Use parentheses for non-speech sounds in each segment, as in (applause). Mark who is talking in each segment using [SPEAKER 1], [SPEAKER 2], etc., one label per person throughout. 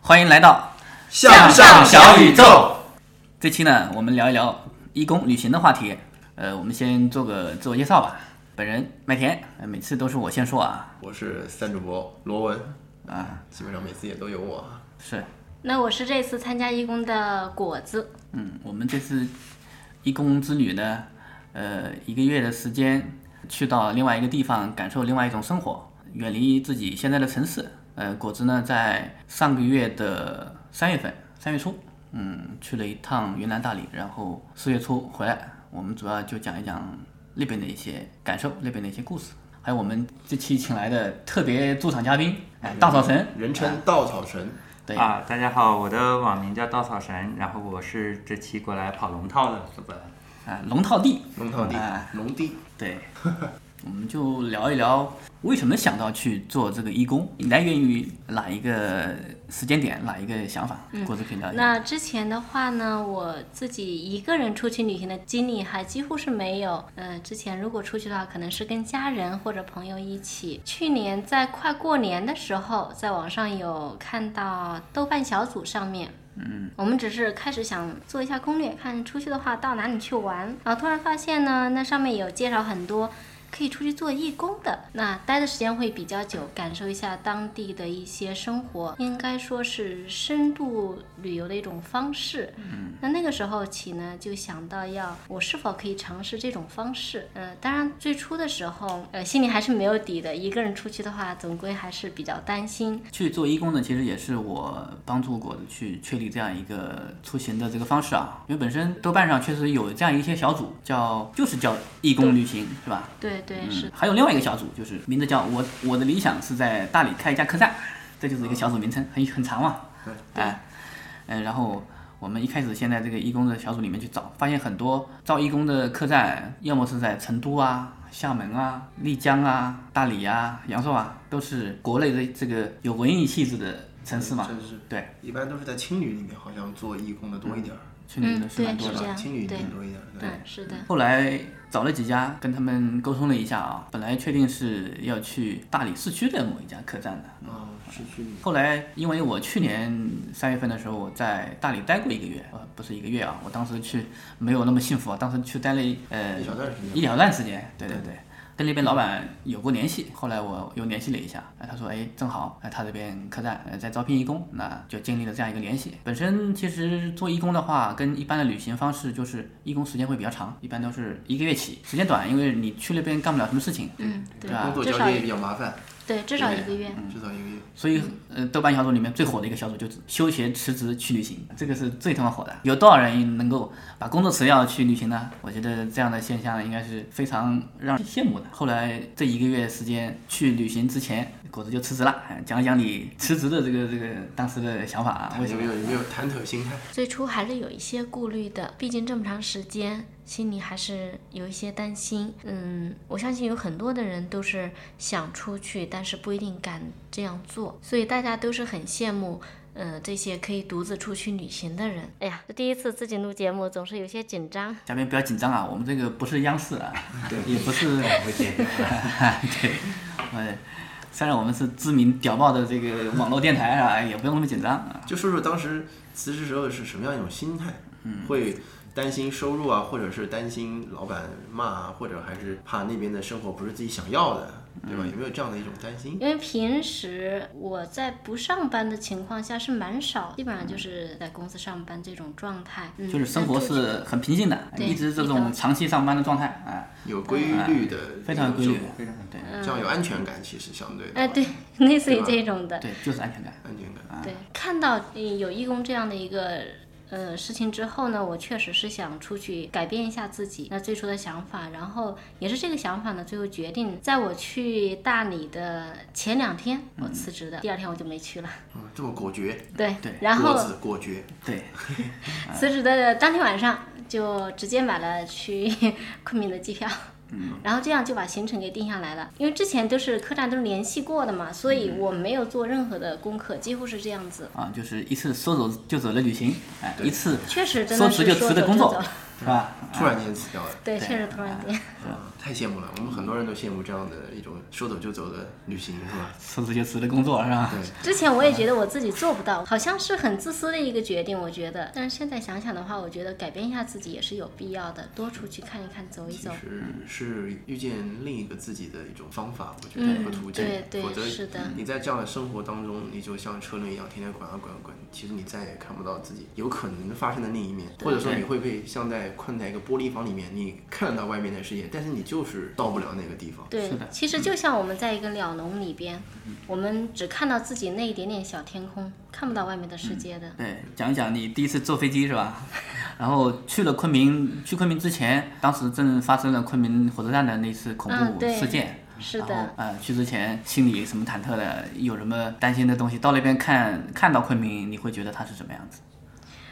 [SPEAKER 1] 欢迎来到
[SPEAKER 2] 向上小宇宙。
[SPEAKER 1] 这期呢，我们聊一聊义工旅行的话题。呃，我们先做个自我介绍吧。本人麦田，呃每次都是我先说啊，
[SPEAKER 2] 我是三主播罗文
[SPEAKER 1] 啊，
[SPEAKER 2] 基本上每次也都有我。啊
[SPEAKER 1] 是，
[SPEAKER 3] 那我是这次参加义工的果子，
[SPEAKER 1] 嗯，我们这次义工之旅呢，呃，一个月的时间去到另外一个地方，感受另外一种生活，远离自己现在的城市。呃，果子呢，在上个月的三月份，三月初，嗯，去了一趟云南大理，然后四月初回来。我们主要就讲一讲那边的一些感受，那边的一些故事，还有我们这期请来的特别驻场嘉宾，哎，大草神，
[SPEAKER 2] 人称稻草神，
[SPEAKER 1] 对
[SPEAKER 4] 啊，大家好，我的网名叫稻草神，然后我是这期过来跑龙套的负责人。
[SPEAKER 1] 啊，龙套地，
[SPEAKER 2] 龙套地
[SPEAKER 1] 哎，
[SPEAKER 2] 龙地。
[SPEAKER 1] 对， (laughs) 我们就聊一聊为什么想到去做这个义工，来源于哪一个时间点，哪一个想法？郭子可以聊一下。
[SPEAKER 3] 那之前的话呢，我自己一个人出去旅行的经历还几乎是没有。呃，之前如果出去的话，可能是跟家人或者朋友一起。去年在快过年的时候，在网上有看到豆瓣小组上面。嗯，我们只是开始想做一下攻略，看出去的话到哪里去玩，然后突然发现呢，那上面有介绍很多可以出去做义工的，那待的时间会比较久，感受一下当地的一些生活，应该说是深度旅游的一种方式。嗯，那那个时候起呢，就想到要我是否可以尝试这种方式。呃，当然最初的时候，呃，心里还是没有底的，一个人出去的话，总归还是比较担心。
[SPEAKER 1] 去做义工呢，其实也是我帮助果子去确立这样一个出行的这个方式啊，因为本身豆瓣上确实有这样一些小组，叫就是叫义工旅行，是吧？
[SPEAKER 3] 对对，是
[SPEAKER 1] 嗯，还有另外一个小组，就是名字叫我我的理想是在大理开一家客栈，这就是一个小组名称，很很长嘛。对，哎，嗯，然后我们一开始先在这个义工的小组里面去找，发现很多招义工的客栈，要么是在成都啊、厦门啊、丽江啊、大理啊、阳朔啊，都是国内的这个有文艺气质的城市嘛。
[SPEAKER 2] 真是
[SPEAKER 1] 对，
[SPEAKER 2] 一般都是在青旅里面，好像做义工的多一点儿，
[SPEAKER 1] 去年的是蛮
[SPEAKER 3] 嗯
[SPEAKER 1] 多
[SPEAKER 3] 对
[SPEAKER 1] 的
[SPEAKER 3] 是这。样
[SPEAKER 2] 青旅里面
[SPEAKER 3] 对
[SPEAKER 2] 多一点儿。
[SPEAKER 3] 对，嗯是的。
[SPEAKER 1] 后来找了几家，跟他们沟通了一下啊，本来确定是要去大理市区的某一家客栈的，
[SPEAKER 2] 哦，市区里面。
[SPEAKER 1] 后来，因为我去年三月份的时候，我在大理待过一个月，呃，不是一个月啊，我当时去没有那么幸福啊，当时去待了一呃
[SPEAKER 2] 一小段时间
[SPEAKER 1] 一小段时间，对对对，跟那边老板有过联系，后来我又联系了一下，哎，他说，哎，正好，哎，他这边客栈呃在招聘义工，那就建立了这样一个联系。本身其实做义工的话，跟一般的旅行方式就是义工时间会比较长，一般都是一个月起，时间短，因为你去那边干不了什么事情，
[SPEAKER 3] 嗯，
[SPEAKER 1] 对
[SPEAKER 3] 对
[SPEAKER 1] 吧
[SPEAKER 2] 工，作
[SPEAKER 3] 至
[SPEAKER 2] 交
[SPEAKER 3] 少
[SPEAKER 2] 接也比
[SPEAKER 3] 一
[SPEAKER 2] 较麻烦，
[SPEAKER 3] 对至少一个月。
[SPEAKER 1] 嗯
[SPEAKER 2] 至少一个月。
[SPEAKER 1] 所以，呃，豆瓣小组里面最火的一个小组就是休学辞职去旅行，这个是最他妈火的。有多少人能够把工作辞掉去旅行呢？我觉得这样的现象应该是非常让人羡慕的。后来这一个月时间去旅行之前，果子就辞职了。哎讲一讲你辞职的这个这个当时的想法啊，为什
[SPEAKER 2] 有
[SPEAKER 1] 么
[SPEAKER 2] 没？有有没有忐忑心态？
[SPEAKER 3] 最初还是有一些顾虑的，毕竟这么长时间，心里还是有一些担心。嗯，我相信有很多的人都是想出去，但是不一定敢这样做，所以大家都是很羡慕。呃，这些可以独自出去旅行的人，哎呀，第一次自己录节目，总是有些紧张。
[SPEAKER 1] 嘉宾不要紧张啊，我们这个不是央视啊，也不是， (laughs) 对，呃，虽然我们是知名屌爆的这个网络电台啊，也不用那么紧张啊。
[SPEAKER 2] 就说说当时辞职时候是什么样一种心态？
[SPEAKER 1] 嗯
[SPEAKER 2] 会担心收入啊，或者是担心老板骂啊，或者还是怕那边的生活不是自己想要的，对
[SPEAKER 1] 嗯
[SPEAKER 2] 吧？有没有这样的一种担心？
[SPEAKER 3] 因为平时我在不上班的情况下是蛮少，基本上就是在公司上班这种状态，嗯、
[SPEAKER 1] 嗯就是生活是很平静的，
[SPEAKER 3] 对
[SPEAKER 1] 一直这
[SPEAKER 3] 一般
[SPEAKER 1] 种长期上班的状态，哎，
[SPEAKER 2] 有规律的
[SPEAKER 1] 哎非常规律，非常对，
[SPEAKER 2] 这样有安全感，其实相对的
[SPEAKER 3] 哎、对，类似于这种的，
[SPEAKER 1] 对，就是安全感。
[SPEAKER 2] 安全感。
[SPEAKER 3] 对，看到嗯有义工这样的一个呃事情之后呢，我确实是想出去改变一下自己那最初的想法，然后也是这个想法呢，最后决定在我去大理的前两天我辞职的，第二天我就没去了。 (laughs)
[SPEAKER 2] 嗯，这么果决，
[SPEAKER 3] 对，
[SPEAKER 1] 对啊
[SPEAKER 3] 然
[SPEAKER 2] 果
[SPEAKER 3] 后
[SPEAKER 2] 子果决，
[SPEAKER 1] 对，
[SPEAKER 3] 辞职的当天晚上就直接买了去昆明的机票。
[SPEAKER 1] 嗯
[SPEAKER 3] (laughs) 然后这样就把行程给定下来了，因为之前都是客栈都是联系过的嘛，所
[SPEAKER 1] 嗯
[SPEAKER 3] 以我没有做任何的功课，几乎是这样子。
[SPEAKER 1] 啊，就是一次说走就走的旅行，哎，一次
[SPEAKER 3] 确实真
[SPEAKER 1] 说
[SPEAKER 3] 的
[SPEAKER 1] 辞
[SPEAKER 3] 是
[SPEAKER 1] 就
[SPEAKER 3] 说
[SPEAKER 1] 辞的
[SPEAKER 3] 走
[SPEAKER 1] 工
[SPEAKER 3] 就
[SPEAKER 1] 作
[SPEAKER 3] 走，
[SPEAKER 1] 是 (laughs) 吧？啊
[SPEAKER 2] 突然间辞掉了，
[SPEAKER 3] 对，确实突然间。
[SPEAKER 2] 太羡慕了。我们很多人都羡慕这样的一种说走就走的旅行，是吧？
[SPEAKER 1] 说辞就辞的工作，是吧？
[SPEAKER 3] (laughs) 之前我也觉得我自己做不到，好像是很自私的一个决定，我觉得。但是现在想想的话，我觉得改变一下自己也是有必要的，多出去看一看，走一
[SPEAKER 2] 其
[SPEAKER 3] 走。
[SPEAKER 2] 实是遇见另一个自己的一种方法，我觉得
[SPEAKER 3] 嗯
[SPEAKER 2] 和途径。
[SPEAKER 3] 对对
[SPEAKER 2] 否则
[SPEAKER 3] 是的
[SPEAKER 2] 你在这样的生活当中，你就像车轮一样，天天滚啊滚啊滚，其实你再也看不到自己有可能发生的另一面，或者说你会被像在困在一个玻璃房里面，你看到外面的世界，但是你就是到不了那个地方。
[SPEAKER 3] 对，其实就像我们在一个鸟笼里边，我们只看到自己那一点点小天空，看不到外面的世界的。
[SPEAKER 1] 对，讲一讲你第一次坐飞机是吧？然后去了昆明，去昆明之前，当时正发生了昆明火车站的那次恐
[SPEAKER 3] 嗯
[SPEAKER 1] 怖
[SPEAKER 3] 对
[SPEAKER 1] 事件。
[SPEAKER 3] 是
[SPEAKER 1] 然后
[SPEAKER 3] 的，
[SPEAKER 1] 呃，去之前心里什么忐忑的，有什么担心的东西，到那边看看到昆明，你会觉得它是什么样子？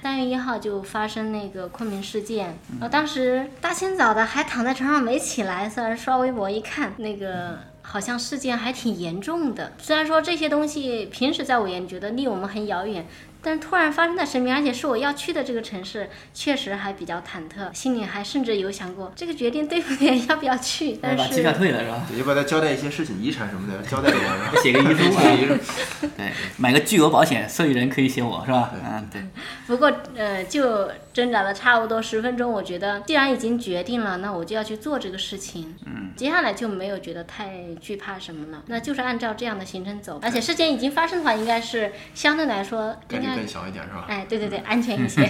[SPEAKER 3] 三月一号就发生那个昆明事件，我、当时大清早的还躺在床上没起来，虽然刷微博一看，那个好像事件还挺严重的。虽然说这些东西平时在我眼里觉得离我们很遥远，但突然发生在身边，而且是我要去的这个城市，确实还比较忐忑，心里还甚至有想过这个决定对不对， (laughs) 要不要去。但
[SPEAKER 1] 把机票
[SPEAKER 3] 是
[SPEAKER 1] 退了是吧？
[SPEAKER 2] 对，要不要再交代一些事情、遗产什么的，交代给我，然后
[SPEAKER 3] (laughs)
[SPEAKER 1] 写个遗书
[SPEAKER 2] (laughs)
[SPEAKER 1] 啊
[SPEAKER 2] 遗嘱
[SPEAKER 1] 对，买个巨额保险，受益人可以写我是吧？嗯，对，
[SPEAKER 3] 不过呃，就挣扎了差不多十分钟，我觉得既然已经决定了，那我就要去做这个事情。嗯，接下来就没有觉得太惧怕什么了，那就是按照这样的行程走。而且事件已经发生的话，应该是相对来说
[SPEAKER 2] 概
[SPEAKER 3] 应
[SPEAKER 2] 率
[SPEAKER 3] 该
[SPEAKER 2] 更。小一点是吧？
[SPEAKER 3] 哎，对对对，安全一些。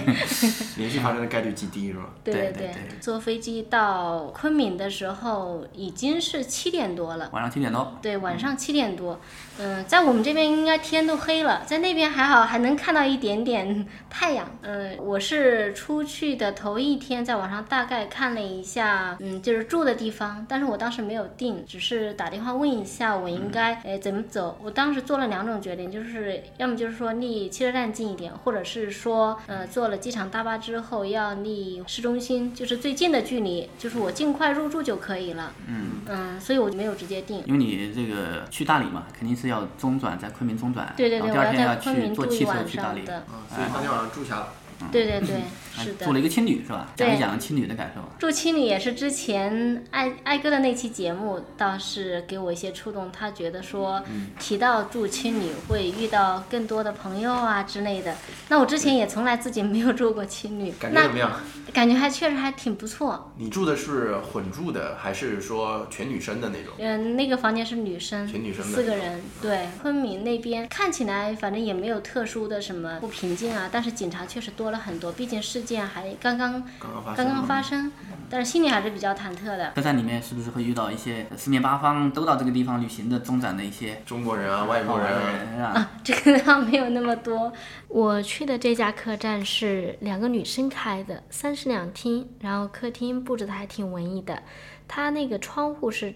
[SPEAKER 2] 连续发生的概率极低是吧？
[SPEAKER 3] 对
[SPEAKER 1] 对
[SPEAKER 3] 对
[SPEAKER 1] 对，
[SPEAKER 3] 坐飞机到昆明的时候已经是七点多了。
[SPEAKER 1] 晚上七点多，
[SPEAKER 3] 对，晚上七点多，嗯、在我们这边应该天都黑了，在那边还好，还能看到一点点太阳。嗯、我是出去的头一天，在网上大概看了一下，嗯，就是住的地方，但是我当时没有定，只是打电话问一下我应该诶怎么走。我当时做了两种决定，就是要么就是说离汽车站近一点，或者是说，呃，坐了机场大巴之后要离市中心就是最近的距离，就是我尽快入住就可以了。嗯所以我就没有直接定。
[SPEAKER 1] 因为你这个去大理嘛，肯定是要中转，在昆明中转，
[SPEAKER 3] 对对
[SPEAKER 1] 然
[SPEAKER 3] 对，
[SPEAKER 1] 后
[SPEAKER 3] 我
[SPEAKER 1] 第二天
[SPEAKER 3] 在昆
[SPEAKER 1] 去
[SPEAKER 3] 明
[SPEAKER 1] 坐
[SPEAKER 3] 住
[SPEAKER 1] 汽
[SPEAKER 3] 一
[SPEAKER 1] 车
[SPEAKER 3] 晚
[SPEAKER 1] 去大
[SPEAKER 3] 上
[SPEAKER 1] 理，嗯
[SPEAKER 3] 的，
[SPEAKER 2] 啊，所以当天晚上住下了。
[SPEAKER 3] 对对对，是
[SPEAKER 1] 做了
[SPEAKER 3] 的。
[SPEAKER 1] 一个青旅是吧？
[SPEAKER 3] 对
[SPEAKER 1] 讲一讲青旅的感受吧。
[SPEAKER 3] 住青旅也是之前艾艾哥的那期节目，倒是给我一些触动。他觉得说，
[SPEAKER 1] 嗯
[SPEAKER 3] 提到住青旅会遇到更多的朋友啊之类的。那我之前也从来自己没有住过青旅，
[SPEAKER 2] 感觉
[SPEAKER 3] 那
[SPEAKER 2] 怎么样？
[SPEAKER 3] 感觉还确实还挺不错。
[SPEAKER 2] 你住的是混住的，还是说全女生的那种？
[SPEAKER 3] 嗯，那个房间是女生，
[SPEAKER 2] 全女生的
[SPEAKER 3] 四个人。对，昆明那边看起来反正也没有特殊的什么不平静啊，但是警察确实多了很多，毕竟事件还刚刚
[SPEAKER 2] 刚刚发生
[SPEAKER 3] 刚
[SPEAKER 2] 吗。
[SPEAKER 3] 刚发生，但是心里还是比较忐忑的。
[SPEAKER 1] 车站里面是不是会遇到一些四面八方都到这个地方旅行的中转的一些
[SPEAKER 2] 中国人啊，外
[SPEAKER 1] 好
[SPEAKER 2] 国
[SPEAKER 1] 玩
[SPEAKER 2] 人
[SPEAKER 1] 的
[SPEAKER 2] 啊，
[SPEAKER 1] 人啊？
[SPEAKER 3] 这个倒没有那么多，
[SPEAKER 5] 我去的这家客栈是两个女生开的，三室两厅，然后客厅布置的还挺文艺的。它那个窗户是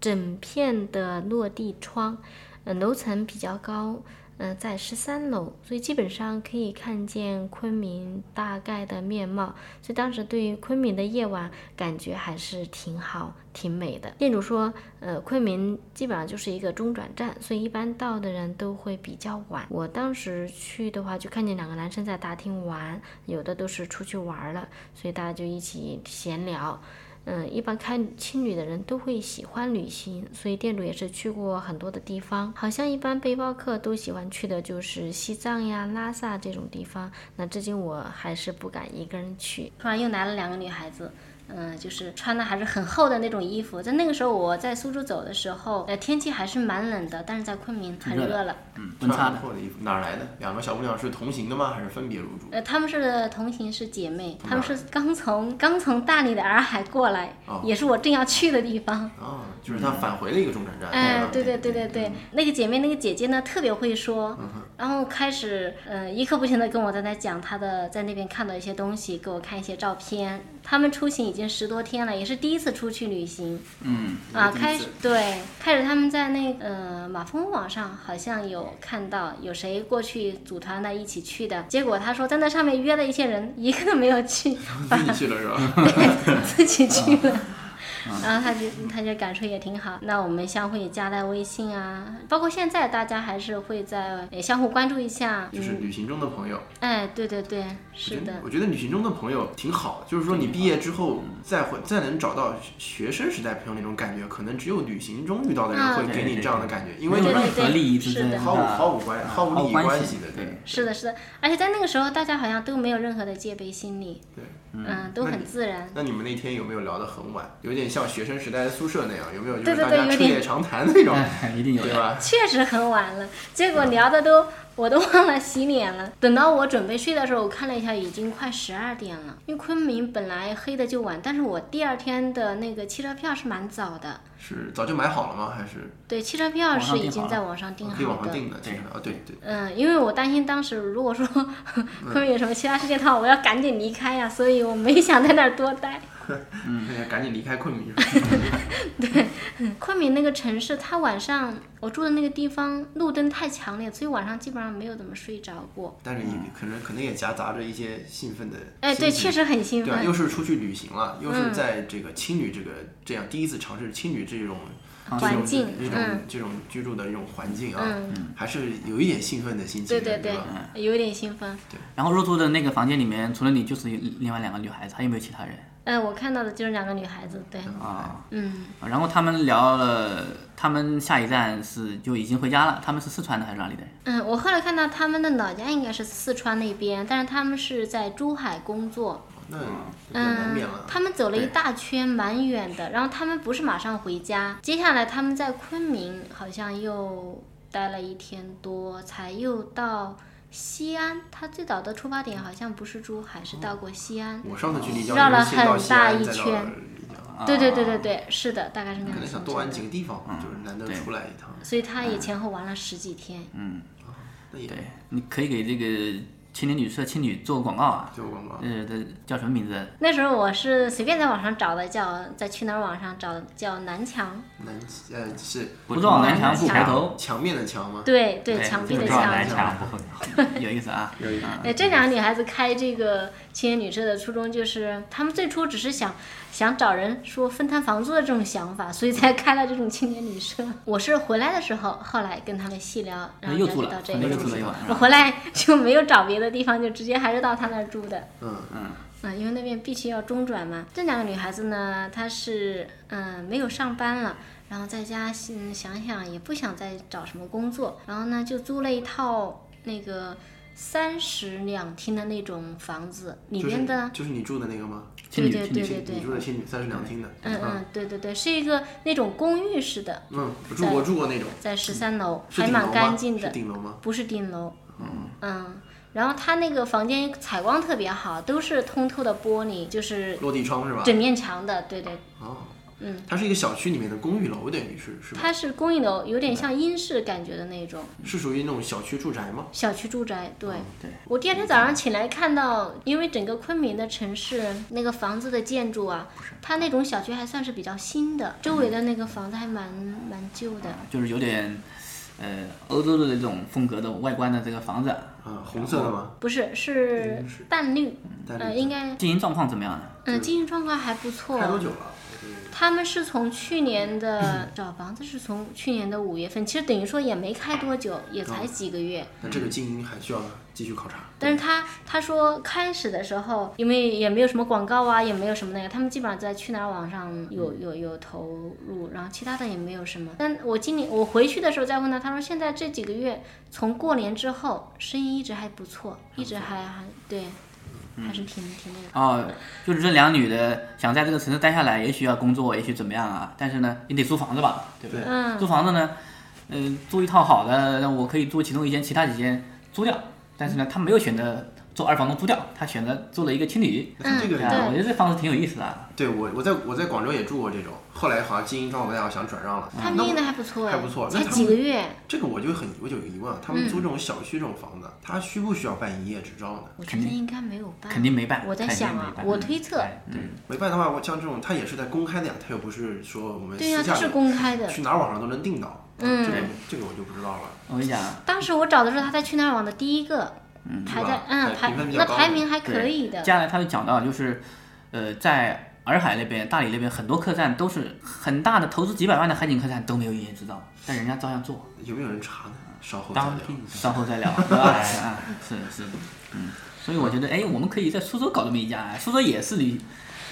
[SPEAKER 5] 整片的落地窗，嗯、楼层比较高，嗯、在十三楼，所以基本上可以看见昆明大概的面貌。所以当时对于昆明的夜晚感觉还是挺好、挺美的。店主说，呃，昆明基本上就是一个中转站，所以一般到的人都会比较晚。我当时去的话，就看见两个男生在大厅玩，有的都是出去玩了，所以大家就一起闲聊。嗯，一般开青旅的人都会喜欢旅行，所以店主也是去过很多的地方。好像一般背包客都喜欢去的就是西藏呀、拉萨这种地方。那至今我还是不敢一个人去。
[SPEAKER 3] 突然又来了两个女孩子，嗯，就是穿的还是很厚的那种衣服。在那个时候我在苏州走的时候，呃，天气还是蛮冷的，但是在昆明很
[SPEAKER 2] 热
[SPEAKER 3] 热
[SPEAKER 2] 的
[SPEAKER 3] 了。
[SPEAKER 2] 嗯，
[SPEAKER 1] 温差
[SPEAKER 2] 穿
[SPEAKER 1] 的
[SPEAKER 2] 很厚的衣服哪儿来的？两个小姑娘是同行的吗？还是分别入住？
[SPEAKER 3] 呃，她们是同行是姐妹，她们
[SPEAKER 2] 哪儿
[SPEAKER 3] 是刚从刚从大理的洱海过来，
[SPEAKER 2] 哦
[SPEAKER 3] 也是我正要去的地方。
[SPEAKER 2] 啊，就是她返回了一个中转站。嗯
[SPEAKER 3] 嗯哎，对
[SPEAKER 2] 对吧
[SPEAKER 3] 对对对对，那个姐妹那个姐姐呢特别会说，然后开始呃一刻不停的跟我在那讲她的在那边看到一些东西，给我看一些照片。他们出行已经十多天了，也是第一次出去旅行
[SPEAKER 1] 嗯
[SPEAKER 3] 啊。开始对，开始他们在那个呃马蜂网上好像有看到有谁过去组团的一起去的，结果他说在那上面约了一些人，一个都没有去，
[SPEAKER 2] 自己去了是吧？
[SPEAKER 3] (laughs) 自己去
[SPEAKER 2] 嗯
[SPEAKER 3] 了。然后他就他就感触也挺好，那我们相互也加在微信啊，包括现在大家还是会在也相互关注一下。
[SPEAKER 2] 就是嗯
[SPEAKER 3] 嗯，
[SPEAKER 2] 旅行中的朋友。
[SPEAKER 3] 哎，对对对，是的，
[SPEAKER 2] 我觉得旅行中的朋友挺好，就是说你毕业之后再回再能找到学生时代朋友那种感觉，可能只有旅行中遇到的人
[SPEAKER 3] 啊
[SPEAKER 2] 会给你这样的感觉，因为你
[SPEAKER 1] 没有
[SPEAKER 2] 们
[SPEAKER 1] 任何利益之
[SPEAKER 3] 是
[SPEAKER 1] 争
[SPEAKER 3] 的
[SPEAKER 1] 的，
[SPEAKER 2] 毫无毫无关毫无利益
[SPEAKER 1] 关
[SPEAKER 2] 关系的
[SPEAKER 1] (laughs) 对，
[SPEAKER 3] 是的，是的。而且在那个时候，大家好像都没有任何的戒备心理，
[SPEAKER 2] 对。
[SPEAKER 3] 嗯，都
[SPEAKER 2] 那
[SPEAKER 3] 很
[SPEAKER 2] 你
[SPEAKER 3] 自然。 (laughs)
[SPEAKER 2] 那你们那天有没有聊得很晚？有点像学生时代的宿舍那样，有没有就
[SPEAKER 3] 对
[SPEAKER 2] 是
[SPEAKER 3] 对
[SPEAKER 2] 大家
[SPEAKER 3] 对有
[SPEAKER 2] 彻夜
[SPEAKER 3] 点
[SPEAKER 2] 长谈那
[SPEAKER 3] (laughs)
[SPEAKER 2] 种，
[SPEAKER 1] 哎一定有
[SPEAKER 2] 对吧？
[SPEAKER 3] 确实很晚了，结果聊的都我都忘了洗脸
[SPEAKER 2] 嗯
[SPEAKER 3] 了。等到我准备睡的时候，我看了一下，已经快十二点了。因为昆明本来黑的就晚，但是我第二天的那个汽车票是蛮早的，
[SPEAKER 2] 是早就买好了吗？还是
[SPEAKER 3] 对，汽车票是已经在网上订
[SPEAKER 2] 可以哦网
[SPEAKER 3] 好
[SPEAKER 2] 上
[SPEAKER 3] 的。
[SPEAKER 2] 订的？其实啊，对对，
[SPEAKER 3] 嗯，因为我担心当时如果说
[SPEAKER 2] 嗯
[SPEAKER 3] 昆明有什么其他事情的话，我要赶紧离开呀、所以我没想在那儿多待。
[SPEAKER 1] 嗯
[SPEAKER 2] 那要赶紧离开昆明。
[SPEAKER 1] (laughs)
[SPEAKER 3] 嗯昆明那个城市，它晚上我住的那个地方路灯太强烈，所以晚上基本上没有怎么睡着过。
[SPEAKER 2] 但是也
[SPEAKER 1] 嗯
[SPEAKER 2] 可能可能也夹杂着一些兴奋的心情，
[SPEAKER 3] 哎，对，确实嗯很兴
[SPEAKER 2] 对啊，
[SPEAKER 3] 奋
[SPEAKER 2] 又。是出去旅行了，又是在这个青旅这个这样第一次尝试青旅这种
[SPEAKER 1] 嗯
[SPEAKER 2] 这
[SPEAKER 3] 环
[SPEAKER 2] 种
[SPEAKER 3] 境
[SPEAKER 2] 这种
[SPEAKER 3] 嗯
[SPEAKER 2] 这种居住的一种环境啊
[SPEAKER 3] 嗯，
[SPEAKER 2] 还是有一点兴奋的心情
[SPEAKER 3] 对
[SPEAKER 2] 的，
[SPEAKER 3] 对对
[SPEAKER 2] 吧？，
[SPEAKER 1] 嗯
[SPEAKER 3] 有点兴奋。
[SPEAKER 1] 然后入住的那个房间里面，除了你就是另外两个女孩子，还有没有其他人
[SPEAKER 3] 呃，我看到的就是两个女孩子，对，
[SPEAKER 1] 啊？
[SPEAKER 3] 嗯，
[SPEAKER 1] 然后他们聊了，他们下一站是就已经回家了。他们是四川的还是哪里的人？
[SPEAKER 3] 嗯，我后来看到他们的老家应该是四川那边，但是他们是在珠海工作，
[SPEAKER 2] 那那难
[SPEAKER 3] 嗯
[SPEAKER 2] 免，了。
[SPEAKER 3] 他们走了一
[SPEAKER 1] 对
[SPEAKER 3] 大圈，蛮远的，然后他们不是马上回家，接下来他们在昆明好像又待了一天多，才又到。西安，他最早的出发点好像不是珠海，是到过西安。
[SPEAKER 2] 我上次去丽江
[SPEAKER 3] 绕了
[SPEAKER 2] 就是先到
[SPEAKER 3] 很
[SPEAKER 2] 西
[SPEAKER 3] 大
[SPEAKER 2] 安
[SPEAKER 3] 一
[SPEAKER 2] 再到
[SPEAKER 3] 圈
[SPEAKER 2] 丽江
[SPEAKER 3] 对对对对对，是的，大概是那样。
[SPEAKER 2] 哦可能想多玩几个嗯地方，就是难得
[SPEAKER 1] 嗯对
[SPEAKER 2] 出来一趟，
[SPEAKER 3] 所以他也前后玩了十几天。
[SPEAKER 2] 嗯那也
[SPEAKER 1] 对，你可以给这个青年旅社青旅做个广告啊。
[SPEAKER 2] 就广告。
[SPEAKER 1] 呃，这叫什么名字？
[SPEAKER 3] 那时候我是随便在网上找的，叫在去哪儿网上找的，叫南墙，
[SPEAKER 2] 南呃是
[SPEAKER 1] 不撞南墙不回
[SPEAKER 3] 墙
[SPEAKER 1] 头，
[SPEAKER 2] 墙面的墙吗？
[SPEAKER 3] 对对，
[SPEAKER 1] 对
[SPEAKER 3] 墙壁
[SPEAKER 1] 就
[SPEAKER 3] 的
[SPEAKER 1] 是
[SPEAKER 4] 撞南
[SPEAKER 3] 墙。
[SPEAKER 4] 墙不会。
[SPEAKER 1] 有意思
[SPEAKER 4] (laughs)
[SPEAKER 1] 啊。有意思。
[SPEAKER 3] 哎，这两个女孩子开这个青年旅社的初衷就是，她们最初只是想想找人说分摊房租的这种想法，所以才开了这种青年旅社。 (laughs) 我是回来的时候，后来跟她们细聊，然
[SPEAKER 1] 哎
[SPEAKER 3] 后
[SPEAKER 1] 又
[SPEAKER 3] 了
[SPEAKER 1] 住
[SPEAKER 3] 解
[SPEAKER 1] 了
[SPEAKER 3] 到这
[SPEAKER 1] 那又
[SPEAKER 3] 个问
[SPEAKER 1] 住了
[SPEAKER 3] 题
[SPEAKER 1] 一晚上。
[SPEAKER 3] 我回来就没有找别的地方，就直接还是到她那儿住的。
[SPEAKER 2] 嗯，
[SPEAKER 3] 嗯，因为那边必须要中转嘛。这两个女孩子呢，她是嗯、没有上班了，然后在家嗯想想也不想再找什么工作，然后呢就租了一套那个三室两厅的那种房子，里
[SPEAKER 2] 就是
[SPEAKER 3] 面的、
[SPEAKER 2] 就是你住的那个吗？
[SPEAKER 1] 青旅
[SPEAKER 3] 对
[SPEAKER 1] 青旅
[SPEAKER 3] 对
[SPEAKER 1] 青
[SPEAKER 3] 对
[SPEAKER 1] 旅
[SPEAKER 3] 对
[SPEAKER 2] 你
[SPEAKER 3] 对，
[SPEAKER 2] 住的青旅三室两厅的，啊
[SPEAKER 3] 嗯嗯对对对，是一个那种公寓式的，
[SPEAKER 2] 嗯，我住我住过那种，
[SPEAKER 3] 在十三楼，
[SPEAKER 2] 嗯是
[SPEAKER 3] 还
[SPEAKER 2] 顶楼
[SPEAKER 3] 蛮
[SPEAKER 2] 吗
[SPEAKER 3] 干净的。
[SPEAKER 2] 是顶楼吗？
[SPEAKER 3] 不是顶楼。嗯，然后它那个房间采光特别好，都是通透的玻璃，就是
[SPEAKER 2] 落地窗是吧？
[SPEAKER 3] 整面墙的。对对，
[SPEAKER 2] 哦，
[SPEAKER 3] 嗯，
[SPEAKER 2] 它是一个小区里面的公寓楼，等于是是吧？
[SPEAKER 3] 它是公寓楼，有点像英式感觉的那种
[SPEAKER 2] 是属于那种小区住宅吗？
[SPEAKER 3] 小区住宅。对，
[SPEAKER 2] 嗯
[SPEAKER 1] 对
[SPEAKER 3] 我第二天早上起来看到，因为整个昆明的城市那个房子的建筑啊，它那种小区还算是比较新的，周围的那个房子还蛮蛮旧的。
[SPEAKER 1] 就是有点，呃，欧洲的这种风格的外观的这个房子，
[SPEAKER 2] 啊，红色的吗？
[SPEAKER 3] 不是，
[SPEAKER 2] 嗯
[SPEAKER 3] 是淡绿，
[SPEAKER 2] 淡嗯绿
[SPEAKER 3] 呃，
[SPEAKER 2] 色
[SPEAKER 3] 应该，
[SPEAKER 1] 经营状况怎么样呢？
[SPEAKER 3] 嗯，经营状况还不错。
[SPEAKER 2] 开多久了？
[SPEAKER 3] 嗯他们是从去年的 (clears throat) 找房子是从去年的五月份，其实等于说也没开多久，也才几个月。
[SPEAKER 2] 哦那这个经营还需要继续考察。
[SPEAKER 3] 但是他他说开始的时候，因为也没有什么广告啊，也没有什么那个，他们基本上在去哪儿网上有
[SPEAKER 2] 嗯
[SPEAKER 3] 有有投入，然后其他的也没有什么。但我今年我回去的时候再问他，他说现在这几个月从过年之后生意一直还不错，一直还还对，
[SPEAKER 2] 嗯
[SPEAKER 3] 还是挺挺那个。
[SPEAKER 1] 哦，就是这两女的想在这个城市待下来，也许要工作，也许怎么样啊？但是呢，你得租房子吧，对不对？
[SPEAKER 3] 对嗯
[SPEAKER 1] 租房子呢，嗯、租一套好的，那我可以租其中一间，其他几间租掉。但是呢，他没有选择做二房东租掉，他选择做了一个情侣。
[SPEAKER 2] 嗯这个
[SPEAKER 1] 对啊，
[SPEAKER 2] 对
[SPEAKER 1] 我觉得这房子挺有意思的啊。
[SPEAKER 2] 对我，我在我在广州也住过这种，后来好像经营状况不太好，想转让了。
[SPEAKER 3] 他
[SPEAKER 2] 那
[SPEAKER 3] 们
[SPEAKER 2] 我
[SPEAKER 3] 运的还不错哎，
[SPEAKER 2] 还不错。那
[SPEAKER 3] 才
[SPEAKER 2] 他
[SPEAKER 3] 几
[SPEAKER 2] 们
[SPEAKER 3] 个月，
[SPEAKER 2] 这个我就很我就有疑问啊，他们
[SPEAKER 3] 嗯
[SPEAKER 2] 租这种小区这种房子，他需不需要办营业执照呢？
[SPEAKER 3] 我觉得应该没有办，
[SPEAKER 1] 肯定没办
[SPEAKER 3] 我在
[SPEAKER 1] 肯定
[SPEAKER 3] 想
[SPEAKER 1] 没
[SPEAKER 3] 啊，
[SPEAKER 1] 办
[SPEAKER 3] 我推测，
[SPEAKER 2] 哎没办的话，我像这种他也是在公开的呀，他又不是说我们
[SPEAKER 3] 对呀
[SPEAKER 2] 私下
[SPEAKER 3] 它是
[SPEAKER 2] 里
[SPEAKER 3] 公开的
[SPEAKER 2] 去哪儿网上都能订到。啊
[SPEAKER 3] 嗯
[SPEAKER 2] 这个这个我就不知道了。
[SPEAKER 1] 我跟你讲，
[SPEAKER 3] 当时我找的时候，他在去那儿网的第一个，排
[SPEAKER 1] 是
[SPEAKER 3] 在
[SPEAKER 1] 吧
[SPEAKER 3] 嗯
[SPEAKER 1] 排
[SPEAKER 3] 排
[SPEAKER 1] 评分比较
[SPEAKER 3] 那
[SPEAKER 1] 高
[SPEAKER 3] 排名还可
[SPEAKER 1] 对
[SPEAKER 3] 以的。
[SPEAKER 1] 接下来他就讲到，就是呃，在洱海那边、大理那边，很多客栈都是很大的，投资几百万的海景客栈都没有营业执照，但人家照样做。
[SPEAKER 2] 有没有人查呢？稍后再聊。
[SPEAKER 1] 当稍后再聊，对吧？啊，是是，嗯，所以我觉得，哎，我们可以在苏州搞这么一家，哎苏州也是旅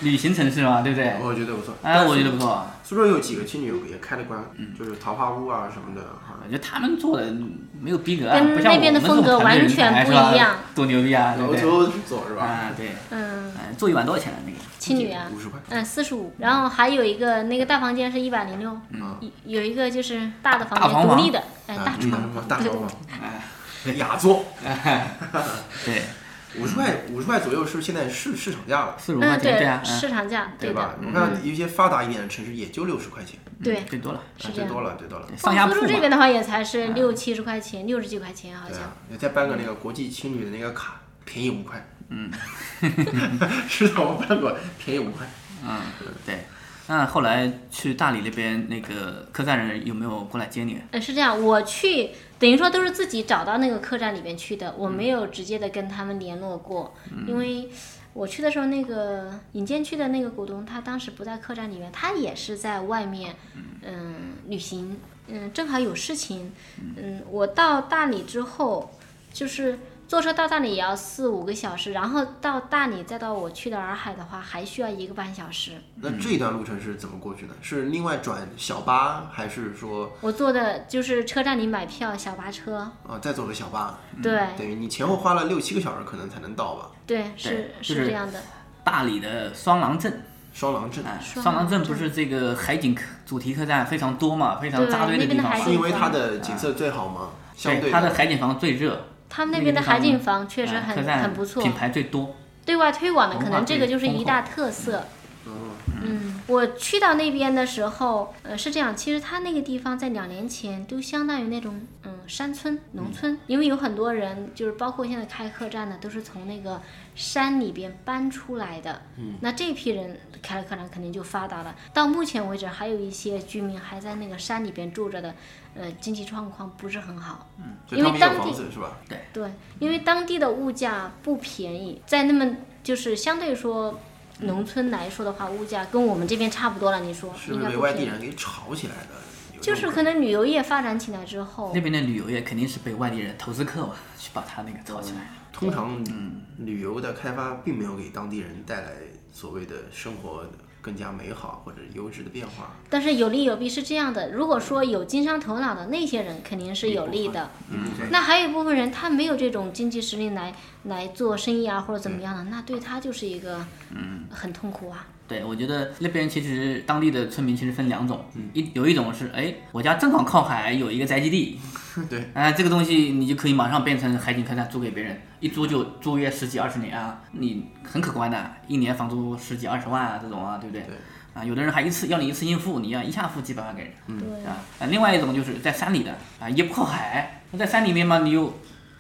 [SPEAKER 1] 旅行城市嘛，对不对？
[SPEAKER 2] 我觉得不错。
[SPEAKER 1] 哎，我觉得不嗯错。。
[SPEAKER 2] 苏州有几个青旅也开了关，就是桃花坞啊什么的。
[SPEAKER 1] 我觉得他们做的没有逼格啊，
[SPEAKER 3] 跟
[SPEAKER 1] 不像
[SPEAKER 3] 那边的
[SPEAKER 1] 我们这种
[SPEAKER 3] 风格
[SPEAKER 1] 团队
[SPEAKER 3] 完全
[SPEAKER 1] 人才
[SPEAKER 3] 不
[SPEAKER 1] 是吧
[SPEAKER 3] 一样
[SPEAKER 1] 多牛逼啊！对不对？
[SPEAKER 2] 楼主做是吧
[SPEAKER 1] 啊，对，
[SPEAKER 3] 嗯，
[SPEAKER 1] 哎住一晚多少钱啊？那个
[SPEAKER 3] 青旅啊，
[SPEAKER 2] 十块，
[SPEAKER 3] 嗯，四十五，然后还有一个那个大房间是一百零六，
[SPEAKER 2] 嗯，
[SPEAKER 3] 有一个就是大的
[SPEAKER 1] 大
[SPEAKER 3] 房间，
[SPEAKER 1] 房
[SPEAKER 3] 独
[SPEAKER 1] 房
[SPEAKER 3] 立的，哎，
[SPEAKER 2] 啊
[SPEAKER 3] 大
[SPEAKER 2] 嗯
[SPEAKER 3] 床，
[SPEAKER 2] 大
[SPEAKER 3] 对
[SPEAKER 2] 床嘛，
[SPEAKER 1] 哎
[SPEAKER 2] 雅座，
[SPEAKER 1] 对，
[SPEAKER 2] 五十块五十块左右是现在市市场价了，
[SPEAKER 1] 四十五块
[SPEAKER 3] 嗯，
[SPEAKER 1] 钱，对啊，嗯
[SPEAKER 3] 市场价，
[SPEAKER 2] 对
[SPEAKER 3] 的嗯
[SPEAKER 2] 吧，？我看有一些发达一点的城市也就六十块钱，
[SPEAKER 3] 对。
[SPEAKER 1] 最多了，
[SPEAKER 2] 啊
[SPEAKER 3] 是这
[SPEAKER 2] 最
[SPEAKER 3] 样
[SPEAKER 2] 多了最多了。
[SPEAKER 1] 上下
[SPEAKER 3] 苏
[SPEAKER 1] 铺
[SPEAKER 3] 州这
[SPEAKER 1] 嘛嗯
[SPEAKER 3] 边的话也才是六七十块钱，六十几块钱好
[SPEAKER 2] 对
[SPEAKER 3] 像
[SPEAKER 2] 啊。，再办个那个国际青旅的那个卡，便宜五块。 (laughs) 嗯，是的，我办过，便宜五块。
[SPEAKER 1] 嗯，对。那后来去大理那边那个客栈人有没有过来接你？啊
[SPEAKER 3] 呃，是这样，我去等于说都是自己找到那个客栈里面去的，我没有直接的跟他们联络过，因为我去的时候，那个引荐区的那个股东他当时不在客栈里面，他也是在外面，嗯，旅行，嗯，正好有事情，嗯，我到大理之后，就是坐车到大理也要四五个小时，然后到大理再到我去的洱海的话，还需要一个半小时。
[SPEAKER 2] 那这一段路程是怎么过去呢？是另外转小巴，还是说
[SPEAKER 3] 我坐的就是车站里买票小巴车，
[SPEAKER 2] 啊再坐个小巴？
[SPEAKER 3] 嗯对
[SPEAKER 2] 等于你前后花了六七个小时可能才能到吧？
[SPEAKER 3] 对，是
[SPEAKER 1] 就是
[SPEAKER 3] 这样的。
[SPEAKER 1] 大理的双廊镇，
[SPEAKER 2] 双廊镇，
[SPEAKER 1] 哎，
[SPEAKER 3] 双
[SPEAKER 1] 双廊
[SPEAKER 3] 廊
[SPEAKER 1] 镇
[SPEAKER 3] 镇
[SPEAKER 1] 不是这个海景客主题客栈非常多嘛，非常
[SPEAKER 3] 对
[SPEAKER 1] 扎堆
[SPEAKER 3] 那
[SPEAKER 1] 的
[SPEAKER 3] 边
[SPEAKER 1] 地
[SPEAKER 3] 的
[SPEAKER 1] 方
[SPEAKER 3] 海
[SPEAKER 1] 嘛
[SPEAKER 2] 是
[SPEAKER 3] 景，
[SPEAKER 2] 因为它的景色最好吗？相
[SPEAKER 1] 对，
[SPEAKER 2] 对
[SPEAKER 1] 它的海景房最热，
[SPEAKER 3] 他们那
[SPEAKER 1] 那
[SPEAKER 3] 边的
[SPEAKER 1] 个地
[SPEAKER 3] 海景
[SPEAKER 1] 方
[SPEAKER 3] 房确实
[SPEAKER 1] 哎
[SPEAKER 3] 很
[SPEAKER 1] 客栈
[SPEAKER 3] 很不错，
[SPEAKER 1] 品牌最多。
[SPEAKER 3] 对外推广的可
[SPEAKER 1] 文化
[SPEAKER 3] 能
[SPEAKER 1] 最
[SPEAKER 3] 这个就是
[SPEAKER 1] 丰
[SPEAKER 3] 一
[SPEAKER 1] 厚
[SPEAKER 3] 大特色。
[SPEAKER 2] 嗯
[SPEAKER 3] 嗯，我去到那边的时候，呃，是这样，其实它那个地方在两年前都相当于那种嗯山村、农村，因为有很多人就是包括现在开客栈的，都是从那个山里边搬出来的。嗯，那这批人开了客栈肯定就发达了。到目前为止，还有一些居民还在那个山里边住着的，呃，经济状况不是很好。嗯，
[SPEAKER 2] 所以
[SPEAKER 3] 因
[SPEAKER 2] 他
[SPEAKER 3] 为
[SPEAKER 2] 们也
[SPEAKER 3] 当
[SPEAKER 2] 有
[SPEAKER 3] 地
[SPEAKER 2] 房子是吧？
[SPEAKER 3] 对，因为当地的物价不便宜，在那么就是相对说农村来说的话，物价跟我们这边差不多了。你说
[SPEAKER 2] 是
[SPEAKER 3] 应
[SPEAKER 2] 不
[SPEAKER 3] 该
[SPEAKER 2] 是被
[SPEAKER 3] 不
[SPEAKER 2] 外地
[SPEAKER 3] 便宜
[SPEAKER 2] 人？给炒起来的？有这
[SPEAKER 3] 就
[SPEAKER 2] 种
[SPEAKER 3] 是可能旅游业发展起来之后
[SPEAKER 1] 那，边的旅游业肯定是被外地人投资客嘛，去把它那个炒起来。
[SPEAKER 2] 通常旅游的开发并没有给当地人带来所谓的生活更加美好或者优质的变化。
[SPEAKER 3] 但是有利有弊是这样的。如果说有经商头脑的那些人肯定是有利的，那还有一部分人他没有这种经济实力来来做生意啊或者怎么样的，那对他就是一个嗯很痛苦啊。
[SPEAKER 1] 对，我觉得那边其实当地的村民其实分两种，
[SPEAKER 2] 嗯
[SPEAKER 1] 一有一种是，哎，我家正好靠海，有一个宅基地，
[SPEAKER 2] (laughs) 对，
[SPEAKER 1] 哎，这个东西你就可以马上变成海景客栈租给别人，一租就租约十几二十年啊，你很可观的，一年房租十几二十万啊，这种啊，对不对？
[SPEAKER 2] 对
[SPEAKER 1] 啊，有的人还一次要你一次性付，你要一下付几百万给人，
[SPEAKER 2] 嗯
[SPEAKER 3] 对，
[SPEAKER 1] 啊，啊，另外一种就是在山里的啊，也不靠海，那在山里面嘛，你又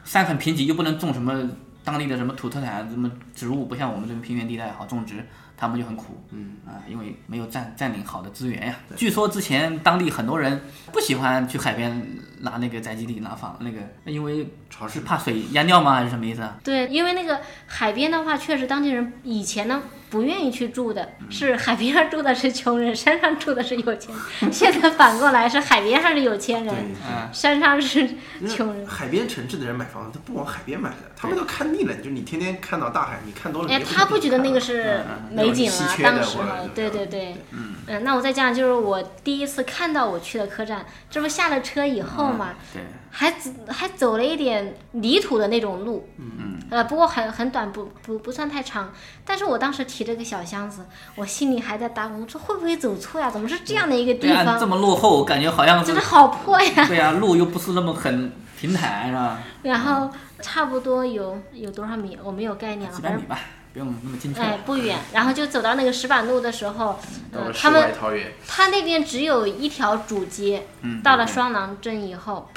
[SPEAKER 1] 山很贫瘠，又不能种什么当地的什么土特产什么植物，不像我们这边平原地带好种植，他们就很苦，嗯啊，因为没有占占领好的资源呀。据说之前当地很多人不喜欢去海边拿那个宅基地拿房那个，因为
[SPEAKER 2] 潮湿
[SPEAKER 1] 是怕水淹掉吗？还是什么意思啊？
[SPEAKER 3] 对，因为那个海边的话，确实当地人以前呢不愿意去住的，是海边上住的是穷人，山上住的是有钱人。现在反过来是海边上是有钱
[SPEAKER 2] 对
[SPEAKER 3] 人，
[SPEAKER 1] 啊，
[SPEAKER 3] 山上是穷
[SPEAKER 2] 那
[SPEAKER 3] 人。
[SPEAKER 2] 海边城市的人买房子，他不往海边买的，他们都看腻了。就是你天天看到大海，你看多了，
[SPEAKER 3] 哎，
[SPEAKER 2] 你也
[SPEAKER 3] 他
[SPEAKER 2] 不
[SPEAKER 3] 不觉得那个是美景
[SPEAKER 2] 那种
[SPEAKER 3] 啊
[SPEAKER 2] 稀，缺的
[SPEAKER 3] 当时
[SPEAKER 2] 或者
[SPEAKER 3] 哈
[SPEAKER 2] 怎么，
[SPEAKER 3] 对
[SPEAKER 2] 样
[SPEAKER 3] 对对，嗯，那我再讲就是我第一次看到我去的客栈，这不下了车以后嘛，
[SPEAKER 1] 对。
[SPEAKER 3] 还走还走了一点泥土的那种路，嗯，呃，不过很很短，不不不算太长。但是我当时提着个小箱子，我心里还在打鼓，说会不会走错呀？怎么是这样的一个地
[SPEAKER 1] 对啊，
[SPEAKER 3] 方？
[SPEAKER 1] 这么落后，感觉好像
[SPEAKER 3] 真
[SPEAKER 1] 是
[SPEAKER 3] 的好破呀！
[SPEAKER 1] 对啊，路又不是那么很平坦，是吧？
[SPEAKER 3] 然后差不多有有多少米，我没有概念了，
[SPEAKER 1] 几百
[SPEAKER 3] 反正
[SPEAKER 1] 米吧，不用那么精确。
[SPEAKER 3] 哎不远。然后就走到那个石板路的时候，
[SPEAKER 2] 到
[SPEAKER 3] 呃
[SPEAKER 2] 了，世
[SPEAKER 3] 他们
[SPEAKER 2] 外桃源，
[SPEAKER 3] 他那边只有一条主街，
[SPEAKER 2] 嗯
[SPEAKER 3] 到了双廊镇以后，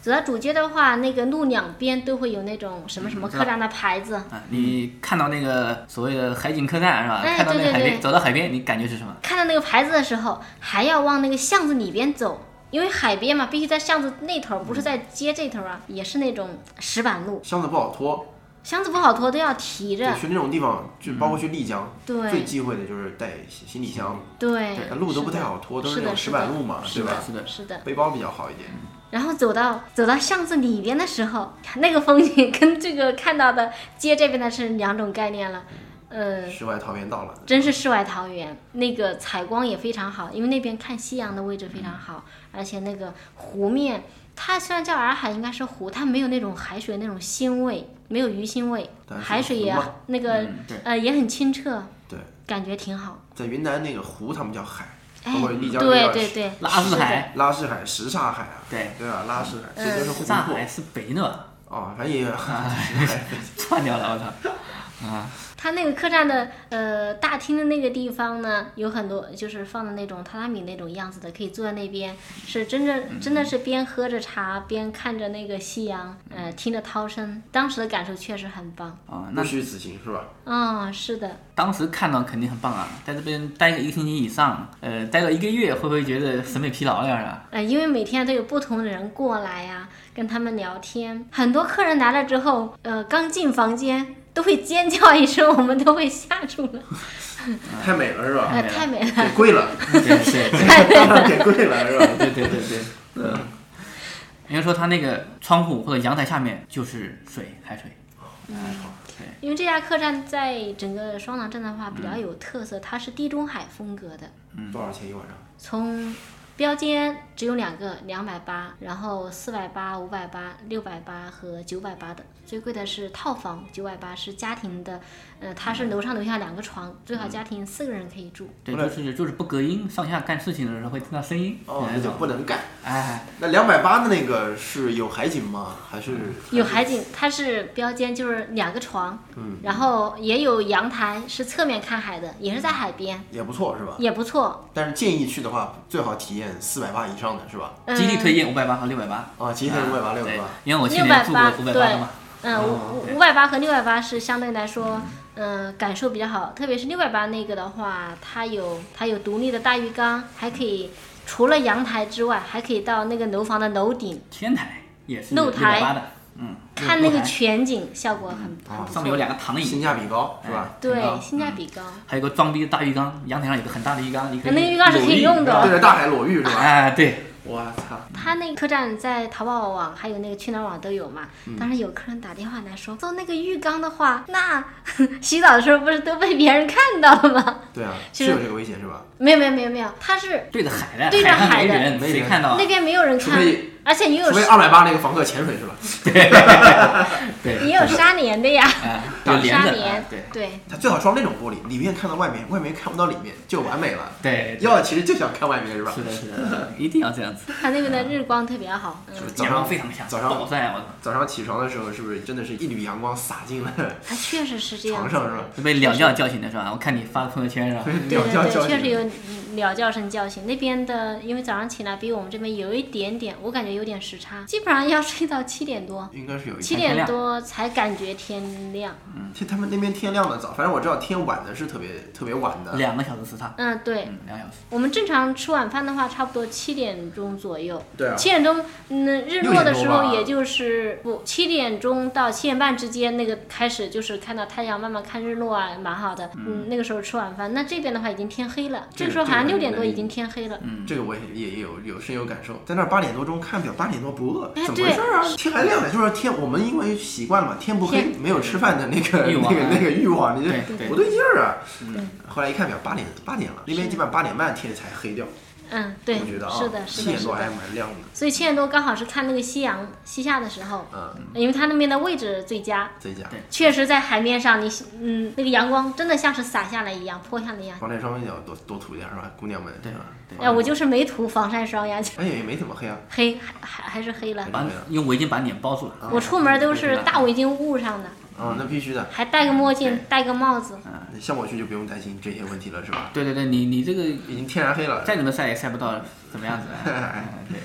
[SPEAKER 3] 走到主街的话，那个路两边都会有那种什么什么
[SPEAKER 1] 嗯知
[SPEAKER 3] 客
[SPEAKER 1] 道
[SPEAKER 3] 栈的牌子，
[SPEAKER 1] 啊你看到那个所谓的海景客栈是吧？
[SPEAKER 3] 哎
[SPEAKER 1] 看到那个海
[SPEAKER 3] 对对
[SPEAKER 1] 边，
[SPEAKER 3] 对
[SPEAKER 1] 走到海边，你感觉是什么？
[SPEAKER 3] 看到那个牌子的时候，还要往那个巷子里边走，因为海边嘛，必须在巷子那头，
[SPEAKER 2] 嗯
[SPEAKER 3] 不是在街这头啊，也是那种石板路，
[SPEAKER 2] 箱子不好拖。
[SPEAKER 3] 箱子不好拖，都要提着
[SPEAKER 2] 对，。去那种地方，就包括去丽江，
[SPEAKER 3] 对
[SPEAKER 2] 最忌讳的就是带行李箱，
[SPEAKER 3] 对
[SPEAKER 2] 对，路都不太好拖，都
[SPEAKER 3] 是
[SPEAKER 2] 那
[SPEAKER 3] 的
[SPEAKER 2] 种石板路嘛，
[SPEAKER 1] 是
[SPEAKER 2] 对
[SPEAKER 1] 的
[SPEAKER 2] 吧？
[SPEAKER 1] 是的
[SPEAKER 3] 是的
[SPEAKER 2] 背包比较好一点。
[SPEAKER 3] 然后走到走到巷子里边的时候，那个风景跟这个看到的街这边的是两种概念了，呃，
[SPEAKER 2] 世外桃源到了，
[SPEAKER 3] 真是世外桃源，那个采光也非常好，因为那边看夕阳的位置非常好，而且那个湖面，它虽然叫洱海，应该是湖，它没有那种海水那种腥味，没有鱼腥味，
[SPEAKER 2] 但是
[SPEAKER 3] 海水也
[SPEAKER 2] 湖嘛
[SPEAKER 3] 那个、
[SPEAKER 2] 嗯对
[SPEAKER 3] 呃也很清澈，
[SPEAKER 2] 对，
[SPEAKER 3] 感觉挺好。
[SPEAKER 2] 在云南那个湖，他们叫海，
[SPEAKER 3] 哎
[SPEAKER 2] 包括丽江
[SPEAKER 3] 对
[SPEAKER 2] 那个
[SPEAKER 3] 对对
[SPEAKER 1] 拉市海、
[SPEAKER 2] 拉市海、什刹海啊，
[SPEAKER 1] 对
[SPEAKER 2] 对吧？拉市海，
[SPEAKER 1] 嗯
[SPEAKER 2] 这都是湖
[SPEAKER 1] 什刹
[SPEAKER 2] 泊
[SPEAKER 1] 海哎是北呢， (laughs)
[SPEAKER 2] 哦，反正也
[SPEAKER 1] 串掉了，我操！啊，
[SPEAKER 3] 它那个客栈的呃大厅的那个地方呢，有很多就是放的那种榻榻米那种样子的，可以坐在那边，是真正真的是边喝着茶边看着那个夕阳，呃，听着涛声，当时的感受确实很棒。
[SPEAKER 1] 啊，
[SPEAKER 2] 不
[SPEAKER 1] 那
[SPEAKER 2] 虚此行是吧？
[SPEAKER 3] 嗯，是的，
[SPEAKER 1] 当时看到肯定很棒啊，在这边待个一个星期以上，呃，待到一个月，会不会觉得审美疲劳了呀？
[SPEAKER 3] 呃，因为每天都有不同的人过来呀、跟他们聊天，很多客人来了之后，呃，刚进房间都会尖叫一声，我们都会吓住了，
[SPEAKER 1] 嗯
[SPEAKER 2] 太美了是吧？
[SPEAKER 3] 呃，太美了。
[SPEAKER 2] 给贵了，
[SPEAKER 3] (laughs)
[SPEAKER 1] 对对对
[SPEAKER 3] 太美了
[SPEAKER 2] 给贵了是吧？
[SPEAKER 1] (laughs) 对对对对，嗯，应该说它那个窗户或者阳台下面就是水，海水。
[SPEAKER 3] 因为这家客栈在整个双廊镇的话比较有特色，它是地中海风格的，
[SPEAKER 1] 嗯
[SPEAKER 2] 多少钱一晚上？
[SPEAKER 3] 从标间只有两个两百八，然后四百八、五百八、六百八和九百八的，最贵的是套房，九百八是家庭的，呃，它是楼上楼下两个床，最好家庭四个人可以住。
[SPEAKER 1] 对，就是就是不隔音，上下干事情的时候会听到声音。
[SPEAKER 2] 哦，那就不能干。
[SPEAKER 1] 哎，
[SPEAKER 2] 那两百八的那个是有海景吗？还是
[SPEAKER 3] 有海景，它是标间，就是两个床，
[SPEAKER 2] 嗯
[SPEAKER 3] 然后也有阳台，是侧面看海的，也是在海边，
[SPEAKER 2] 也不错是吧？
[SPEAKER 3] 也不错。
[SPEAKER 2] 但是建议去的话，最好体验四百八以上的是吧？
[SPEAKER 3] 嗯
[SPEAKER 1] 极力推荐五百八和六百八。
[SPEAKER 2] 啊，极力推荐580 680
[SPEAKER 1] 对因为我去
[SPEAKER 3] 六
[SPEAKER 1] 年
[SPEAKER 3] 百
[SPEAKER 1] 住过
[SPEAKER 3] 八
[SPEAKER 1] 五百
[SPEAKER 3] 对
[SPEAKER 1] 八的嘛。，
[SPEAKER 3] 嗯，
[SPEAKER 1] 哦
[SPEAKER 3] 五五百八和六百八是相对来说，嗯，感受比较好。特别是六百八那个的话，它有它有独立的大浴缸，还可以除了阳台之外，还可以到那个楼房的楼顶
[SPEAKER 1] 天台也是
[SPEAKER 3] 露
[SPEAKER 1] 六
[SPEAKER 3] 台
[SPEAKER 1] 百八的，嗯，
[SPEAKER 3] 看那
[SPEAKER 1] 露
[SPEAKER 3] 个
[SPEAKER 1] 台
[SPEAKER 3] 全景，效果很很
[SPEAKER 1] 啊
[SPEAKER 3] 不
[SPEAKER 1] 上面有
[SPEAKER 3] 错。
[SPEAKER 1] 两个嗯躺椅，
[SPEAKER 2] 性价比高是吧？
[SPEAKER 1] 很高
[SPEAKER 3] 对，性价比高。
[SPEAKER 1] 还有个装逼的大浴缸，阳台上有个很大的浴缸，你可以
[SPEAKER 3] 那个浴缸是可以用的
[SPEAKER 1] 裸
[SPEAKER 2] 对
[SPEAKER 1] 浴
[SPEAKER 2] 着大海裸浴是吧？
[SPEAKER 1] 哎，对，
[SPEAKER 2] 我操！
[SPEAKER 3] 他那个客栈在淘宝网还有那个去哪儿网都有嘛。
[SPEAKER 1] 嗯
[SPEAKER 3] 当时有客人打电话来说，做那个浴缸的话，那 (laughs) 洗澡的时候不是都被别人看到了吗？ (laughs)
[SPEAKER 2] 对啊，
[SPEAKER 3] 其
[SPEAKER 2] 是
[SPEAKER 3] 实
[SPEAKER 2] 有这个危险是吧？
[SPEAKER 3] 没有没有没有没有，它是
[SPEAKER 1] 对着海的，
[SPEAKER 3] 对着
[SPEAKER 1] 上
[SPEAKER 3] 海
[SPEAKER 1] 没
[SPEAKER 3] 的
[SPEAKER 1] 人，
[SPEAKER 2] 没
[SPEAKER 1] 谁
[SPEAKER 2] 人
[SPEAKER 1] 看到啊
[SPEAKER 3] 那？边没有人
[SPEAKER 2] 除
[SPEAKER 3] 看
[SPEAKER 2] 非，
[SPEAKER 3] 而且也有
[SPEAKER 2] 除非
[SPEAKER 3] 沙
[SPEAKER 2] 二百八那个房客潜水是吧？
[SPEAKER 1] 对，
[SPEAKER 3] 也有纱帘的呀，
[SPEAKER 1] 哎，有
[SPEAKER 3] 有
[SPEAKER 1] 帘
[SPEAKER 3] 纱
[SPEAKER 1] 子，
[SPEAKER 3] 帘
[SPEAKER 1] 哎，对，
[SPEAKER 3] 对
[SPEAKER 2] (laughs) 他最好装那种玻璃，里面看到外面，外面看不到里面，就完美了。
[SPEAKER 1] 对对
[SPEAKER 2] 要的其实就想看外面是吧？
[SPEAKER 1] 是的，是的，一定要这样子，
[SPEAKER 3] 它那边的日光特别好，嗯，
[SPEAKER 2] (laughs) 早
[SPEAKER 1] 阳
[SPEAKER 2] 上
[SPEAKER 1] 光非常强，
[SPEAKER 2] 早上
[SPEAKER 1] 暴晒啊，我
[SPEAKER 2] 早上起床的时候，是不是真的是一缕阳光洒进了
[SPEAKER 3] 它确实是这样
[SPEAKER 2] 床
[SPEAKER 3] 子
[SPEAKER 2] 上是
[SPEAKER 3] 的。
[SPEAKER 2] 吧？
[SPEAKER 1] 操，被鸟叫醒的是吧？我看你发的朋友圈是吧？ (laughs)
[SPEAKER 3] 对
[SPEAKER 2] 鸟
[SPEAKER 3] 对
[SPEAKER 2] 叫
[SPEAKER 3] 对，
[SPEAKER 2] 叫
[SPEAKER 3] 确实
[SPEAKER 2] 醒。
[SPEAKER 3] 有鸟叫声叫醒。那边的，因为早上起来比我们这边有一点点，我感觉有点时差，基本上要睡到七点多，
[SPEAKER 2] 应该是有一
[SPEAKER 3] 七
[SPEAKER 2] 天，
[SPEAKER 3] 点多才感觉天亮。
[SPEAKER 2] 其实他们那边天亮的早，反正我知道天晚的是特别特别晚的。
[SPEAKER 1] 两个小时时差，
[SPEAKER 3] 嗯，对，
[SPEAKER 1] 嗯，两个小时，
[SPEAKER 3] 我们正常吃晚饭的话，差不多七点钟左右。
[SPEAKER 2] 对啊
[SPEAKER 3] 七点钟，嗯，日落的时
[SPEAKER 2] 六点多
[SPEAKER 3] 候，
[SPEAKER 2] 吧
[SPEAKER 3] 也就是不七点钟到七点半之间，那个开始就是看到太阳慢慢看日落啊，蛮好的。嗯，那个时候吃晚饭，那这边的话已经天黑了，
[SPEAKER 2] 这
[SPEAKER 3] 这个
[SPEAKER 2] 个
[SPEAKER 3] 时候好像
[SPEAKER 2] 这
[SPEAKER 3] 六
[SPEAKER 2] 个嗯
[SPEAKER 3] 点多已经天黑了。
[SPEAKER 2] 这个我也也有有深有感受，在那儿八点多钟看表，八点多不饿，
[SPEAKER 3] 哎
[SPEAKER 2] 怎么
[SPEAKER 3] 对
[SPEAKER 2] 回事儿啊？天还亮了，就是天，我们因为习惯了嘛，天不黑，
[SPEAKER 3] 天
[SPEAKER 2] 没有吃饭的那个
[SPEAKER 1] 欲
[SPEAKER 2] 那
[SPEAKER 1] 望啊
[SPEAKER 2] 个那个欲望，你
[SPEAKER 1] 对
[SPEAKER 2] 这
[SPEAKER 1] 对嗯
[SPEAKER 3] 嗯
[SPEAKER 2] 不对劲儿啊。后来一看表，八点八点了，那边基本上八点半天才黑掉，
[SPEAKER 3] 嗯，对，
[SPEAKER 2] 我觉得啊，
[SPEAKER 3] 是的，是
[SPEAKER 2] 七
[SPEAKER 3] 的，
[SPEAKER 2] 点
[SPEAKER 3] 是
[SPEAKER 2] 多还
[SPEAKER 3] 的。
[SPEAKER 2] 蛮亮的，
[SPEAKER 3] 所以七点多刚好是看那个夕阳西下的时候，
[SPEAKER 2] 嗯，
[SPEAKER 3] 因为它那边的位置最佳，
[SPEAKER 2] 这家
[SPEAKER 3] 确实在海面上你，嗯，那个阳光真的像是洒下来一样，泼向你一样。
[SPEAKER 2] 防晒霜要多多涂点是吧，姑娘们？对对
[SPEAKER 3] 哎，我就是没涂防晒霜 (laughs) 呀，
[SPEAKER 2] 哎也没怎么黑啊，
[SPEAKER 3] 黑还还还是黑了。
[SPEAKER 6] 把
[SPEAKER 1] 啊
[SPEAKER 6] 用围巾把脸包住了。
[SPEAKER 3] 我出门都是大围巾捂上的，
[SPEAKER 1] 嗯
[SPEAKER 2] 啊，那必须的，
[SPEAKER 3] 还戴个墨镜，戴个帽子。
[SPEAKER 2] 像我去就不用担心这些问题了是吧？
[SPEAKER 1] 对对对，你你这个已
[SPEAKER 2] 经天然黑了
[SPEAKER 1] 再怎么晒也晒不到怎么样子。 (laughs) 哎对，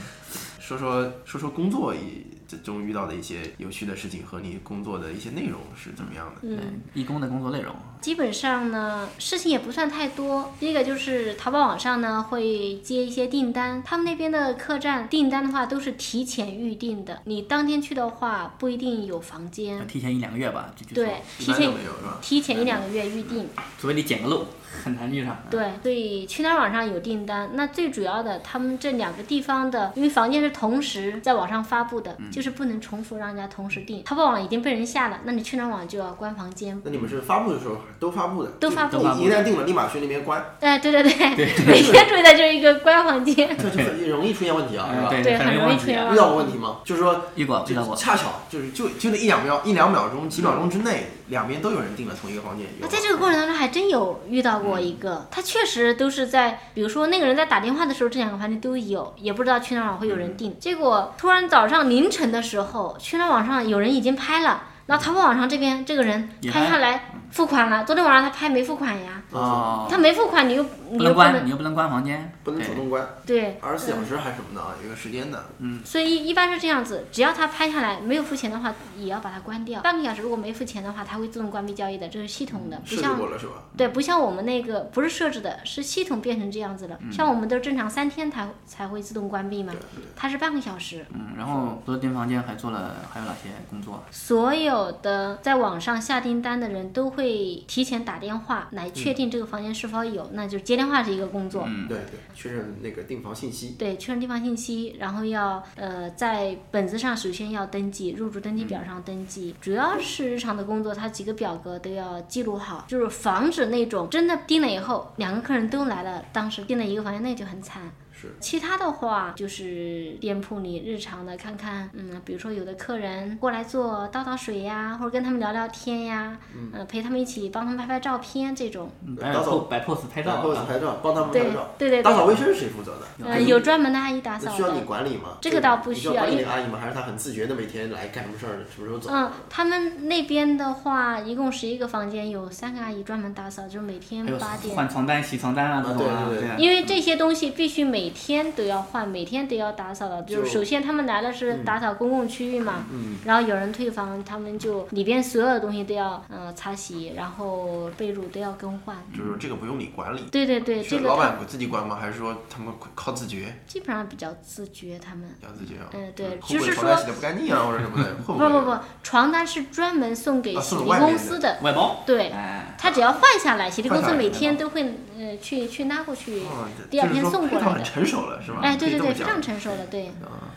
[SPEAKER 2] 说说说说工作一这中遇到的一些有趣的事情和你工作的一些内容是怎么样的？
[SPEAKER 3] 嗯，
[SPEAKER 1] 义工的工作内容，
[SPEAKER 3] 基本上呢，事情也不算太多。第一个就是淘宝网上呢会接一些订单，他们那边的客栈订单的话都是提前预定的，你当天去的话不一定有房间。
[SPEAKER 1] 提前一两个月吧，就就
[SPEAKER 3] 对，
[SPEAKER 1] 说
[SPEAKER 3] 提前
[SPEAKER 1] 一般都没有是吧
[SPEAKER 3] 提前一两个月预定。
[SPEAKER 1] 除非你捡个漏，很难遇上。
[SPEAKER 3] 对，所以去哪儿网上有订单。那最主要的，他们这两个地方的，因为房间是同时在网上发布的，就是不能重复让人家同时订。淘宝网已经被人下了，那你去哪儿网就要关房间。
[SPEAKER 2] 那你们是发布的时候都发布的，
[SPEAKER 3] 都发布
[SPEAKER 2] 就一旦定了，立马去那边
[SPEAKER 1] (laughs)
[SPEAKER 2] 关，
[SPEAKER 3] 哎，对对对，每天注意的就是一个关房间。
[SPEAKER 2] 这就很容易出现问题啊，是吧？
[SPEAKER 1] 哎对对很容易很容易出现问题
[SPEAKER 2] 遇到过问题吗？就是说
[SPEAKER 1] 遇过遇到过
[SPEAKER 2] 恰巧就是就就那一两秒一两秒钟几秒钟之内，两边都有人订了同一个房间，有
[SPEAKER 3] 那在这个过程当中，还真有遇到过一个，他确实都是在，比如说那个人在打电话的时候，这两个房间都有，也不知道去哪儿网会有
[SPEAKER 1] 嗯
[SPEAKER 3] 人订。结果突然早上凌晨的时候，去哪儿网上有人已经拍了，然后淘宝网上这边这个人
[SPEAKER 1] 也
[SPEAKER 3] 拍下
[SPEAKER 1] 拍嗯
[SPEAKER 3] 来付款了，昨天晚上他拍没付款呀，
[SPEAKER 1] 哦，
[SPEAKER 3] 他没付款你又
[SPEAKER 1] 不
[SPEAKER 3] 你又
[SPEAKER 1] 能
[SPEAKER 3] 不
[SPEAKER 1] 关，你
[SPEAKER 3] 能
[SPEAKER 1] 又不能关房间，
[SPEAKER 2] 不能主动关，
[SPEAKER 3] 对
[SPEAKER 2] 二十四小时还是什么的啊，有一个时间的，
[SPEAKER 1] 嗯，
[SPEAKER 3] 所以一一般是这样子，只要他拍下来没有付钱的话，也要把它关掉。半个小时如果没付钱的话，它会自动关闭交易的，这是系统的，不
[SPEAKER 2] 设置嗯
[SPEAKER 3] 像
[SPEAKER 2] 过了是吧？
[SPEAKER 3] 对，不像我们那个不是设置的，是系统变成这样子了。像我们都正常三天才才会自动关闭嘛，它是半个小时。
[SPEAKER 1] 嗯，然后除了订房间，还做了还有哪些工作？
[SPEAKER 3] 所有的在网上下订单的人都会提前打电话来确定这个房间是否有，那就是接电话是一个工作。
[SPEAKER 1] 嗯
[SPEAKER 2] 对对，确认那个订房信息，
[SPEAKER 3] 对，确认地方信息，然后要呃在本子上首先要登记，入住登记表上登记，主要是日常的工作，它几个表格都要记录好，就是防止那种真的订了以后两个客人都来了，当时订了一个房间那就很惨。
[SPEAKER 2] 是
[SPEAKER 3] 其他的话就是店铺里日常的看看，嗯，比如说有的客人过来做倒倒水呀，或者跟他们聊聊天呀，嗯、陪他们一起帮他们拍拍照片这种。
[SPEAKER 1] 摆
[SPEAKER 2] 打扫
[SPEAKER 1] pose 摆 pose 拍
[SPEAKER 2] 然
[SPEAKER 1] 照
[SPEAKER 2] 后
[SPEAKER 1] 啊，
[SPEAKER 2] 拍照，帮他们
[SPEAKER 3] 对
[SPEAKER 2] 拍照，
[SPEAKER 3] 对对对
[SPEAKER 2] 嗯打扫卫生是谁负责的？
[SPEAKER 3] 呃，有专门的阿姨打扫
[SPEAKER 2] 那
[SPEAKER 3] 的。
[SPEAKER 2] 需要你管理吗？
[SPEAKER 3] 这个倒不需
[SPEAKER 2] 你
[SPEAKER 3] 要
[SPEAKER 2] 管理那
[SPEAKER 3] 因为
[SPEAKER 2] 个阿姨吗？还是她很自觉的每天来干什么事儿，什么时候走？
[SPEAKER 3] 嗯，他们那边的话，一共十一个房间，有三个阿姨专门打扫，就是每天
[SPEAKER 1] 还有
[SPEAKER 3] 嗯八点。
[SPEAKER 1] 换床单、洗床单啊这种啊，
[SPEAKER 2] 对对对
[SPEAKER 1] 啊
[SPEAKER 3] 因为这些东西必须每天都要换，每天都要打扫的。就是首先他们来了是
[SPEAKER 2] 嗯
[SPEAKER 3] 打扫公共区域嘛，然后有人退房，他们就里边所有的东西都要呃擦洗，然后被褥都要更换。
[SPEAKER 2] 就是说这个不用你管理。
[SPEAKER 3] 对对对，
[SPEAKER 2] 嗯是
[SPEAKER 3] 这个
[SPEAKER 2] 老
[SPEAKER 3] 他
[SPEAKER 2] 板不自己管吗？还是说他们靠自觉？
[SPEAKER 3] 基本上比较自觉，他们。
[SPEAKER 2] 要自觉啊？
[SPEAKER 3] 嗯对
[SPEAKER 2] 会不会
[SPEAKER 3] 就是
[SPEAKER 2] 床单
[SPEAKER 3] 说
[SPEAKER 2] 洗的不干净啊，或者什么的，会
[SPEAKER 3] 不
[SPEAKER 2] 会？
[SPEAKER 3] 不不，床单是专门送给
[SPEAKER 2] 啊
[SPEAKER 3] 洗
[SPEAKER 2] 送
[SPEAKER 3] 涤
[SPEAKER 2] 给外面
[SPEAKER 3] 公司的，
[SPEAKER 1] 外包，
[SPEAKER 3] 对，
[SPEAKER 1] 哎，
[SPEAKER 3] 他只要换下来，洗涤公
[SPEAKER 2] 啊换下
[SPEAKER 3] 司
[SPEAKER 2] 来
[SPEAKER 3] 每天都会呃去去拉过去
[SPEAKER 2] 哦，
[SPEAKER 3] 第二天
[SPEAKER 2] 就是说
[SPEAKER 3] 送过
[SPEAKER 2] 配套
[SPEAKER 3] 来
[SPEAKER 2] 很
[SPEAKER 3] 的。
[SPEAKER 2] 成熟了是吧？
[SPEAKER 3] 哎，对对
[SPEAKER 2] 可以这
[SPEAKER 3] 对，非
[SPEAKER 2] 么讲
[SPEAKER 3] 常成熟的，对。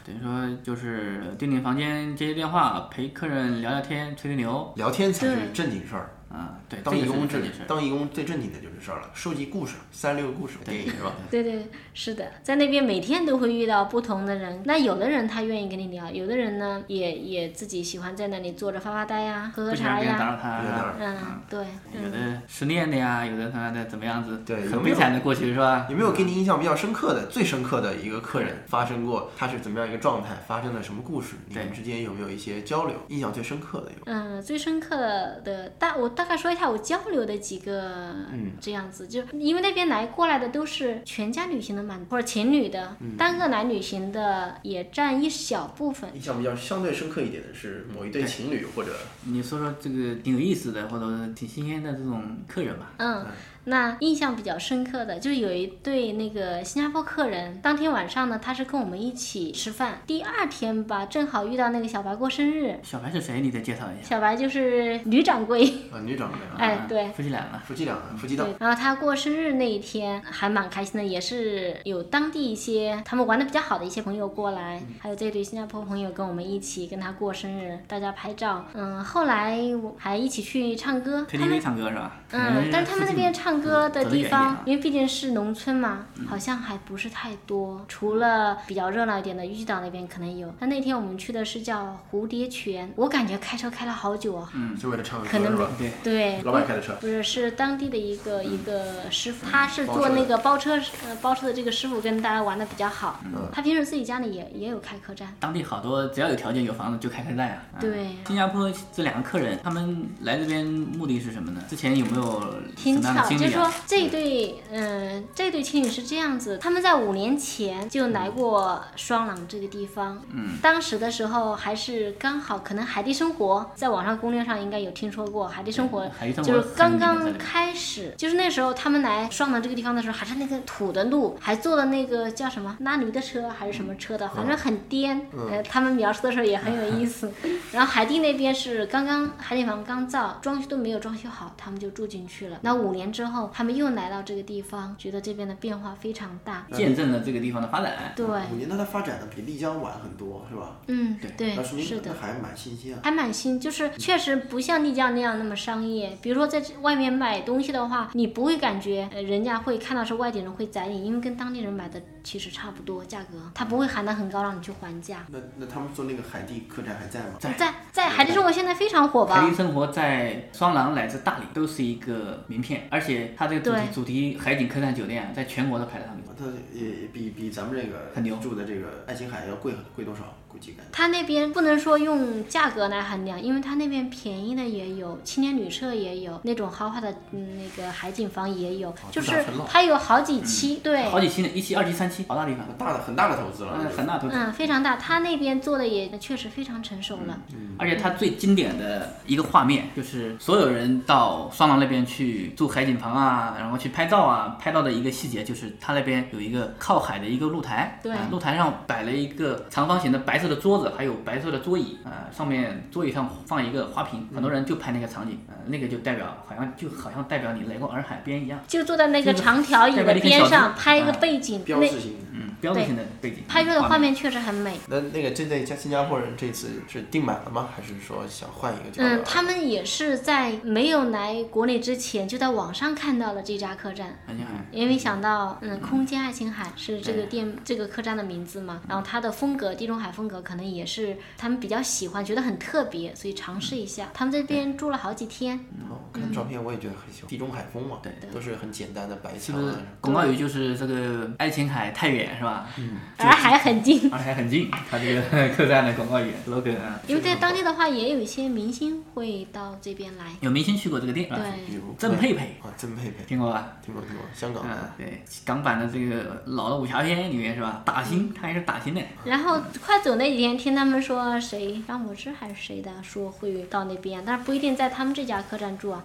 [SPEAKER 1] 等于说就是订订房间、接接电话、陪客人聊聊天、吹吹牛
[SPEAKER 2] 聊天才是
[SPEAKER 3] 对
[SPEAKER 2] 正经事儿。
[SPEAKER 1] 啊，对，
[SPEAKER 2] 当
[SPEAKER 1] 这
[SPEAKER 2] 义
[SPEAKER 1] 个
[SPEAKER 2] 工
[SPEAKER 1] 是
[SPEAKER 2] 最
[SPEAKER 1] 正经事儿
[SPEAKER 2] 当义工最正经的就是事儿了，收集故事，三六个故事电影是吧？
[SPEAKER 3] 对对，是的，在那边每天都会遇到不同的人。那有的人他愿意跟你聊，有的人呢也也自己喜欢在那里坐着发发呆呀，喝喝
[SPEAKER 1] 不想让
[SPEAKER 3] 茶
[SPEAKER 1] 别人打扰
[SPEAKER 3] 呀。
[SPEAKER 1] 他啊，
[SPEAKER 3] 嗯，对，
[SPEAKER 1] 有
[SPEAKER 3] 嗯，
[SPEAKER 1] 的失恋的呀，有的他妈的怎么样子，
[SPEAKER 2] 对有
[SPEAKER 1] 很
[SPEAKER 2] 没
[SPEAKER 1] 悲
[SPEAKER 2] 有
[SPEAKER 1] 惨的过去是吧？
[SPEAKER 2] 有没有给你印象比较深刻的、最深刻的一个客人发生过，他是怎么样一个状态，发生了什么故事？你们之间有没有一些交流？印象最深刻的有？
[SPEAKER 3] 嗯，最深刻的的大，我大概说一下我交流的几个，这样子，就因为那边来过来的都是全家旅行的蛮，或者情侣的，单个来旅行的也占一小部分。
[SPEAKER 2] 印象比较相对深刻一点的是某一对情侣或者
[SPEAKER 1] 你说说这个挺有意思的，或者说挺新鲜的这种客人吧，
[SPEAKER 3] 嗯，那印象比较深刻的就是有一对那个新加坡客人，当天晚上呢，他是跟我们一起吃饭。第二天吧，正好遇到那个小白过生日，
[SPEAKER 1] 小白是谁？你再介绍一下。
[SPEAKER 3] 小白就是女掌柜，
[SPEAKER 2] 啊，女长辈啊，
[SPEAKER 3] 哎嗯对
[SPEAKER 1] 夫妻俩嘛，
[SPEAKER 2] 夫妻俩，夫妻档
[SPEAKER 3] 对，，然后他过生日那一天还蛮开心的，也是有当地一些他们玩的比较好的一些朋友过来，
[SPEAKER 1] 嗯
[SPEAKER 3] 还有这对新加坡朋友跟我们一起跟他过生日，大家拍照。嗯，后来我还一起去唱歌，他们
[SPEAKER 1] KTV 唱歌是吧？
[SPEAKER 3] 嗯，但是他们那边唱歌的地
[SPEAKER 1] 嗯走得远一点啊嗯
[SPEAKER 3] 方，因为毕竟是农村嘛，好像还不是太多。除了比较热闹一点的玉岛那边可能有，但那天我们去的是叫蝴蝶泉，我感觉开车开了好久啊。
[SPEAKER 2] 嗯，就为了唱个歌
[SPEAKER 3] 可能
[SPEAKER 2] 是
[SPEAKER 3] 没
[SPEAKER 2] 吧？
[SPEAKER 3] 对，
[SPEAKER 2] 老板开的车
[SPEAKER 3] 不是是当地的一个
[SPEAKER 1] 嗯
[SPEAKER 3] 一个师傅，他是
[SPEAKER 2] 包
[SPEAKER 3] 做
[SPEAKER 2] 车的
[SPEAKER 3] 那个包车呃包车的这个师傅，跟大家玩的比较好。
[SPEAKER 1] 嗯
[SPEAKER 3] 他平时自己家里也也有开客栈，
[SPEAKER 1] 当地好多只要有条件有房子就开开贷啊。啊
[SPEAKER 3] 对
[SPEAKER 1] 新加坡这两个客人他们来这边目的是什么呢？之前有没有什
[SPEAKER 3] 挺
[SPEAKER 1] 么样的
[SPEAKER 3] 巧，
[SPEAKER 1] 经
[SPEAKER 3] 就是
[SPEAKER 1] 历
[SPEAKER 3] 说
[SPEAKER 1] 啊？
[SPEAKER 3] 这一对，嗯、这对情侣是这样子，他们在五年前就来过双廊这个地方，
[SPEAKER 1] 嗯
[SPEAKER 3] 当时的时候还是刚好，可能海地生活在网上攻略上应该有听说过，海地生活
[SPEAKER 1] 海地生活
[SPEAKER 3] 就是刚
[SPEAKER 1] 很有名的在那
[SPEAKER 3] 刚
[SPEAKER 1] 边
[SPEAKER 3] 开始，就是那时候他们来双廊这个地方的时候，还是那个土的路，还坐的那个叫什么拉驴的车还是什么车的，反正很颠，
[SPEAKER 5] 嗯
[SPEAKER 3] 呃，他们描述的时候也很有意思。
[SPEAKER 2] 嗯
[SPEAKER 3] (laughs) 然后海地那边是刚刚海景房刚造，装修都没有装修好，他们就住进去了。那五年之后，他们又来到这个地方，觉得这边的变化非常大。
[SPEAKER 1] 见证了这个地方的发展。啊
[SPEAKER 3] 对
[SPEAKER 2] 五年它的发展的比丽江晚很多，是吧？
[SPEAKER 3] 嗯，
[SPEAKER 2] 那
[SPEAKER 3] 对，
[SPEAKER 2] 说明
[SPEAKER 3] 是的哎
[SPEAKER 2] 那。还蛮新鲜啊。
[SPEAKER 3] 还蛮新，就是确实不像丽江那样那么商业。比如说在外面买东西的话，你不会感觉呃人家会看到是外地人会宰你，因为跟当地人买的其实差不多价格，他不会喊得很高让你去还价。
[SPEAKER 2] 那那他们做那个海地客栈还在吗？
[SPEAKER 3] 在在海底生活现在非常火
[SPEAKER 1] 海
[SPEAKER 3] 吧
[SPEAKER 1] 地？生活在双廊乃至大理都是一个名片，而且它这个主题
[SPEAKER 3] 对
[SPEAKER 1] 主题海景客栈酒店啊在全国都排得上名。
[SPEAKER 2] 它也比比咱们这个住的这个爱琴海要贵贵多少？估计感觉。
[SPEAKER 3] 他那边不能说用价格来衡量，因为他那边便宜的也有，青年旅社也有，那种豪华的嗯那个海景房也有，
[SPEAKER 1] 哦
[SPEAKER 3] 就是它有好几期，对，
[SPEAKER 1] 嗯好几期呢，一期、二期、三期，好大地方，
[SPEAKER 2] 大的很大的投资了
[SPEAKER 1] 嗯，很大投资。
[SPEAKER 3] 嗯，非常大，他那边做的也确实非常成熟
[SPEAKER 1] 嗯
[SPEAKER 3] 了。
[SPEAKER 1] 而且它最经典的一个画面就是所有人到双廊那边去住海景房啊，然后去拍照啊，拍到的一个细节就是它那边有一个靠海的一个露台，
[SPEAKER 3] 对
[SPEAKER 1] 啊露台上摆了一个长方形的白色的桌子，还有白色的桌椅，啊、上面桌椅上放一个花瓶，很多人就拍那个场景，呃，那个就代表好像就好像代表你来过洱海边一样，
[SPEAKER 3] 就坐在那个啊长条椅的边上拍一个背景，
[SPEAKER 2] 标
[SPEAKER 3] 那
[SPEAKER 2] 志性的，
[SPEAKER 1] 嗯，标志性的背景，
[SPEAKER 3] 拍出来的画面确实很美。
[SPEAKER 2] 那那个这在加新加坡人这次是订满了吗？还是说想换一个这样
[SPEAKER 3] 嗯
[SPEAKER 2] 的，？
[SPEAKER 3] 他们也是在没有来国内之前，就在网上看到了这家客栈，
[SPEAKER 1] 很厉害。
[SPEAKER 3] 因为想到，嗯，空间爱琴海是这个店这个客栈的名字嘛，然后它的风格，地中海风格可能也是他们比较喜欢，觉得很特别，所以尝试一下。他们这边住了好几天，
[SPEAKER 2] 哦，我看照
[SPEAKER 3] 嗯
[SPEAKER 2] 片我也觉得很喜欢，地中海风嘛，对，都是很简单的白
[SPEAKER 1] 是
[SPEAKER 2] 墙
[SPEAKER 1] 不是
[SPEAKER 2] 啊。
[SPEAKER 1] 广告语就是这个爱琴海太远是吧？嗯，
[SPEAKER 3] 洱海很近。
[SPEAKER 1] 洱海很近，它这个 (laughs) 客栈的广告语 slogan 啊。
[SPEAKER 3] 因为在当地的话，也有一些明星会到这边来。
[SPEAKER 1] 有明星去过这个店，是吧啊
[SPEAKER 3] 对比如
[SPEAKER 1] 郑佩佩，
[SPEAKER 2] 啊，郑佩佩
[SPEAKER 1] 听过吧？
[SPEAKER 2] 听过听过，香港
[SPEAKER 1] 嗯
[SPEAKER 2] 的，
[SPEAKER 1] 对，港版的这个老的武侠片里面是吧？打
[SPEAKER 3] 嗯
[SPEAKER 1] 星，他还是打星的，
[SPEAKER 3] 然后快走那几天，听他们说谁张柏芝还是谁的说会到那边，但是不一定在他们这家客栈住啊。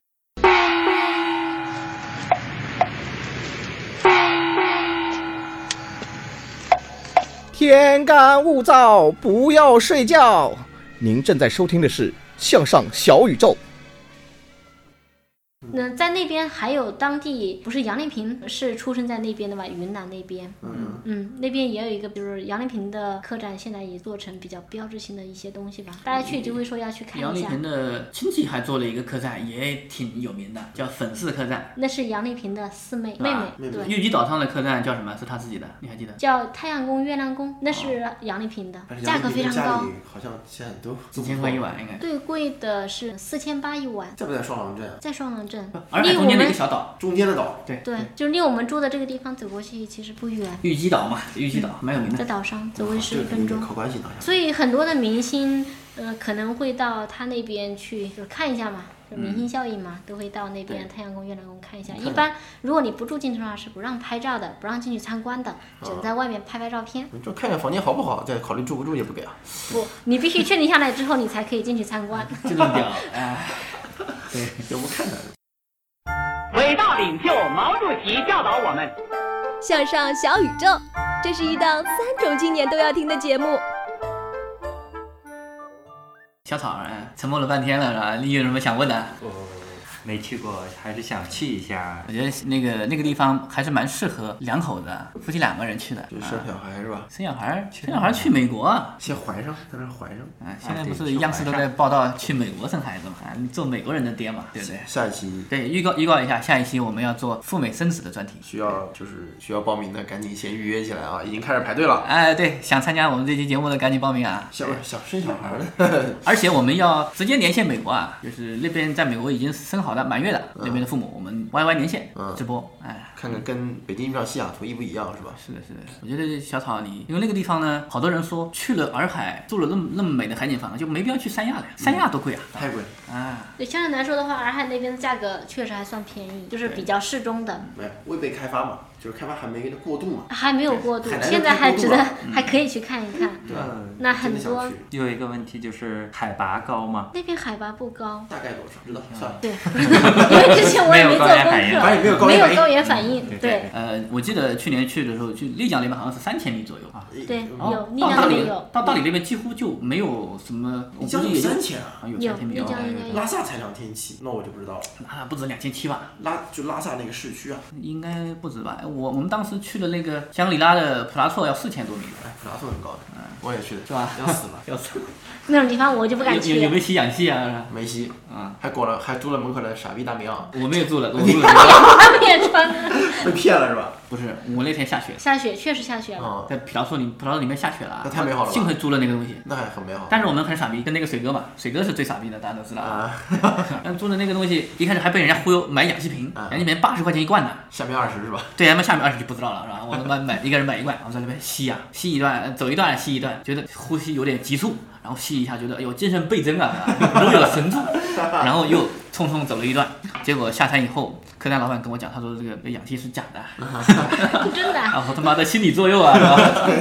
[SPEAKER 7] 天干物燥，不要睡觉。您正在收听的是《向上小宇宙》。
[SPEAKER 3] 那在那边还有当地不是杨丽萍是出生在那边的嘛，云南那边，
[SPEAKER 2] 嗯
[SPEAKER 3] 嗯，那边也有一个，就是杨丽萍的客栈，现在也做成比较标志性的一些东西吧，大家去就会说要去看
[SPEAKER 1] 杨
[SPEAKER 3] 一
[SPEAKER 1] 丽
[SPEAKER 3] 下。
[SPEAKER 1] 萍的亲戚还做了一个客栈，也挺有名的，叫粉丝客栈。
[SPEAKER 3] 那是杨丽萍的四妹
[SPEAKER 1] 是
[SPEAKER 3] 妹
[SPEAKER 1] 吧
[SPEAKER 3] 妹，
[SPEAKER 1] 玉
[SPEAKER 3] 对，
[SPEAKER 1] 姬岛上的客栈叫什么？是他自己的，你还记得？
[SPEAKER 3] 叫太阳宫、月亮宫，那是杨丽萍的
[SPEAKER 2] 但，啊是
[SPEAKER 3] 价
[SPEAKER 2] 杨
[SPEAKER 3] 格
[SPEAKER 2] 丽
[SPEAKER 3] 非
[SPEAKER 2] 萍
[SPEAKER 3] 常
[SPEAKER 2] 家
[SPEAKER 3] 高
[SPEAKER 2] 里，好像现在都
[SPEAKER 1] (laughs) 几千块一晚应该。
[SPEAKER 3] 最贵的是四千八一晚，
[SPEAKER 2] 在不在双廊镇啊？
[SPEAKER 3] 在双廊镇，
[SPEAKER 1] 洱海
[SPEAKER 3] 离我
[SPEAKER 1] 中间的一
[SPEAKER 3] 们
[SPEAKER 1] 个小岛，
[SPEAKER 2] 中间的岛，
[SPEAKER 1] 对，
[SPEAKER 3] 对，就离我们住的这个地方走过去其实不远，
[SPEAKER 1] 玉姬岛嘛，玉姬岛蛮
[SPEAKER 2] 嗯
[SPEAKER 1] 有名
[SPEAKER 3] 在
[SPEAKER 1] 的。
[SPEAKER 3] 岛上走过去
[SPEAKER 2] 这
[SPEAKER 3] 十
[SPEAKER 2] 个肯啊定
[SPEAKER 3] 一分
[SPEAKER 2] 得
[SPEAKER 3] 钟。
[SPEAKER 2] 靠关系拿下。
[SPEAKER 3] 所以很多的明星，呃，可能会到他那边去，就是看一下嘛，就明星效应嘛，都会到那边
[SPEAKER 1] 对
[SPEAKER 3] 太阳宫、月亮宫看一下。
[SPEAKER 2] 嗯看
[SPEAKER 3] 一般如果你不住进去的话，是不让拍照的，不让进去参观的，只
[SPEAKER 2] 啊
[SPEAKER 3] 能在外面拍拍照片。
[SPEAKER 2] 你就看看房间好不好，再考虑住不住也不给
[SPEAKER 1] (laughs)
[SPEAKER 2] 啊。
[SPEAKER 3] 不，你必须确定下来之后，你才可以进去
[SPEAKER 2] (laughs)
[SPEAKER 3] 参观。
[SPEAKER 1] 这种屌，哎，对，
[SPEAKER 2] 要不
[SPEAKER 1] 啊
[SPEAKER 2] 看看。
[SPEAKER 8] 伟大领袖毛主席教导我们，
[SPEAKER 9] 向上小宇宙，这是一档三种青年都要听的节目。
[SPEAKER 1] 小草儿哎沉默了半天了，是吧？你有什么想问的？
[SPEAKER 4] 没去过，还是想去一下。
[SPEAKER 1] 我觉得那个那个地方还是蛮适合两口子，夫妻两个人去的。啊
[SPEAKER 2] 就是生小孩是吧？
[SPEAKER 1] 生小孩，生小孩去美国啊，
[SPEAKER 2] 先怀上，在那儿怀上。
[SPEAKER 1] 啊，现在不是央视都在报道去美国生孩子嘛？啊你做美国人的爹嘛，对不对？
[SPEAKER 2] 下一期
[SPEAKER 1] 对预告预告一下，下一期我们要做赴美生子的专题。
[SPEAKER 2] 需要就是需要报名的，赶紧先预约起来啊！已经开始排队了。哎
[SPEAKER 1] 哎，对，想参加我们这期节目的赶紧报名啊！
[SPEAKER 2] 小小啊生小孩的，
[SPEAKER 1] 而且我们要直接连线美国啊，就是那边在美国已经生好的满月的那边的父母，我们 YY 连线直播，哎。
[SPEAKER 2] (laughs) 看看跟北京遇到西雅图一不一样是吧？
[SPEAKER 1] 是的，是的。我觉得小草你，因为那个地方呢，好多人说去了洱海，住了那么那么美的海景房，就没必要去三亚了呀，三亚多贵啊！
[SPEAKER 2] 太贵了
[SPEAKER 1] 啊！
[SPEAKER 3] 对，相对来说的话，洱海那边的价格确实还算便宜，就是比较适中的，
[SPEAKER 2] 没有未被开发嘛，就是开发还没过渡嘛。
[SPEAKER 3] 还没有过渡
[SPEAKER 2] 海，南
[SPEAKER 3] 现在
[SPEAKER 2] 都
[SPEAKER 3] 还
[SPEAKER 2] 过渡
[SPEAKER 3] 值得
[SPEAKER 2] 了，嗯
[SPEAKER 3] 还可以去看一看。
[SPEAKER 2] 对吧？
[SPEAKER 3] 那很多
[SPEAKER 4] 有一个问题就是海拔高吗？
[SPEAKER 3] 那边海拔不高，
[SPEAKER 2] 大概多少？知道算了。
[SPEAKER 3] 对，因为之前我也没做功课，
[SPEAKER 4] 没有
[SPEAKER 2] 高原反应没有高
[SPEAKER 3] 没
[SPEAKER 2] 原反
[SPEAKER 3] 有
[SPEAKER 2] 应
[SPEAKER 3] 高原反应，对
[SPEAKER 1] 呃，我记得去年去的时候，去丽江那边好像是三千米左右啊。
[SPEAKER 2] 哎
[SPEAKER 3] 对，有
[SPEAKER 1] 哦
[SPEAKER 3] 丽
[SPEAKER 1] 到
[SPEAKER 3] 江
[SPEAKER 1] 大
[SPEAKER 3] 那
[SPEAKER 1] 理
[SPEAKER 3] 边有，
[SPEAKER 1] 到大理那边几乎就没有什么，我
[SPEAKER 2] 丽江
[SPEAKER 1] 估计
[SPEAKER 2] 有
[SPEAKER 1] 也就
[SPEAKER 2] 三千啊
[SPEAKER 1] 啊，有
[SPEAKER 3] 有
[SPEAKER 1] 三千米
[SPEAKER 3] 丽
[SPEAKER 1] 哦
[SPEAKER 3] 江应该有
[SPEAKER 2] 拉萨才两千七，那我就不知道了。
[SPEAKER 1] 啊，不止两千七吧，
[SPEAKER 2] 拉就拉萨那个市区啊，
[SPEAKER 1] 应该不止吧？哎我我们当时去的那个香格里拉的普拉措要四千多米吧，
[SPEAKER 2] 普拉措很高的，嗯我也去的，
[SPEAKER 1] 是吧？
[SPEAKER 2] 要死了，
[SPEAKER 1] (laughs) 要死了！
[SPEAKER 3] 那种地方我就 (laughs) 不
[SPEAKER 1] 有
[SPEAKER 3] 敢
[SPEAKER 1] 有有没
[SPEAKER 3] 去。
[SPEAKER 1] 有吸氧气啊？
[SPEAKER 2] (laughs)
[SPEAKER 1] (laughs)
[SPEAKER 2] 梅西
[SPEAKER 1] 啊，
[SPEAKER 2] 嗯还裹了还租了门口的傻逼大明啊，
[SPEAKER 1] 我没有住
[SPEAKER 2] (laughs)
[SPEAKER 1] 了，我住了。 (laughs)
[SPEAKER 3] 他们也穿了，
[SPEAKER 2] 被骗了是吧？
[SPEAKER 1] 不是，我那天下雪，
[SPEAKER 3] 下雪确实下雪了，
[SPEAKER 2] 啊，
[SPEAKER 1] 在普拉措里普拉措里面下雪了啊，
[SPEAKER 2] 那太美好了吧
[SPEAKER 1] 幸亏租了那个东西。
[SPEAKER 2] 那还很美好。
[SPEAKER 1] 但是我们很傻逼，跟那个水哥嘛，水哥是最傻逼的，大家都知道。
[SPEAKER 2] 啊， (laughs)
[SPEAKER 1] 但租的那个东西，一开始还被人家忽悠买氧气瓶，
[SPEAKER 2] 啊
[SPEAKER 1] 氧气瓶八十块钱一罐呢。
[SPEAKER 2] 下面二十是吧？
[SPEAKER 1] 对，他们下面二十就不知道了，是吧？我他妈买一个人买一罐，然后在那边吸呀、吸一段，呃走一段吸一段，觉得呼吸有点急促，然后吸一下，觉得哎呦精神倍增啊，如有神助，然后又匆匆走了一段，结果下山以后，客栈老板跟我讲，他说这个氧气是假的， (laughs)
[SPEAKER 3] 真的啊。
[SPEAKER 1] 然后他妈的心理作用啊，然 (laughs) 后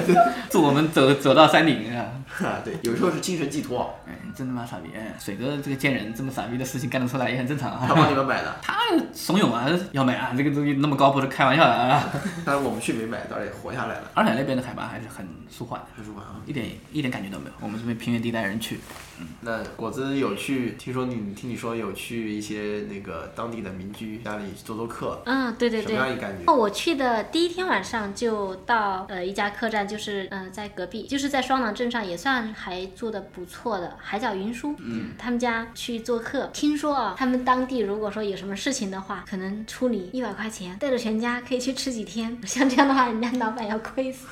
[SPEAKER 1] 助我们走走到山顶啊。
[SPEAKER 2] 啊，对，有时候是精神寄托，啊
[SPEAKER 1] 哎，真他妈傻逼！哎，水哥这个贱人，这么傻逼的事情干得出来也很正常
[SPEAKER 2] 他帮你
[SPEAKER 1] 啊。
[SPEAKER 2] 们买的，
[SPEAKER 1] 他怂恿啊，要买啊，这个东西那么高，不是开玩笑的啊。 (laughs)
[SPEAKER 2] 但是我们却没买，倒是也活下来了。
[SPEAKER 1] 洱海那边的海拔还是很舒缓的，
[SPEAKER 2] 还是晚啊，
[SPEAKER 1] 一点一点感觉都没有。我们这边平原地带人去，
[SPEAKER 2] 嗯那果子有去，听说你听你说有去一些那个当地的民居家里做做客，
[SPEAKER 3] 嗯，对对
[SPEAKER 2] 什么
[SPEAKER 3] 对。
[SPEAKER 2] 样一感觉？
[SPEAKER 3] 哦，我去的第一天晚上就到呃一家客栈，就是嗯、呃在隔壁，就是在双廊镇上，也算还做的不错的海角云书。嗯，他们家去做客，听说啊，他们当地如果说有什么事情的话，可能出你一百块钱，带着全家可以去吃几天。像这样的话，人家老板要亏死。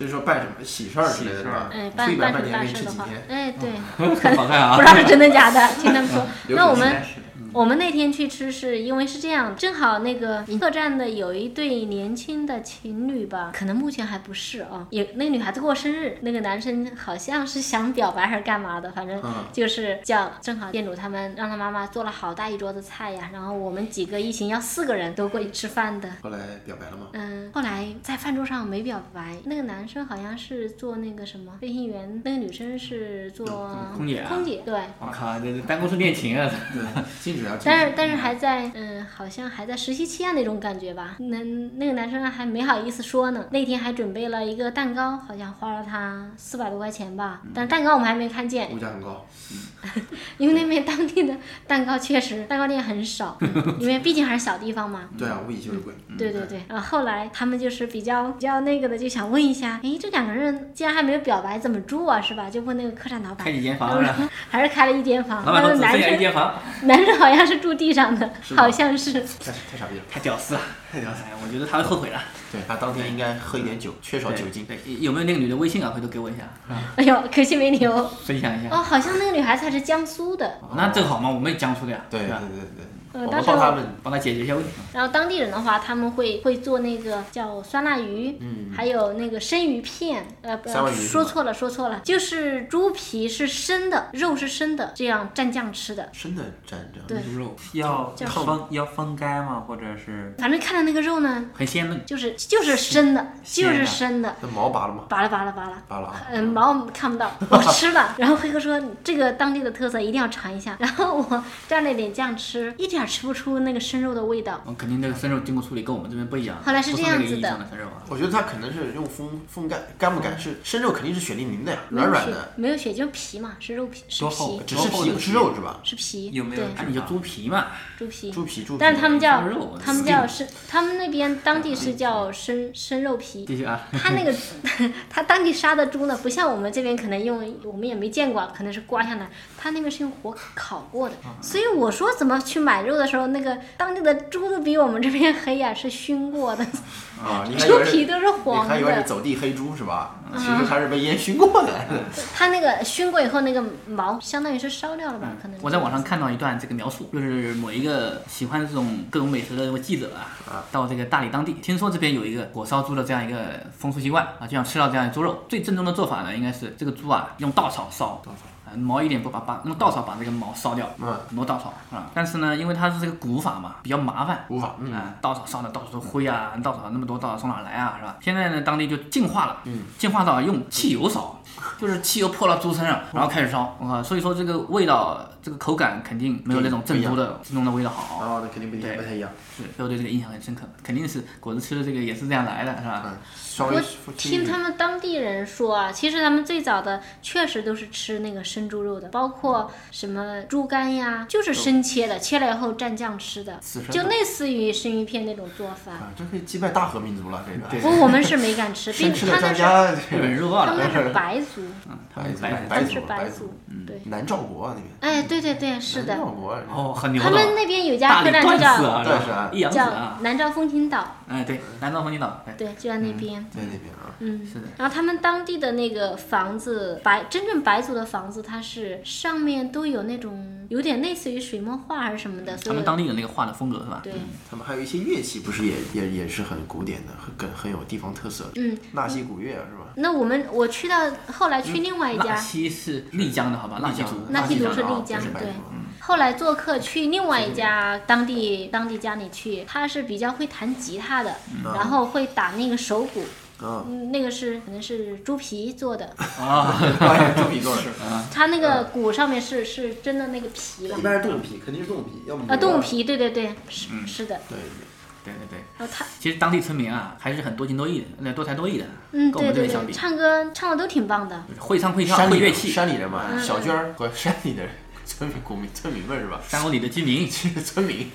[SPEAKER 2] 就是说办什么喜事儿之类的，是吧
[SPEAKER 3] 哎，？
[SPEAKER 2] 出
[SPEAKER 3] 办
[SPEAKER 2] 一百
[SPEAKER 3] 办
[SPEAKER 2] 块
[SPEAKER 3] 成
[SPEAKER 2] 钱
[SPEAKER 3] 大
[SPEAKER 2] 给你
[SPEAKER 3] 事
[SPEAKER 2] 吃
[SPEAKER 3] 的
[SPEAKER 2] 几
[SPEAKER 3] 话
[SPEAKER 2] 天，，
[SPEAKER 3] 哎，对，
[SPEAKER 1] 好看啊
[SPEAKER 3] (laughs) 不知！道是真的假
[SPEAKER 2] (laughs)
[SPEAKER 3] 的，听他们说。
[SPEAKER 2] 有
[SPEAKER 3] 那
[SPEAKER 2] 可
[SPEAKER 3] 我
[SPEAKER 2] 能
[SPEAKER 3] 们
[SPEAKER 2] 是的嗯
[SPEAKER 3] 我们那天去吃是因为是这样，正好那个客栈的有一对年轻的情侣吧，可能目前还不是啊，也那个女孩子过生日，那个男生好像是想表白还是干嘛的，反正
[SPEAKER 2] 嗯
[SPEAKER 3] 就是叫正好店主他们让他妈妈做了好大一桌子菜呀，然后我们几个一行要四个人都过去吃饭的，
[SPEAKER 2] 后来表白了吗？
[SPEAKER 3] 嗯，后来在饭桌上没表白，那个男生好像是做那个什么飞行员，那个女生是做
[SPEAKER 2] 嗯
[SPEAKER 1] 空姐啊
[SPEAKER 3] 空姐对。
[SPEAKER 1] 我靠，这这办公室恋情啊！ (laughs)
[SPEAKER 2] 禁止啊，禁
[SPEAKER 3] 但
[SPEAKER 2] 止。
[SPEAKER 3] 是但是还在嗯，好像还在实习期啊那种感觉吧。那那个男生还没好意思说呢。那天还准备了一个蛋糕，好像花了他四百多块钱吧。
[SPEAKER 1] 嗯
[SPEAKER 3] 但是蛋糕我们还没看见，
[SPEAKER 2] 物价很高，
[SPEAKER 3] 因为那边当地的蛋糕确实蛋糕店
[SPEAKER 1] (laughs)
[SPEAKER 3] 很少，嗯因为毕竟还是小地方嘛。
[SPEAKER 2] 对啊，物以稀为贵。
[SPEAKER 3] 嗯对对
[SPEAKER 1] 嗯
[SPEAKER 3] 对，然后后来他们就是比较比较那个的，就想问一下，诶，这两个人既然还没有表白，怎么住啊，是吧？就问那个客栈老板
[SPEAKER 1] 开，几间房是吧？
[SPEAKER 3] 还是开了一间房，
[SPEAKER 1] (laughs) 老板
[SPEAKER 3] 但
[SPEAKER 1] 说
[SPEAKER 3] 是
[SPEAKER 1] 只
[SPEAKER 3] 男
[SPEAKER 1] 剩下一
[SPEAKER 3] 生
[SPEAKER 1] 间房，
[SPEAKER 3] 男生好像是住地上的，好像是。
[SPEAKER 2] 太太傻逼了。
[SPEAKER 1] 太屌丝了！
[SPEAKER 2] 太屌丝
[SPEAKER 1] 哎我觉得他会后悔的。
[SPEAKER 2] 对他当天应该喝一点酒，缺少
[SPEAKER 1] 对
[SPEAKER 2] 酒精。
[SPEAKER 1] 对，有没有那个女的微信啊？回头给我一下，
[SPEAKER 3] (laughs) 哎呦，可惜没留。哦，
[SPEAKER 1] 分享一下。
[SPEAKER 3] 好像那个女孩子还是江苏的，
[SPEAKER 1] 那正好嘛，我们也江苏的呀，
[SPEAKER 2] 对对
[SPEAKER 1] 吧
[SPEAKER 2] 对？对对，
[SPEAKER 3] 呃
[SPEAKER 2] 我
[SPEAKER 3] 当
[SPEAKER 2] 们
[SPEAKER 3] 时
[SPEAKER 2] 帮他
[SPEAKER 3] 我
[SPEAKER 2] 们
[SPEAKER 1] 帮他解决一下问题。
[SPEAKER 3] 然后当地人的话，他们会会做那个叫酸辣鱼，嗯，还有那个生鱼片，呃，不
[SPEAKER 2] 三文鱼是吗
[SPEAKER 3] 说错了，说错了，就是猪皮是生的，肉是生的，这样蘸酱吃的。
[SPEAKER 2] 真的蘸着。
[SPEAKER 3] 对
[SPEAKER 1] 猪肉
[SPEAKER 4] 要
[SPEAKER 3] 叫
[SPEAKER 4] 封要封盖吗？或者是
[SPEAKER 3] 反正看到那个肉呢，
[SPEAKER 1] 很鲜嫩，
[SPEAKER 3] 就是就是生的，
[SPEAKER 4] 鲜
[SPEAKER 3] 就
[SPEAKER 4] 的
[SPEAKER 3] 是生的，
[SPEAKER 2] 那毛拔了吗？
[SPEAKER 3] 拔了拔了拔了。
[SPEAKER 2] 拔了啊。
[SPEAKER 3] 嗯，毛我们看不到，我吃了。然后辉哥说这个当地的特色一定要尝一下。然后我蘸了一点酱吃，一点点儿吃不出那个生肉的味道。
[SPEAKER 1] 肯定那个生肉经过处理跟我们这边不一样。
[SPEAKER 3] 后来是这样
[SPEAKER 1] 不是那个
[SPEAKER 3] 子的
[SPEAKER 1] 意义上的生肉啊，
[SPEAKER 2] 我觉得它可能是用风风干干不干是生肉肯定是血淋淋的呀，软软的，
[SPEAKER 3] 没有血，没有血嗯就是皮嘛，是肉皮，是
[SPEAKER 2] 多
[SPEAKER 3] 皮
[SPEAKER 2] 厚，只是皮不是肉是吧？
[SPEAKER 3] 是皮，
[SPEAKER 1] 哎
[SPEAKER 3] 对，
[SPEAKER 1] 你就猪皮嘛，
[SPEAKER 3] 猪皮，
[SPEAKER 2] 猪皮猪皮
[SPEAKER 3] 但是他们叫
[SPEAKER 1] 猪肉
[SPEAKER 3] 他们叫
[SPEAKER 1] skin
[SPEAKER 3] 是他们那边当地是叫生生肉皮，
[SPEAKER 1] 继续啊。
[SPEAKER 3] 他那个他当地杀的猪呢，不像我们这边可能用，我们也没见过，啊可能是刮下来，他那个是用火烤过的。所以我说怎么去买肉的时候，那个当地的猪都比我们这边黑呀、是熏过的， (laughs)
[SPEAKER 2] 啊，你还以
[SPEAKER 3] 猪
[SPEAKER 2] 为
[SPEAKER 3] 皮都是黄
[SPEAKER 2] 你还以为是
[SPEAKER 3] 的。
[SPEAKER 2] 走地黑猪是吧？
[SPEAKER 3] 嗯
[SPEAKER 2] 其实它是被烟熏过的。
[SPEAKER 3] 他那个熏过以后，那个毛相当于是烧掉了吧？可能
[SPEAKER 1] 嗯我在网上看到一段这个描述，就是某一个喜欢这种各种美食的这个记者啊，到这个大理当地，听说这边有一个火烧猪的这样一个风俗习惯啊，就想吃到这样的猪肉。最正宗的做法呢，应该是这个猪啊用稻草烧，稻草毛一点不把把用稻草把这个毛烧掉，
[SPEAKER 2] 嗯
[SPEAKER 1] 挪稻草啊。但是呢，因为它是这个古法嘛，比较麻烦，
[SPEAKER 2] 古法
[SPEAKER 1] 啊，稻草烧的到处都灰啊，稻草那么多，稻草从哪来啊，是吧？现在呢，当地就进化了，嗯，进化到用汽油烧。就是汽油泼到猪身上，然后开始烧啊、所以说这个味道，这个口感肯定没有那种正宗的正宗的味道
[SPEAKER 2] (laughs)
[SPEAKER 1] 好。
[SPEAKER 2] 哦，那肯定不一
[SPEAKER 1] 对，
[SPEAKER 2] 不太一样。
[SPEAKER 1] 是，所以我对这个印象很深刻，肯定是果子吃的这个也是这样来的，是吧？
[SPEAKER 2] 啊稍
[SPEAKER 3] 我听他们当地人说啊，其实他们最早的确实都是吃那个生猪肉的，包括什么猪肝呀，就是生切的，切了以后蘸酱吃的
[SPEAKER 2] 刺身，的
[SPEAKER 3] 就类似于生鱼片那种做法。
[SPEAKER 2] 啊，这可以击败大和民族了，这个。
[SPEAKER 3] 不过我们是没敢吃，
[SPEAKER 2] 生
[SPEAKER 3] 并且
[SPEAKER 2] 吃
[SPEAKER 3] 他
[SPEAKER 2] 的
[SPEAKER 3] 那
[SPEAKER 2] 专
[SPEAKER 3] 是
[SPEAKER 2] 家
[SPEAKER 3] 他
[SPEAKER 2] 这个
[SPEAKER 1] 本弱
[SPEAKER 3] 们那是白族，
[SPEAKER 2] 白族
[SPEAKER 1] 白
[SPEAKER 2] 白
[SPEAKER 3] 族
[SPEAKER 2] 族
[SPEAKER 3] 白
[SPEAKER 2] 族嗯
[SPEAKER 3] 族，对
[SPEAKER 2] 南诏国啊那边。
[SPEAKER 3] 哎，对对对，是的。
[SPEAKER 2] 赵国啊
[SPEAKER 1] 哦，很牛的。
[SPEAKER 3] 他们那边有家客栈就
[SPEAKER 1] 大理段子啊
[SPEAKER 2] 对
[SPEAKER 1] 是吧一
[SPEAKER 3] 叫
[SPEAKER 1] 阳子
[SPEAKER 3] 叫
[SPEAKER 1] 啊，
[SPEAKER 3] 南诏风情岛，
[SPEAKER 1] 哎，对，南诏风景岛，哎，
[SPEAKER 3] 对，就在那边。
[SPEAKER 2] 在那边啊。
[SPEAKER 3] 嗯，
[SPEAKER 1] 是的。
[SPEAKER 3] 然后他们当地的那个房子，白真正白族的房子，它是上面都有那种有点类似于水墨画还是什么的，
[SPEAKER 1] 他
[SPEAKER 3] 所以
[SPEAKER 1] 们当地的那个画的风格是吧？嗯
[SPEAKER 3] 对，
[SPEAKER 2] 他们还有一些乐器，不是也也也是很古典的，很很很有地方特色的。
[SPEAKER 3] 嗯
[SPEAKER 2] 纳西古乐啊是吧？
[SPEAKER 3] 那我们我去到后来去另外一
[SPEAKER 1] 纳
[SPEAKER 3] 家，
[SPEAKER 1] 西是丽江的，好吧？纳西族，
[SPEAKER 3] 纳西族是丽
[SPEAKER 1] 啊
[SPEAKER 3] 江
[SPEAKER 1] 就是白
[SPEAKER 3] 对
[SPEAKER 1] 族嗯
[SPEAKER 3] 后来做客去另外一家当地当地家里去，他是比较会弹吉他的，
[SPEAKER 2] 嗯
[SPEAKER 3] 然后会打那个手鼓，
[SPEAKER 2] 嗯，
[SPEAKER 3] 嗯，那个是可能是猪皮
[SPEAKER 1] (laughs)
[SPEAKER 3] 做的，
[SPEAKER 1] 啊，
[SPEAKER 2] (laughs) 猪皮做的
[SPEAKER 1] 啊，
[SPEAKER 3] 它那个鼓上面是是真的那个皮吧？
[SPEAKER 2] 一般是动物皮，肯定是动物皮，要么
[SPEAKER 3] 啊，动物。皮，对对对，是、
[SPEAKER 1] 嗯
[SPEAKER 3] 是的。
[SPEAKER 2] 对
[SPEAKER 1] 对对对。
[SPEAKER 3] 然后他，
[SPEAKER 1] 其实当地村民啊，还是很多情多义的，那多才多艺的，
[SPEAKER 3] 嗯，
[SPEAKER 1] 跟我
[SPEAKER 3] 对
[SPEAKER 1] 们这
[SPEAKER 3] 对
[SPEAKER 1] 边相
[SPEAKER 3] 对，
[SPEAKER 1] 比，
[SPEAKER 3] 唱歌唱的都挺棒的。
[SPEAKER 1] 会唱会跳
[SPEAKER 2] 山里
[SPEAKER 1] 会
[SPEAKER 2] 人
[SPEAKER 1] 乐器，
[SPEAKER 2] 山里人嘛，
[SPEAKER 3] 嗯
[SPEAKER 2] 小娟儿和山里的人，村民古民村民们是吧？
[SPEAKER 1] 山沟里的居
[SPEAKER 2] (laughs)
[SPEAKER 1] 民，
[SPEAKER 2] 村
[SPEAKER 1] (laughs)
[SPEAKER 2] 民。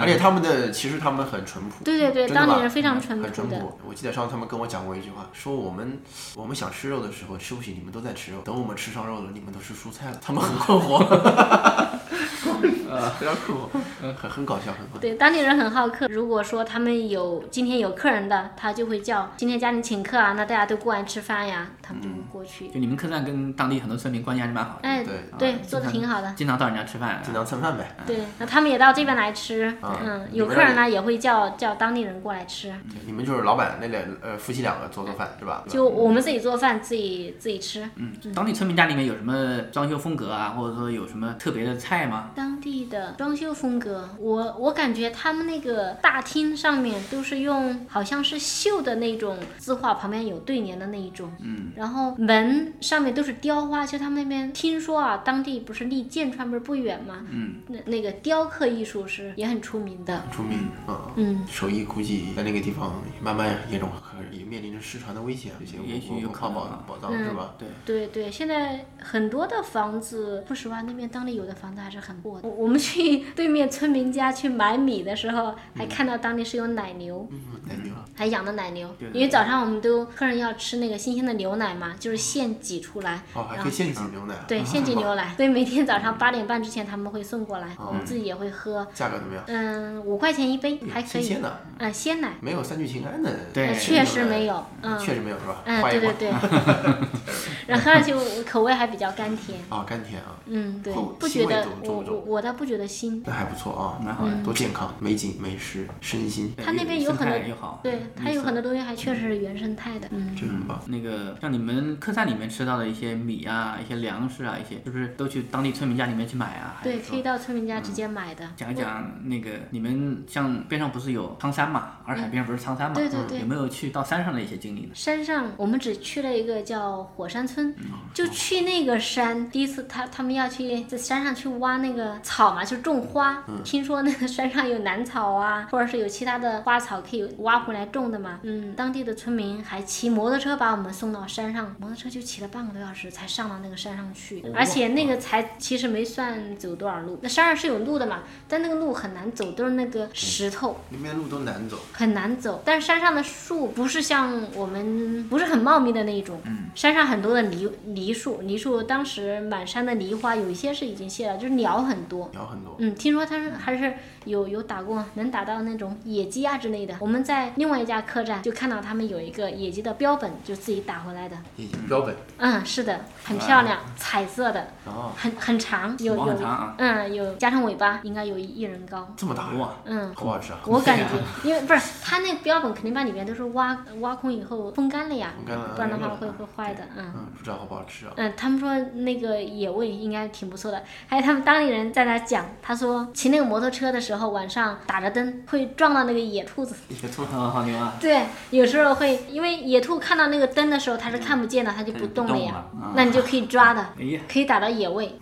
[SPEAKER 2] 而且他们的其实他们很淳朴，
[SPEAKER 3] 对对对，
[SPEAKER 2] 真的吧
[SPEAKER 3] 当地人非常淳
[SPEAKER 2] 很
[SPEAKER 3] 朴
[SPEAKER 2] 淳
[SPEAKER 3] 的。
[SPEAKER 2] 朴。我记得上次他们跟我讲过一句话，说我们我们想吃肉的时候吃不起，你们都在吃肉；等我们吃上肉了，你们都吃蔬菜了。他们很困惑，
[SPEAKER 1] (laughs)
[SPEAKER 2] 非常困惑，很很搞笑，很搞笑。
[SPEAKER 3] 对，当地人很好客。如果说他们有今天有客人的，他就会叫今天家里请客啊，那大家都过来吃饭呀，他们就会
[SPEAKER 1] 嗯
[SPEAKER 3] 过去。
[SPEAKER 1] 就你们客栈跟当地很多村民关系还是蛮好的，
[SPEAKER 3] 哎，
[SPEAKER 1] 啊
[SPEAKER 3] 对，
[SPEAKER 1] 经
[SPEAKER 3] 做的
[SPEAKER 1] 常
[SPEAKER 3] 挺好的。
[SPEAKER 1] 经常到人家吃饭，啊经
[SPEAKER 2] 常蹭饭呗。
[SPEAKER 3] 对，那他们也到这边来吃，
[SPEAKER 2] 啊
[SPEAKER 3] 嗯，
[SPEAKER 2] 你
[SPEAKER 3] 有
[SPEAKER 2] 们
[SPEAKER 3] 客
[SPEAKER 2] 让
[SPEAKER 3] 人呢也会叫叫当地人过来吃，
[SPEAKER 1] 嗯
[SPEAKER 2] 你们就是老板那两呃夫妻两个做做饭是吧？
[SPEAKER 3] 就我们自己做饭自己自己吃。
[SPEAKER 1] 嗯，当地村民家里面有什么装修风格啊，或者说有什么特别的菜吗？
[SPEAKER 3] 当地的装修风格，我我感觉他们那个大厅上面都是用好像是绣的那种字画，旁边有对联的那一种。
[SPEAKER 1] 嗯，
[SPEAKER 3] 然后门上面都是雕花，其实他们那边听说啊，当地不是离剑川不是不远吗？
[SPEAKER 1] 嗯，
[SPEAKER 3] 那那个雕刻艺术是也很出名的。
[SPEAKER 2] 出名啊，
[SPEAKER 3] 嗯
[SPEAKER 2] 手艺估计在那个地方慢慢也融合，也面临着失传的危险，这些
[SPEAKER 1] 也许
[SPEAKER 2] 文
[SPEAKER 1] 有
[SPEAKER 2] 文
[SPEAKER 1] 可
[SPEAKER 2] 化
[SPEAKER 1] 能
[SPEAKER 2] 宝
[SPEAKER 1] 啊
[SPEAKER 2] 宝
[SPEAKER 3] 嗯
[SPEAKER 2] 藏是吧？
[SPEAKER 1] 对，
[SPEAKER 3] 对对，现在很多的房子，说实话，那边当地有的房子还是很破的。我我们去 (laughs) 对面村民家去买米的时候，
[SPEAKER 1] 嗯
[SPEAKER 3] 还看到当地是有奶牛，
[SPEAKER 2] 奶牛
[SPEAKER 3] 还养的奶牛
[SPEAKER 2] 对，
[SPEAKER 3] 因为早上我们都客人要吃那个新鲜的牛奶嘛，就是现挤出来，
[SPEAKER 2] 哦，还
[SPEAKER 3] 然
[SPEAKER 2] 可
[SPEAKER 3] 后
[SPEAKER 2] 以现挤牛奶啊，
[SPEAKER 3] (laughs) 对
[SPEAKER 2] (laughs)
[SPEAKER 3] 现挤牛奶，所以每天早上八点半之前他们会送过来，
[SPEAKER 2] 哦
[SPEAKER 3] 我们自己也会喝。
[SPEAKER 2] 价格怎么样？
[SPEAKER 3] 嗯，五块钱一杯，还可
[SPEAKER 2] 新
[SPEAKER 3] 以
[SPEAKER 2] 鲜的。
[SPEAKER 3] 嗯，鲜奶。
[SPEAKER 2] 没有三聚氰胺的，
[SPEAKER 3] 呃确实没有，嗯，
[SPEAKER 2] 确实没有是吧？
[SPEAKER 3] 嗯，
[SPEAKER 2] 换一
[SPEAKER 3] 对对
[SPEAKER 2] 换，
[SPEAKER 3] 对
[SPEAKER 2] (laughs)
[SPEAKER 3] 然后喝上去我口味还比较甘甜，
[SPEAKER 2] 啊，甘甜啊，
[SPEAKER 3] 嗯，对
[SPEAKER 2] 口，
[SPEAKER 3] 不
[SPEAKER 2] 腥
[SPEAKER 3] 觉
[SPEAKER 2] 味
[SPEAKER 3] 得
[SPEAKER 2] 重
[SPEAKER 3] 我
[SPEAKER 2] 重不
[SPEAKER 3] 我
[SPEAKER 2] 重？
[SPEAKER 3] 我倒不觉得腥，
[SPEAKER 2] 那还不错啊，蛮
[SPEAKER 3] 好的嗯
[SPEAKER 2] 多健康，美景、美食、身心。
[SPEAKER 3] 它那边有很多，对，它有很
[SPEAKER 1] 多，
[SPEAKER 3] 多东西还确实是原生态的，嗯，
[SPEAKER 2] 真棒。
[SPEAKER 1] 那个像你们客客栈里面吃到的一些米啊、一些粮食啊、一些是不是都去当地村民家里面去买啊？
[SPEAKER 3] 对，可以到村民家
[SPEAKER 2] 嗯
[SPEAKER 3] 直接买的。
[SPEAKER 1] 讲一讲那个你们像边上不是有苍山嘛？洱海边不是苍山嘛？
[SPEAKER 3] 嗯对对对
[SPEAKER 1] 有没有去到山上的一些经历呢？
[SPEAKER 3] 山上，我们只去了一个叫火山村，就去那个山。第一次他他们要去在山上去挖那个草嘛，就种花。
[SPEAKER 10] 嗯
[SPEAKER 3] 听说那个山上有南草啊， (laughs) 或者是有其他的花草可以挖回来种的嘛。嗯，当地的村民还骑摩托车把我们送到山上，摩托车就骑了半个多小时才上到那个山上去，而且那个才其实没算走多少路，那山上是有路的嘛，但那个路很难走，都是那个石头。
[SPEAKER 2] 那边路都难走。
[SPEAKER 3] 很难走，但是山上的树不是像我们不是很茂密的那种，
[SPEAKER 2] 嗯
[SPEAKER 3] 山上很多的梨梨树，梨树当时满山的梨花，有一些是已经谢了，就是鸟很多，
[SPEAKER 2] 鸟很多，
[SPEAKER 3] 嗯，听说他们还是有有打过，能打到那种野鸡啊之类的。我们在另外一家客栈就看到他们有一个野鸡的标本，就自己打回来的，
[SPEAKER 2] 也标本。
[SPEAKER 3] 嗯，是的，很漂亮，彩色的，
[SPEAKER 2] 哦，
[SPEAKER 3] 很很长，有
[SPEAKER 2] 毛
[SPEAKER 3] 有
[SPEAKER 2] 很长啊，
[SPEAKER 3] 嗯，有加上尾巴应该有一一人高，
[SPEAKER 2] 这么大哇
[SPEAKER 3] 嗯
[SPEAKER 2] 好不好吃啊？(laughs)
[SPEAKER 3] 我感觉，因为不是它那标本肯定把里面都是挖挖空以后风干了呀，
[SPEAKER 2] 风干了
[SPEAKER 3] 不然的
[SPEAKER 2] 没
[SPEAKER 3] 话
[SPEAKER 2] 有了
[SPEAKER 3] 会会坏的，嗯。
[SPEAKER 2] 不知道好不好吃啊？
[SPEAKER 3] 嗯，他们说那个野味应该挺不错的，还有他们当地人在那讲，他说骑那个摩托车的时候晚上打着灯会撞到那个野兔子，
[SPEAKER 1] 野兔好牛啊！
[SPEAKER 3] 对，有时候会因为野兔看到那个灯的时候它是看不见的，它就不动了呀，
[SPEAKER 2] 动了啊
[SPEAKER 3] 那你就可以抓的，
[SPEAKER 2] 哎呀
[SPEAKER 3] 可以打到野味。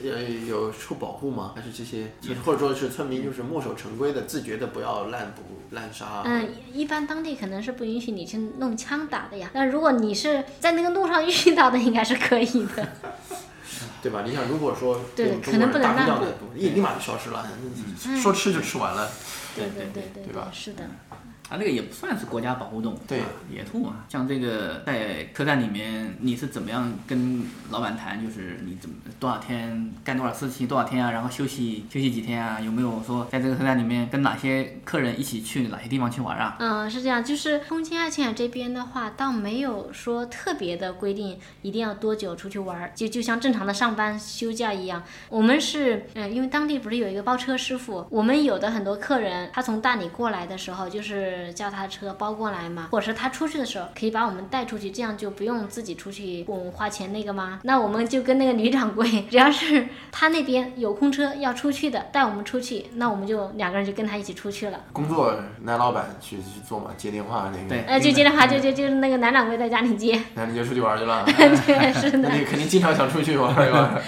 [SPEAKER 2] 呃，有受保护吗？还是这些，或者说是村民就是墨守成规的，自觉的不要滥捕滥
[SPEAKER 1] 啊
[SPEAKER 2] 杀？
[SPEAKER 3] 嗯，一般当地可能是不允许你去弄枪打的呀。但如果你是在那个路上 (laughs) 遇到的，应该是可以的。
[SPEAKER 2] 对吧？你想，如果说
[SPEAKER 3] 对
[SPEAKER 2] 我们中
[SPEAKER 3] 可能
[SPEAKER 2] 国
[SPEAKER 3] 不
[SPEAKER 2] 人
[SPEAKER 3] 能
[SPEAKER 2] 大批量
[SPEAKER 3] 滥
[SPEAKER 2] 的
[SPEAKER 3] 捕
[SPEAKER 2] 立立马就消失了，
[SPEAKER 3] 嗯
[SPEAKER 2] 说吃就吃完了。
[SPEAKER 1] 对
[SPEAKER 3] 对对对
[SPEAKER 1] 对
[SPEAKER 3] 吧？是的，
[SPEAKER 1] 它那个也不算是国家保护动物，对，野兔嘛。像这个在客栈里面，你是怎么样跟老板谈？就是你怎么多少天干多少事情，多少天啊，然后休息休息几天啊？有没有说在这个客栈里面跟哪些客人一起去哪些地方去玩啊？
[SPEAKER 3] 嗯，是这样。就是东京爱琴海这边的话，倒没有说特别的规定一定要多久出去玩儿，就就像正常的上班休假一样。我们是，嗯，因为当地不是有一个包车师傅，我们有的很多客人，他从大理过来的时候，就是叫他车包过来嘛，或者是他出去的时候，可以把我们带出去，这样就不用自己出去嗯花钱那个嘛。那我们就跟那个女掌柜，只要是他那边有空车要出去的，带我们出去，那我们就两个人就跟他一起出去了。
[SPEAKER 2] 工作男老板去去做嘛，接电话那个。对
[SPEAKER 3] 呃，就接电话，就就就是那个男掌柜在家
[SPEAKER 2] (laughs)
[SPEAKER 3] 里接，
[SPEAKER 2] 那你就出去玩去
[SPEAKER 3] (laughs)
[SPEAKER 2] 了。
[SPEAKER 3] 对，是的
[SPEAKER 2] 那。你肯定经常想出去玩一玩。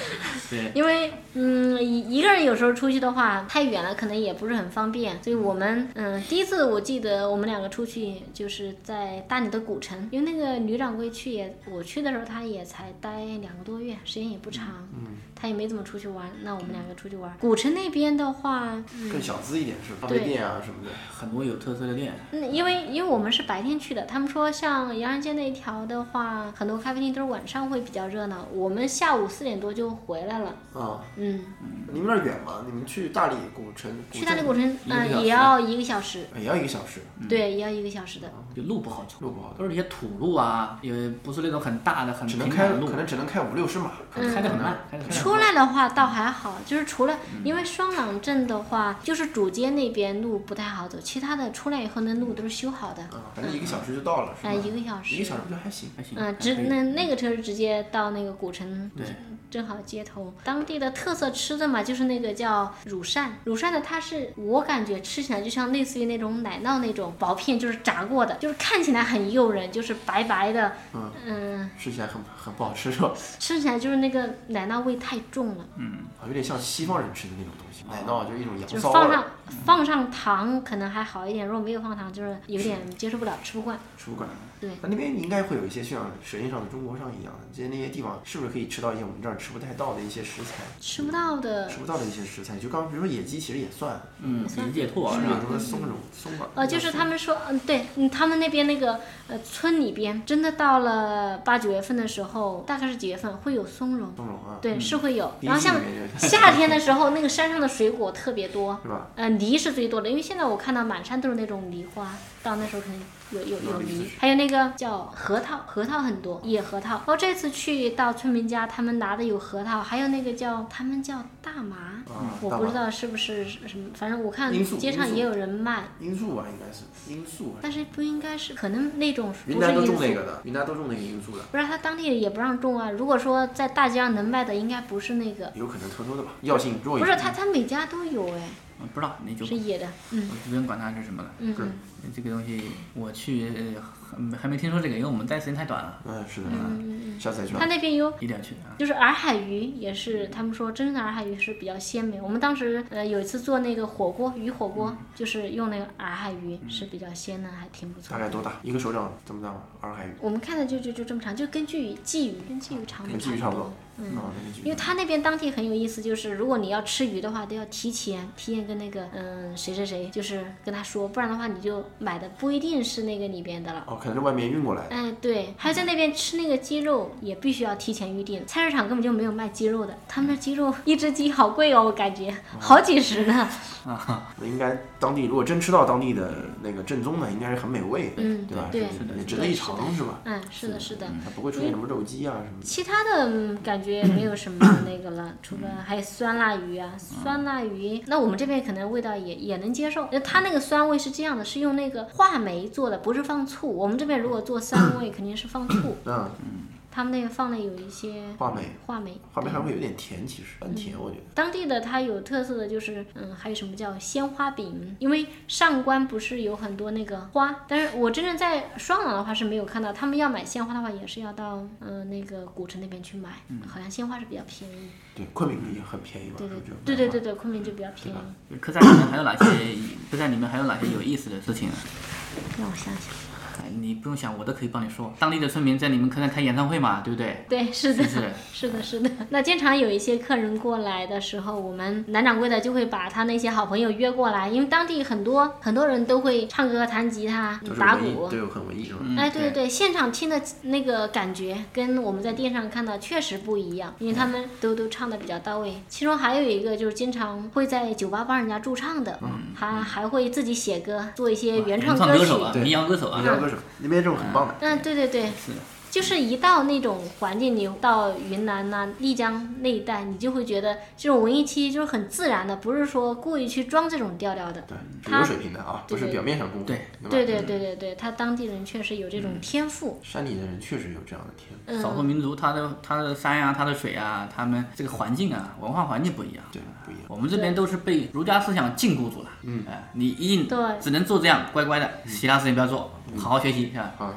[SPEAKER 1] 对
[SPEAKER 3] 因为嗯，一一个人有时候出去的话太远了，可能也不是很方便，所以我们嗯，第一次我记得我们两个出去就是在大理的古城，因为那个女掌柜去也，我去的时候她也才待两个多月，时间也不长，
[SPEAKER 2] 嗯，
[SPEAKER 3] 她也没怎么出去玩，那我们两个出去玩。古城那边的话，嗯
[SPEAKER 2] (laughs) 更小资一点是吧？咖
[SPEAKER 3] 对
[SPEAKER 2] 啡店啊什么的，
[SPEAKER 1] 很多有特色的店。
[SPEAKER 3] 嗯，因为因为我们是白天去的，他们说像洋人街那一条的话，很多咖啡厅都是晚上会比较热闹。我们下午四点多就回来了，
[SPEAKER 2] 啊，
[SPEAKER 3] 嗯，
[SPEAKER 2] 你们那儿远吗？你们去大理古城？
[SPEAKER 3] 去大理古城，
[SPEAKER 2] 镇
[SPEAKER 3] 嗯，也要一个小嗯时，
[SPEAKER 2] 也要一个小时。
[SPEAKER 3] 对，也要一个小时的。
[SPEAKER 1] 就路不好走，
[SPEAKER 2] 路不好走，
[SPEAKER 1] 都是一些土路啊，也不是那种很大的、很
[SPEAKER 2] 只能
[SPEAKER 1] 平坦的
[SPEAKER 2] 开
[SPEAKER 1] 路，
[SPEAKER 2] 可能只能开五六十码，
[SPEAKER 3] 嗯嗯
[SPEAKER 1] 开得很慢，开得很慢。
[SPEAKER 3] 出来的话倒还好，就是除了因为双廊镇的话，就是主街那边路不太好走，其他的出来以后那路都是修好的。
[SPEAKER 2] 反正一个小时就到了，是吧？
[SPEAKER 3] 啊哎一个小时
[SPEAKER 2] 一个小时不就还行？还行
[SPEAKER 3] 嗯，直那那个车是直接到那个古城，
[SPEAKER 2] 对
[SPEAKER 3] 正好街头当地的特色吃的嘛，就是那个叫乳扇。乳扇呢，它是我感觉吃起来就像类似于那种奶酪那种薄片，就是炸过的，就是看起来很诱人，就是白白的，
[SPEAKER 2] 嗯，
[SPEAKER 3] 嗯，
[SPEAKER 2] 吃起来很很不好吃是吧？
[SPEAKER 3] 吃起来就是那个奶酪味太重了，
[SPEAKER 2] 嗯，有点像西方人吃的那种东西，奶酪就是一种
[SPEAKER 3] 哦就
[SPEAKER 2] 羊
[SPEAKER 3] 是
[SPEAKER 2] 骚
[SPEAKER 3] 放
[SPEAKER 2] 味
[SPEAKER 3] 上
[SPEAKER 2] 儿，嗯
[SPEAKER 3] 放上糖可能还好一点，如果没有放糖，就是有点接受不了，吃不惯。
[SPEAKER 2] 吃不惯。
[SPEAKER 3] 对，
[SPEAKER 2] 那那边应该会有一些像舌尖上的中国上一样的，这些那些地方是不是可以吃到一些我们这儿吃不太到的一些食材？
[SPEAKER 3] 吃不到的，
[SPEAKER 2] 吃不到的一些食材，就刚比如说野鸡，其实也算，
[SPEAKER 1] 嗯
[SPEAKER 3] 算
[SPEAKER 1] 野兔啊
[SPEAKER 2] 是不
[SPEAKER 1] 是
[SPEAKER 2] 是
[SPEAKER 1] 吧
[SPEAKER 2] 有什么松茸、松软？
[SPEAKER 3] 呃，就是他们说，嗯，对，嗯他们那边那个呃村里边，真的到了八九月份的时候，大概是几月份会有松茸，
[SPEAKER 2] 松茸啊，
[SPEAKER 3] 对，
[SPEAKER 2] 嗯
[SPEAKER 3] 是会有。
[SPEAKER 2] 第一
[SPEAKER 3] 然后
[SPEAKER 2] 季
[SPEAKER 3] 像
[SPEAKER 2] 里面就
[SPEAKER 3] (laughs) 夏天的时候，那个山上的水果特别多，
[SPEAKER 2] 是吧？
[SPEAKER 3] 呃，梨是最多的，因为现在我看到满山都是那种梨花，到那时候肯定有有有
[SPEAKER 2] 有梨
[SPEAKER 3] 梨
[SPEAKER 2] 子，
[SPEAKER 3] 还有那个叫核桃，核桃哦很多，野核桃。然后这次去到村民家，他们拿的有核桃，还有那个叫他们叫大麻，
[SPEAKER 2] 啊
[SPEAKER 3] 我
[SPEAKER 2] 大
[SPEAKER 3] 不知
[SPEAKER 2] 麻
[SPEAKER 3] 道是不是什么，反正我看
[SPEAKER 2] 罂粟
[SPEAKER 3] 街上
[SPEAKER 2] 罂粟
[SPEAKER 3] 也有人卖，
[SPEAKER 2] 罂粟啊吧，应该是罂粟还
[SPEAKER 3] 但
[SPEAKER 2] 是。
[SPEAKER 3] 是不应该是，可能那种不是
[SPEAKER 2] 云南都
[SPEAKER 3] 罂
[SPEAKER 2] 种
[SPEAKER 3] 粟
[SPEAKER 2] 那个的，云南都种那个罂粟的，
[SPEAKER 3] 不是，他当地也不让种啊。如果说在大街上能卖的，应该不是那个，
[SPEAKER 2] 有可能偷偷的吧，药性弱一
[SPEAKER 3] 不
[SPEAKER 2] 点。
[SPEAKER 3] 是他，他每家都有哎，
[SPEAKER 1] 嗯不知道那就是
[SPEAKER 3] 野的，嗯
[SPEAKER 1] 我就不用管它是什么了。
[SPEAKER 3] 嗯嗯
[SPEAKER 1] 这个东西我去呃还没听说这个，因为我们待时间太短了。
[SPEAKER 2] 嗯，是的，
[SPEAKER 3] 嗯嗯
[SPEAKER 2] 下次再去吧。
[SPEAKER 3] 他那边有
[SPEAKER 1] 一定要去啊。
[SPEAKER 3] 就是洱海鱼也是，他们说真正的洱海鱼是比较鲜美。我们当时呃有一次做那个火锅鱼火
[SPEAKER 2] 嗯
[SPEAKER 3] 锅，就是用那个洱海鱼是比较鲜的，还挺不错
[SPEAKER 2] 大
[SPEAKER 3] 的。
[SPEAKER 2] 概多大？一个手掌这么大吗？洱海鱼，
[SPEAKER 3] 我们看的就就就这么长，就跟鲫鱼鲫鱼跟鲫鱼长
[SPEAKER 2] 跟
[SPEAKER 3] 度
[SPEAKER 2] 鲫鱼差
[SPEAKER 3] 差
[SPEAKER 2] 不
[SPEAKER 3] 不
[SPEAKER 2] 多
[SPEAKER 3] 多。。嗯
[SPEAKER 2] 啊，那跟鲫鱼
[SPEAKER 3] 因为他那边当地很有意思，就是如果你要吃鱼的话，都要提前提前跟那个嗯谁谁谁，就是跟他说，不然的话你就买的不一定是那个里边的了。
[SPEAKER 2] 哦，可能是外面运过来的。
[SPEAKER 3] 哎，对，还有在那边吃那个鸡肉也必须要提前预定，菜市场根本就没有卖鸡肉的，他们那鸡肉 (laughs) 一只鸡好贵哦，我感觉好几十呢。
[SPEAKER 2] 啊，那应该当地如果真吃到当地的那个正宗的，应该是很美味，
[SPEAKER 3] 嗯
[SPEAKER 2] 对吧？
[SPEAKER 3] 对
[SPEAKER 2] 是
[SPEAKER 3] 是的
[SPEAKER 2] 也
[SPEAKER 3] 是
[SPEAKER 2] 值
[SPEAKER 3] 的
[SPEAKER 2] 得一
[SPEAKER 3] 是的
[SPEAKER 2] 尝是吧？
[SPEAKER 3] 嗯，是的，是的。
[SPEAKER 2] 它不会出现什么肉鸡啊什么的。，
[SPEAKER 3] 其他的嗯感觉没有什么那个了，除了还有酸辣鱼啊，酸辣鱼，那我们这边可能味道也也能接受。那它那个酸味是这样的，是用那个话梅做的，不是放醋。我们这边如果做酸味，肯定是放醋
[SPEAKER 2] 嗯，
[SPEAKER 3] 他们那个放的有一些
[SPEAKER 2] 话梅
[SPEAKER 3] 话梅，
[SPEAKER 2] 话梅还会有点甜，其实
[SPEAKER 3] 嗯
[SPEAKER 2] 很甜，我觉得。
[SPEAKER 3] 当地的它有特色的就是，嗯，还有什么叫鲜花饼？因为上官不是有很多那个花，但是我真正在双廊的话是没有看到，他们要买鲜花的话也是要到嗯、呃那个古城那边去买，
[SPEAKER 2] 嗯
[SPEAKER 3] 好像鲜花是比较便宜。
[SPEAKER 2] 对，昆明也很便宜嘛，
[SPEAKER 3] 对
[SPEAKER 2] 是不是？
[SPEAKER 3] 对对对对，昆明就比较便宜。
[SPEAKER 1] 客栈里面还有哪些？客栈里面还有哪些有意思的事情啊？
[SPEAKER 3] 让我想想，
[SPEAKER 1] 哎你不用想，我都可以帮你说。当地的村民在你们客栈开演唱会嘛，对不对？
[SPEAKER 3] 对，是的，
[SPEAKER 1] 是不是
[SPEAKER 3] (laughs) 是的，是的。那经常有一些客人过来的时候，我们男掌柜的就会把他那些好朋友约过来，因为当地很多很多人都会唱歌、弹吉他
[SPEAKER 2] 都、是
[SPEAKER 3] 打
[SPEAKER 2] 文艺
[SPEAKER 3] 鼓，，
[SPEAKER 2] 都有很文艺是吧？
[SPEAKER 3] 哎，对对对，现场听的那个感觉跟我们在电视上看到确实不一样，因为他们都都唱的比较到位。其中还有一个就是经常会在酒吧帮人家驻唱的，还还会自己写歌，做一些嗯原创
[SPEAKER 1] 原创
[SPEAKER 3] 歌
[SPEAKER 1] 歌
[SPEAKER 3] 曲
[SPEAKER 1] 手。啊，民谣歌手啊，
[SPEAKER 3] 民谣歌
[SPEAKER 2] 手，那边这种很棒的。
[SPEAKER 3] 嗯，对对对，
[SPEAKER 1] 是的。
[SPEAKER 3] 就是一到那种环境，你到云南呐、丽江那一带，你就会觉得这种文艺气就是很自然的，不是说故意去装这种调调的。对，
[SPEAKER 2] 是有水平的啊，不是表面上功夫。对
[SPEAKER 3] 嗯对对
[SPEAKER 2] 吧
[SPEAKER 3] 对对对，他当地人确实有这种天赋。
[SPEAKER 2] 山里的人确实有这样的天赋。
[SPEAKER 3] 嗯
[SPEAKER 1] 少数民族，它的它的山呀、它的水啊，他们这个环境啊，文化环境不一样，对，
[SPEAKER 2] 不一样。
[SPEAKER 1] 我们这边都是被儒家思想禁锢住了，嗯，哎、你一定
[SPEAKER 3] 对
[SPEAKER 1] 只能做这样，乖乖的，其他事情不要做，好好学习，是吧？哎
[SPEAKER 2] 嗯，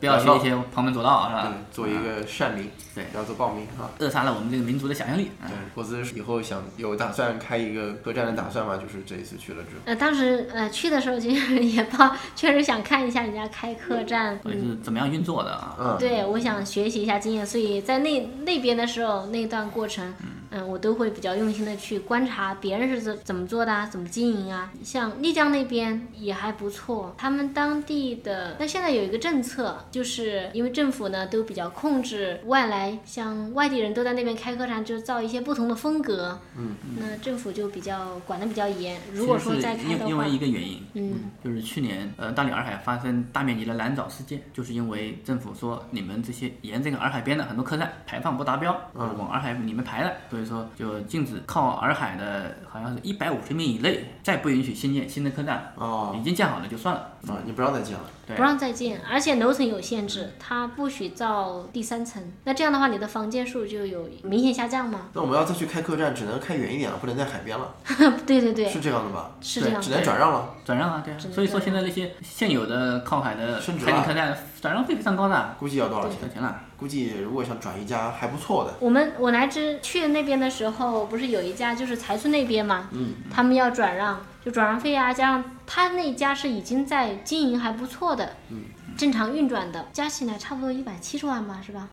[SPEAKER 1] 不要学一些旁门左道，是吧
[SPEAKER 2] 对？嗯做一个善民，
[SPEAKER 1] 啊对，
[SPEAKER 2] 不要做暴民啊。
[SPEAKER 1] 扼杀了我们这个民族的想象力。哎
[SPEAKER 2] 对，我只是以后想有打算开一个客栈的打算嘛，就是这一次去了之后。
[SPEAKER 3] 呃，当时呃去的时候其实 (laughs) 也报，确实想看一下人家开客栈，
[SPEAKER 1] 到底嗯是怎么样运作的啊？
[SPEAKER 2] 嗯
[SPEAKER 3] 对，我想学习一下经验，所以在那那边的时候，那段过程，嗯、我都会比较用心的去观察别人是怎怎么做的啊，怎么经营啊。像丽江那边也还不错，他们当地的那现在有一个政策，就是因为政府呢都比较控制外来，像外地人都在那边开客栈，就是造一些不同的风格，
[SPEAKER 1] 嗯，
[SPEAKER 3] 那政府就比较管的比较严。如果说
[SPEAKER 1] 其实
[SPEAKER 3] 再
[SPEAKER 1] 是
[SPEAKER 3] 开的
[SPEAKER 1] 因
[SPEAKER 3] 话，
[SPEAKER 1] 因为一个原因，
[SPEAKER 3] 嗯，
[SPEAKER 1] 就是去年呃大理洱海发生大面积的蓝藻事件，就是因为政府说你们这些沿这个洱海边的很多客栈排放不达标，就是往洱海里面排了，所以说就禁止靠洱海的好像是一百五十米以内，再不允许新建新的客栈。
[SPEAKER 2] 哦，
[SPEAKER 1] 已经建好了就算了
[SPEAKER 2] 啊，你不让再建了。
[SPEAKER 1] 对
[SPEAKER 3] 不，让再建，而且楼层有限制，它不许造第三层。那这样的话，你的房间数就有明显下降吗？
[SPEAKER 2] 那我们要再去开客栈，只能开远一点了，不能在海边了，
[SPEAKER 3] (laughs) 对对对，
[SPEAKER 2] 是这样的吧？
[SPEAKER 3] 是这样的
[SPEAKER 2] 只能转让了。
[SPEAKER 1] 转让啊，对啊。所以说现在那些现有的靠海的
[SPEAKER 2] 升值
[SPEAKER 1] 海景
[SPEAKER 2] 了
[SPEAKER 1] 客栈转让费非常高的，
[SPEAKER 2] 估计要多少钱？
[SPEAKER 1] 钱啊了？
[SPEAKER 2] 估计如果想转一家还不错的，
[SPEAKER 3] 我们我来之去那边的时候，不是有一家就是财村那边嘛，
[SPEAKER 2] 嗯，
[SPEAKER 3] 他们要转让，就转让费啊，加上他那家是已经在经营还不错的，
[SPEAKER 2] 嗯，
[SPEAKER 3] 正常运转的，加起来差不多一百七十万吧，是吧？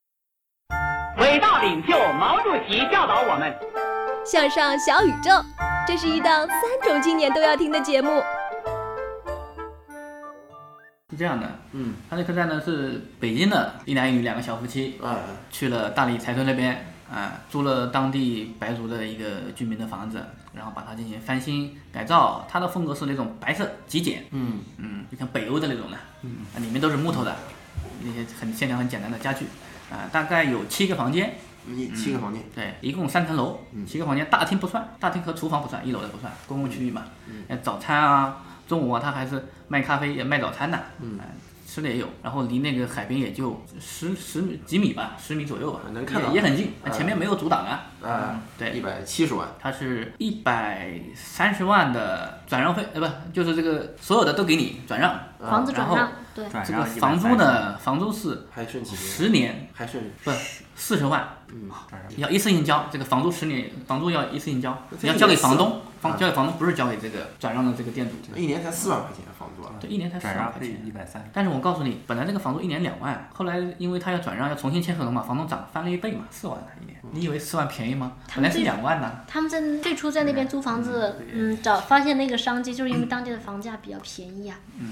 [SPEAKER 8] 伟大领袖毛主席教导我们，
[SPEAKER 9] 向上小宇宙，这是一档三种青年都要听的节目。
[SPEAKER 1] 是这样的，
[SPEAKER 2] 嗯，
[SPEAKER 1] 他这客栈呢是北京的一男一女两个小夫妻，
[SPEAKER 2] 嗯，
[SPEAKER 1] 去了大理柴村那边啊，租了当地白族的一个居民的房子，然后把它进行翻新改造，它的风格是那种白色极简，
[SPEAKER 2] 嗯
[SPEAKER 1] 嗯，就像北欧的那种的，
[SPEAKER 2] 嗯
[SPEAKER 1] 啊，里面都是木头的，那些很线条很简单的家具，啊，大概有七个房间，
[SPEAKER 2] 你七个房间，
[SPEAKER 1] 对，一共三层楼，七个房间，大厅不算，大厅和厨房不算，一楼的不算，公共区域嘛。哎早餐啊，中午啊，他还是卖咖啡也卖早餐的，嗯，吃的也有。然后离那个海边也就十十米几米吧，十米左右吧，能
[SPEAKER 2] 看到
[SPEAKER 1] 也很近，
[SPEAKER 2] 嗯
[SPEAKER 1] 前面没有阻挡啊。
[SPEAKER 2] 啊，
[SPEAKER 1] 对，
[SPEAKER 2] 一百七十万，
[SPEAKER 1] 它是一百三十万的转让费，呃，不，就是这个所有的都给你转让，
[SPEAKER 3] 房子转让
[SPEAKER 1] 然后
[SPEAKER 3] 对
[SPEAKER 1] 这个房租呢，房租是
[SPEAKER 2] 还剩几年
[SPEAKER 1] 十年，
[SPEAKER 2] 还剩
[SPEAKER 1] 不四十万，啊
[SPEAKER 2] 嗯，
[SPEAKER 1] 要一次性交，这个房租十年，房租要一次性交，
[SPEAKER 2] 那这
[SPEAKER 1] 你要
[SPEAKER 2] 一
[SPEAKER 1] 交给
[SPEAKER 2] 年四
[SPEAKER 1] 房东，房
[SPEAKER 2] 啊哎
[SPEAKER 1] 交给房东，不是交给这个转让的这个店主，
[SPEAKER 2] 一年才四万块钱房租啊，
[SPEAKER 1] 对，一年才四万块钱，
[SPEAKER 4] 一百三。
[SPEAKER 1] 但是我告诉你，本来这个房租一年两万，后来因为他要转让，要重新签合同嘛，房东涨翻了一倍嘛，四万一
[SPEAKER 2] 嗯
[SPEAKER 1] 年。你以为四万便宜吗？
[SPEAKER 3] 他
[SPEAKER 1] 本
[SPEAKER 3] 们
[SPEAKER 1] 来是
[SPEAKER 3] 最
[SPEAKER 1] 两万呢。
[SPEAKER 3] 他们在最初在那边租房子，嗯，找发现那个商机，就是因为当地的房价比较便宜啊。
[SPEAKER 1] 嗯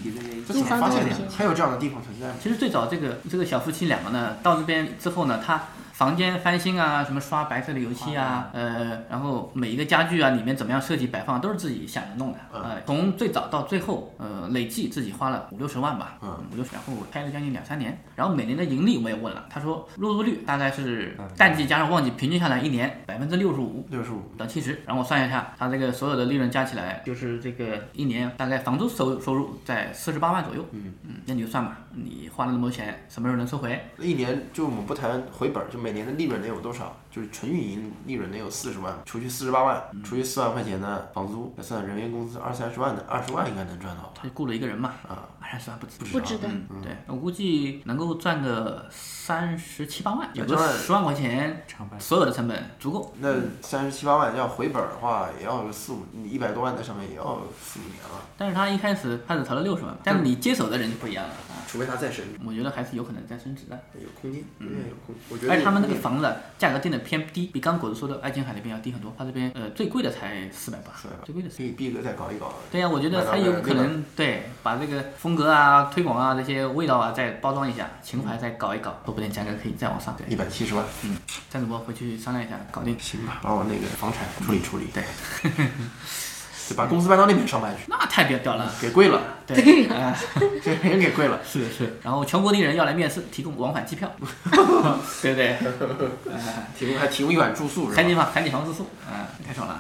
[SPEAKER 2] 这怎么发现的？还有这样的地方存在吗？
[SPEAKER 1] 其实最早这个这个小夫妻两个呢，到这边之后呢，他房间翻新啊，什么刷白色的油漆啊，呃，然后每一个家具啊里面怎么样设计摆放，都是自己想着弄的。呃，从最早到最后，呃，累计自己花了五六十万吧，五六十，然后开了将近两三年，然后每年的盈利我也问了，他说入住率大概是淡季加上旺季平均下来一年百分之六十五，
[SPEAKER 2] 六十五
[SPEAKER 1] 到七十，然后我算一下，他这个所有的利润加起来就是这个一年大概房租收收入在四十八万左右，嗯嗯，那你就算吧，你花了那么多钱，什么时候能收回？
[SPEAKER 2] 一年就我们不谈回本儿，就每年的利润能有多少？就是纯运营利润能有四十万，除去四十八万，
[SPEAKER 1] 嗯
[SPEAKER 2] 除去四万块钱的房租，再算人员工资二三十万的，二十万应该能赚到吧？
[SPEAKER 1] 他雇了一个人嘛，
[SPEAKER 2] 啊，
[SPEAKER 1] 还是算不止，
[SPEAKER 3] 不止的
[SPEAKER 1] 嗯，对我估计能够赚个三十七八万，有
[SPEAKER 2] 那
[SPEAKER 1] 个
[SPEAKER 2] 赚
[SPEAKER 1] 十万块钱，所有的成本足够。
[SPEAKER 2] 那三十七八万要回本儿的话，也要四五一百多万在上面，也要四五年了。
[SPEAKER 1] 但是他一开始他只投了六十万嘛，但是你接手的人就不一样了啊，
[SPEAKER 2] 除非他再升，
[SPEAKER 1] 我觉得还是有可能再升值的，
[SPEAKER 2] 有空间，永远有空。我觉得
[SPEAKER 1] 嗯而且他们那个
[SPEAKER 2] 有空间
[SPEAKER 1] 房子价格定的偏低，比刚果子说的爱琴海那边要低很多，他这边呃最贵的才四百八，最贵的
[SPEAKER 2] 可以逼格再搞一搞。
[SPEAKER 1] 对呀、我觉得
[SPEAKER 2] 啊买
[SPEAKER 1] 他
[SPEAKER 2] 到
[SPEAKER 1] 有
[SPEAKER 2] 个
[SPEAKER 1] 可
[SPEAKER 2] 那
[SPEAKER 1] 能
[SPEAKER 2] 个
[SPEAKER 1] 对把这个风格啊、推广啊这些味道啊再包装一下，情怀再搞一搞，说不定价格可以再往上。对，
[SPEAKER 2] 一百七十万，
[SPEAKER 1] 嗯，张主播回去商量一下，搞定。
[SPEAKER 2] 行吧，把我那个房产处理
[SPEAKER 1] 嗯
[SPEAKER 2] 处理。对， (laughs) 就把公司搬到那边上班去，
[SPEAKER 1] 那太别掉了，
[SPEAKER 2] 给贵了。
[SPEAKER 1] 对，哎
[SPEAKER 2] 给人给贵了。
[SPEAKER 1] 是是。然后全国的人要来面试，提供往返机票，对不对？哎
[SPEAKER 2] 提供还提供一晚住宿是吧
[SPEAKER 1] 海景房，海景房住宿，啊，太爽了。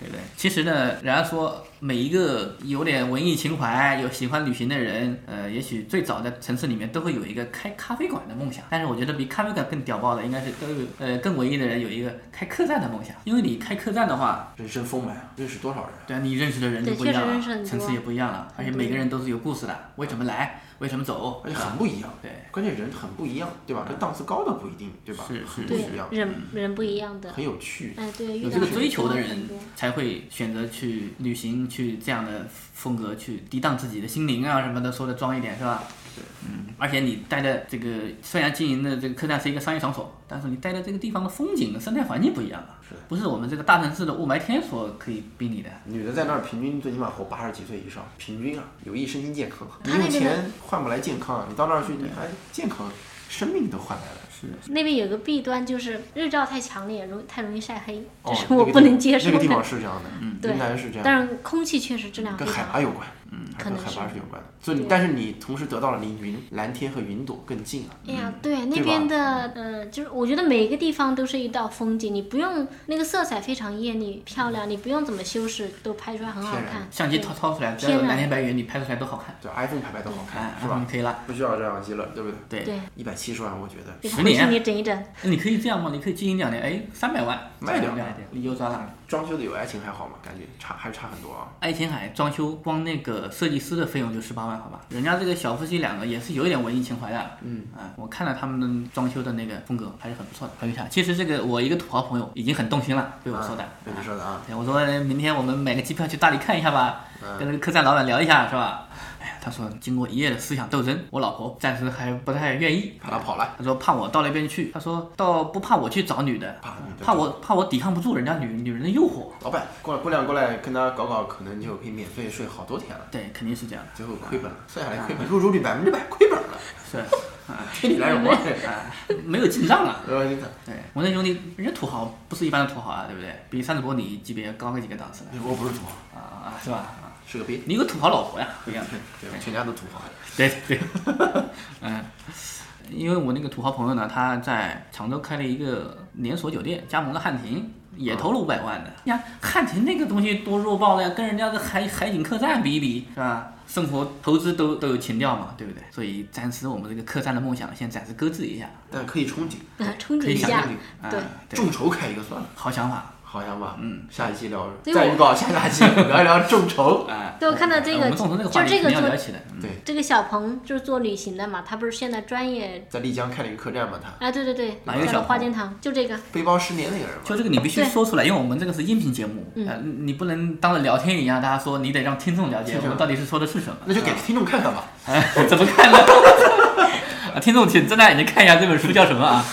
[SPEAKER 1] 对不对？其实呢，人家说每一个有点文艺情怀、有喜欢旅行的人，呃，也许最早在城市里面都会有一个开咖啡馆的梦想。但是我觉得比咖啡馆更屌爆的，应该是都有呃更文艺的人有一个开客栈的梦想。因为你开客栈的话，
[SPEAKER 2] 人生丰满，认识多少人？
[SPEAKER 1] 对啊，你认识的人就
[SPEAKER 3] 对
[SPEAKER 1] 不一样
[SPEAKER 3] 确实
[SPEAKER 1] 了
[SPEAKER 3] 认识很，多
[SPEAKER 1] 层次也不一样了，而且每个人都是有故事的，为什么来，为什么走，
[SPEAKER 2] 而且很不一样。
[SPEAKER 1] 对，
[SPEAKER 2] 关键人很不一样，对吧？这档次高的不一定，对吧？
[SPEAKER 1] 是
[SPEAKER 2] 很
[SPEAKER 1] 是
[SPEAKER 2] 不
[SPEAKER 3] 对
[SPEAKER 2] 一样，，
[SPEAKER 3] 人人不一样的，
[SPEAKER 2] 很有趣。
[SPEAKER 3] 哎，对，遇
[SPEAKER 1] 有
[SPEAKER 3] 到
[SPEAKER 1] 这个
[SPEAKER 3] 很
[SPEAKER 1] 追求
[SPEAKER 3] 多
[SPEAKER 1] 的
[SPEAKER 3] 很
[SPEAKER 1] 人
[SPEAKER 3] 多
[SPEAKER 1] 才会选择去旅行，去这样的风格去涤荡自己的心灵啊什么的，说的装一点是吧？对，嗯。而且你待的这个虽然经营的这个客栈是一个商业场所，但是你待的这个地方的风景、生态环境不一样了，是不是我们这个大城市的雾霾天所可以比拟的？
[SPEAKER 2] 女的在那儿平均最起码活八十几岁以上，平均啊，有益身心健康。你
[SPEAKER 3] 他那
[SPEAKER 2] 用
[SPEAKER 3] 边的
[SPEAKER 2] 钱换不来健康啊，你到那儿去你还健康，生命都换来了。
[SPEAKER 1] 是
[SPEAKER 3] 那边有个弊端就是日照太强烈，容太容易晒黑，
[SPEAKER 2] 哦
[SPEAKER 3] 这是
[SPEAKER 2] 那
[SPEAKER 3] 我
[SPEAKER 2] 个
[SPEAKER 3] 不
[SPEAKER 2] 地
[SPEAKER 3] 能接受的。
[SPEAKER 2] 那个地
[SPEAKER 3] (laughs)
[SPEAKER 2] 方是这样的，嗯
[SPEAKER 3] 对
[SPEAKER 2] 云南是这样的，
[SPEAKER 3] 但是空气确实质量
[SPEAKER 2] 跟
[SPEAKER 3] 非
[SPEAKER 2] 海
[SPEAKER 3] 常
[SPEAKER 2] 拔有关，嗯，
[SPEAKER 3] 可
[SPEAKER 2] 跟
[SPEAKER 3] 能
[SPEAKER 2] 海
[SPEAKER 3] 是
[SPEAKER 2] 拔是有关的。所以你，但是你同时得到了离云蓝天和云朵更近啊。
[SPEAKER 3] 哎呀，对，那
[SPEAKER 2] 对吧
[SPEAKER 3] 边的，呃，就是我觉得每一个地方都是一道风景，你不用那个色彩非常艳丽漂亮，你不用怎么修饰，都拍出来很好
[SPEAKER 2] 天然
[SPEAKER 3] 看。
[SPEAKER 1] 相机掏掏出来，只要
[SPEAKER 3] 天
[SPEAKER 1] 有
[SPEAKER 3] 然
[SPEAKER 1] 蓝天白云，你拍出来都好看。
[SPEAKER 2] 对，iPhone 拍拍都好看
[SPEAKER 1] 哎，
[SPEAKER 2] 是吧？
[SPEAKER 1] 可以了，
[SPEAKER 2] 不需要照相机了，对不对？
[SPEAKER 1] 对
[SPEAKER 3] 对，
[SPEAKER 2] 一百七十万，我觉得
[SPEAKER 3] 你
[SPEAKER 1] 十
[SPEAKER 3] 回去
[SPEAKER 1] 年
[SPEAKER 3] 你整一整，
[SPEAKER 1] 那你可以这样吗？你可以经营两年，哎，三百万
[SPEAKER 2] 卖掉
[SPEAKER 1] 两你就抓了。
[SPEAKER 2] 装修的有爱情还好吗？感觉差还是差很多啊。
[SPEAKER 1] 爱琴海装修光那个设计师的费用就十八万，好吧？人家这个小夫妻两个也是有一点文艺情怀的，
[SPEAKER 2] 嗯
[SPEAKER 1] 啊，我看了他们装修的那个风格还是很不错的。还有一下，其实这个我一个土豪朋友已经很动心了，被我说的。
[SPEAKER 2] 对你说的啊，
[SPEAKER 1] 对，我说明天我们买个机票去大理看一下吧，跟那个客栈老板聊一下，是吧？哎呀，他说经过一夜的思想斗争，我老婆暂时还不太愿意，
[SPEAKER 2] 怕他跑了。
[SPEAKER 1] 他说怕我到那边去，他说倒不怕我去找女的，
[SPEAKER 2] 怕女的
[SPEAKER 1] 怕我怕我抵抗不住人家女女人的诱惑。
[SPEAKER 2] 老板，过来姑娘过来跟他搞搞，可能就可以免费睡好多天了。
[SPEAKER 1] 对，肯定是这样的。
[SPEAKER 2] 最后亏本了，算下来亏本，入住率百分之百亏本了，
[SPEAKER 1] (laughs) 是，啊，
[SPEAKER 2] 天理难容啊！
[SPEAKER 1] 没有进账啊。
[SPEAKER 2] 呃，你看
[SPEAKER 1] 对，我那兄弟，人家土豪不是一般的土豪啊，对不对？比三主播你级别高个几个档次了。
[SPEAKER 2] 我不是土豪，
[SPEAKER 1] 啊啊，是吧？啊，
[SPEAKER 2] 是个逼，
[SPEAKER 1] 你有个土豪老婆呀，不一样。
[SPEAKER 2] 对，全家都土豪。
[SPEAKER 1] 对对，嗯，因为我那个土豪朋友呢，他在常州开了一个连锁酒店，加盟了汉庭，也投了五百万的。哎呀，汉庭那个东西多弱爆了呀，跟人家的海海景客栈比一比，是吧？生活投资都都有情调嘛，对不对？所以暂时我们这个客栈的梦想先暂时搁置一下，
[SPEAKER 2] 但可以憧憬，
[SPEAKER 3] 啊，憧
[SPEAKER 1] 可
[SPEAKER 3] 憬
[SPEAKER 1] 以
[SPEAKER 3] 一
[SPEAKER 1] 想
[SPEAKER 3] 下
[SPEAKER 1] 象力，啊，
[SPEAKER 3] 对，
[SPEAKER 2] 众筹开一个算了，
[SPEAKER 1] 好想法，
[SPEAKER 2] 好想法，嗯，下一期聊
[SPEAKER 3] 所以我
[SPEAKER 2] 再预告下下期聊一聊众筹，
[SPEAKER 1] 哎
[SPEAKER 3] 对我看到这个，就这个做
[SPEAKER 1] 嗯
[SPEAKER 2] 对，
[SPEAKER 3] 这个小鹏就是做旅行的嘛，他不是现在专业
[SPEAKER 2] 在丽江开了一个客栈嘛，他
[SPEAKER 3] 啊，对对对，
[SPEAKER 1] 哪个
[SPEAKER 3] 在
[SPEAKER 1] 小
[SPEAKER 3] 了
[SPEAKER 1] 鹏
[SPEAKER 3] 花间堂，就这个，
[SPEAKER 2] 背包十年那个人嘛，
[SPEAKER 1] 就这个你必须
[SPEAKER 3] 对
[SPEAKER 1] 说出来，因为我们这个是音频节目，
[SPEAKER 3] 嗯
[SPEAKER 1] 呃，你不能当着聊天一样，大家说你得让听众了解
[SPEAKER 2] 听
[SPEAKER 1] 我
[SPEAKER 2] 众
[SPEAKER 1] 们到底是说的是什么。
[SPEAKER 2] 那就给听众看看吧。
[SPEAKER 1] 哎， (laughs) 怎么看呢？啊，听众请睁大眼睛看一下这本书叫什么 (laughs) 啊？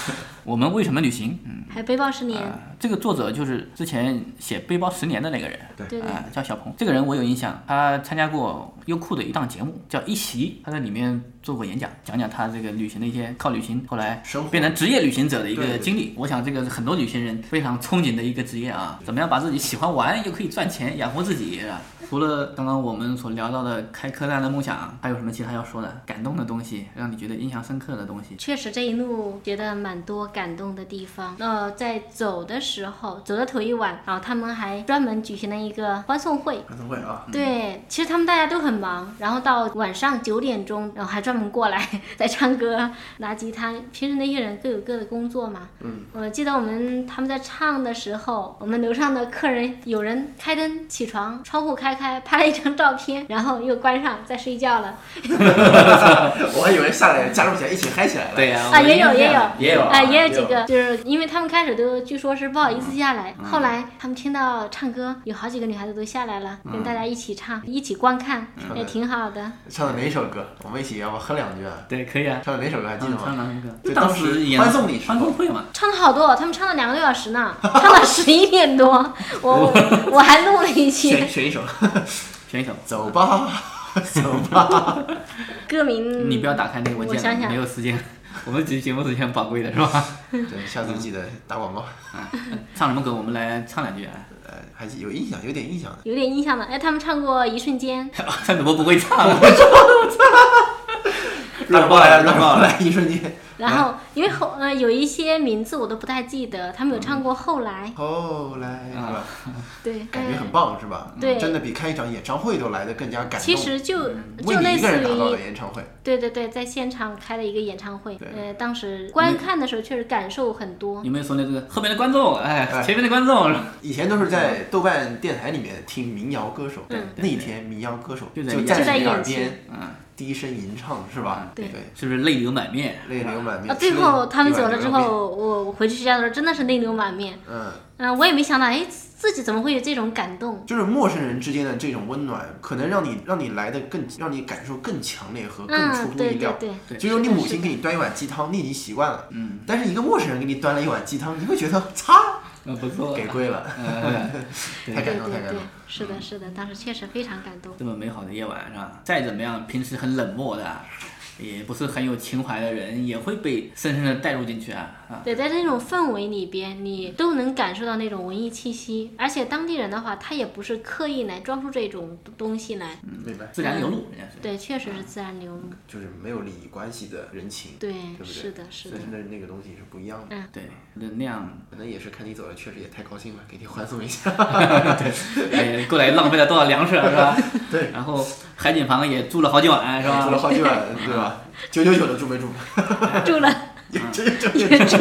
[SPEAKER 1] 我们为什么旅行？嗯，
[SPEAKER 3] 还背包十年，
[SPEAKER 1] 这个作者就是之前写《背包十年》的那个人，
[SPEAKER 3] 对对
[SPEAKER 1] 啊、叫小鹏。这个人我有印象，他参加过优酷的一档节目叫《一席》，他在里面做过演讲，讲讲他这个旅行的一些靠旅行后来变成职业旅行者的一个经历。我想这个是很多旅行人非常憧憬的一个职业啊，怎么样把自己喜欢玩又可以赚钱养活自己、是吧除了刚刚我们所聊到的开客栈的梦想，还有什么其他要说的？感动的东西，让你觉得印象深刻的东西？
[SPEAKER 3] 确实这一路觉得蛮多感动的地方。呃，在走的时候，走的头一晚，然后他们还专门举行了一个欢送会，
[SPEAKER 2] 反正会
[SPEAKER 3] 嗯
[SPEAKER 2] 啊，
[SPEAKER 3] 对，其实他们大家都很忙，然后到晚上九点钟，然后还专门过来 (laughs) 在唱歌、拿吉他。平时那些人各有各的工作嘛。
[SPEAKER 2] 嗯。
[SPEAKER 3] 我记得我们他们在唱的时候，我们楼上的客人有人开灯起床，窗户开开，拍了一张照片， (laughs) 然后又关上，在睡觉了。
[SPEAKER 2] 我还以为下来加入起来一起嗨起来了。
[SPEAKER 1] 对呀
[SPEAKER 3] 啊，也有也有啊、也有
[SPEAKER 2] 这
[SPEAKER 3] 几个，就是因为他们开始都据说是不好意思下来，后来他们听到唱歌，有好几个女孩子都下来了，跟大家一起唱，一起观看，
[SPEAKER 2] 嗯
[SPEAKER 3] 也挺好的。
[SPEAKER 2] 唱的哪首歌？我们一起要不哼两句啊？
[SPEAKER 1] 对，可以啊。
[SPEAKER 2] 唱的哪首歌还记得吗？
[SPEAKER 1] 唱哪首歌
[SPEAKER 2] 就
[SPEAKER 1] 当
[SPEAKER 2] 当
[SPEAKER 1] 时
[SPEAKER 2] 时
[SPEAKER 1] 演
[SPEAKER 2] 欢送你
[SPEAKER 1] 欢送会嘛。
[SPEAKER 3] 唱了好多，他们唱了两个多小时呢，唱到十一
[SPEAKER 2] (laughs)
[SPEAKER 3] 点多，我我我还录了一期，
[SPEAKER 1] (laughs) 选一首，选一首，
[SPEAKER 2] 走吧， (laughs) 走吧。
[SPEAKER 3] 歌
[SPEAKER 1] (laughs)
[SPEAKER 3] 名
[SPEAKER 1] 你不要打开那个文件，
[SPEAKER 3] 嗯我想想
[SPEAKER 1] 没有时间， (laughs) 我们节节目时间很宝贵的是吧？ (laughs)
[SPEAKER 2] 对，下次记得打广告。
[SPEAKER 1] 唱什么歌？我们来唱两句啊。 (laughs)
[SPEAKER 2] 呃，还是有印象，有点印象的。
[SPEAKER 3] 有点印象了。哎，他们唱过《一瞬间》，
[SPEAKER 2] (laughs)
[SPEAKER 1] 他怎么不会唱？
[SPEAKER 2] 乱报来，乱报来，一瞬
[SPEAKER 1] (laughs)
[SPEAKER 2] 间。
[SPEAKER 3] 然后
[SPEAKER 2] 啊
[SPEAKER 3] 因为后呃有一些名字我都不太记得，他们有唱过《后
[SPEAKER 2] (laughs)
[SPEAKER 3] 来》，
[SPEAKER 2] 后来
[SPEAKER 1] 啊
[SPEAKER 2] 是吧？
[SPEAKER 3] 对，
[SPEAKER 2] 感觉很棒是吧？
[SPEAKER 3] 嗯对
[SPEAKER 2] 真的比看一场演唱会都来的更加感动。
[SPEAKER 3] 其实就
[SPEAKER 2] 嗯为
[SPEAKER 3] 就
[SPEAKER 2] 你
[SPEAKER 3] 类
[SPEAKER 2] 一个
[SPEAKER 3] 似
[SPEAKER 2] 人打造的
[SPEAKER 3] 于。
[SPEAKER 2] 演唱会，
[SPEAKER 3] 对对对，在现场开了一个演唱会，呃，当时观看的时候确实感受很多
[SPEAKER 1] 有。没有说那这个后面的观众？哎，前面的观众 (laughs)
[SPEAKER 2] 以前都是在豆瓣电台里面听民谣歌手，
[SPEAKER 1] 对
[SPEAKER 2] 那天民谣歌手
[SPEAKER 1] 就在
[SPEAKER 2] 就
[SPEAKER 1] 眼
[SPEAKER 2] 在
[SPEAKER 1] 前
[SPEAKER 2] 你耳
[SPEAKER 3] 嗯就在眼
[SPEAKER 2] 边，嗯，低声吟唱是吧？
[SPEAKER 3] 对
[SPEAKER 2] 对，
[SPEAKER 1] 是不是泪流满面？
[SPEAKER 2] 泪流满面。
[SPEAKER 3] 啊，最后他们
[SPEAKER 2] 吃
[SPEAKER 3] 走
[SPEAKER 2] 了
[SPEAKER 3] 了之
[SPEAKER 2] 一碗牛肉
[SPEAKER 3] 后，我我回去睡觉的时候真的是泪流满面。
[SPEAKER 2] 面，嗯，
[SPEAKER 3] 嗯、我也没想到，哎，自己怎么会有这种感动？
[SPEAKER 2] 就是陌生人之间的这种温暖，可能让你让你来的更让你感受更强烈和更
[SPEAKER 3] 嗯
[SPEAKER 2] 出乎
[SPEAKER 3] 对
[SPEAKER 2] 意料
[SPEAKER 3] 对对。对
[SPEAKER 2] 就是你母亲给你端一碗鸡汤，你已经习惯了，嗯，但是一个陌生人给你端了一碗鸡汤，你会觉得
[SPEAKER 1] (laughs)
[SPEAKER 2] 擦，
[SPEAKER 1] 嗯，不错，
[SPEAKER 2] 给跪了，
[SPEAKER 1] 嗯
[SPEAKER 2] (laughs)
[SPEAKER 1] 对
[SPEAKER 2] 太感动，太
[SPEAKER 3] 对对
[SPEAKER 2] 感
[SPEAKER 3] 对
[SPEAKER 2] 动。，嗯
[SPEAKER 3] 是的，是的，当时确实非常感动。
[SPEAKER 1] 这么美好的夜晚是吧？再怎么样，平时很冷漠的，也不是很有情怀的人，也会被深深的带入进去啊啊！
[SPEAKER 3] 对，在那种氛围里边，你都能感受到那种文艺气息，而且当地人的话，他也不是刻意来装出这种东西来，
[SPEAKER 2] 明白，
[SPEAKER 1] 自然流露，人家是。
[SPEAKER 3] 对，确实是自然流露。
[SPEAKER 2] 就是没有利益关系的人情，
[SPEAKER 3] 对
[SPEAKER 2] 对不对？
[SPEAKER 3] 是的是的
[SPEAKER 2] 那那个东西是不一样的。
[SPEAKER 3] 嗯
[SPEAKER 1] 对，那样
[SPEAKER 2] 可能也是看你走的，确实也太高兴了，给你欢送一
[SPEAKER 1] (laughs)
[SPEAKER 2] 下。
[SPEAKER 1] 哎，过来浪费了多少粮食啊是吧？
[SPEAKER 2] (laughs) 对，
[SPEAKER 1] 然后海景房也住了好几晚是
[SPEAKER 2] (laughs)
[SPEAKER 1] 吧？
[SPEAKER 2] 住了好几晚，对吧？九九九的住没住？
[SPEAKER 3] (laughs) 住了。
[SPEAKER 1] 嗯
[SPEAKER 2] 九九九的住，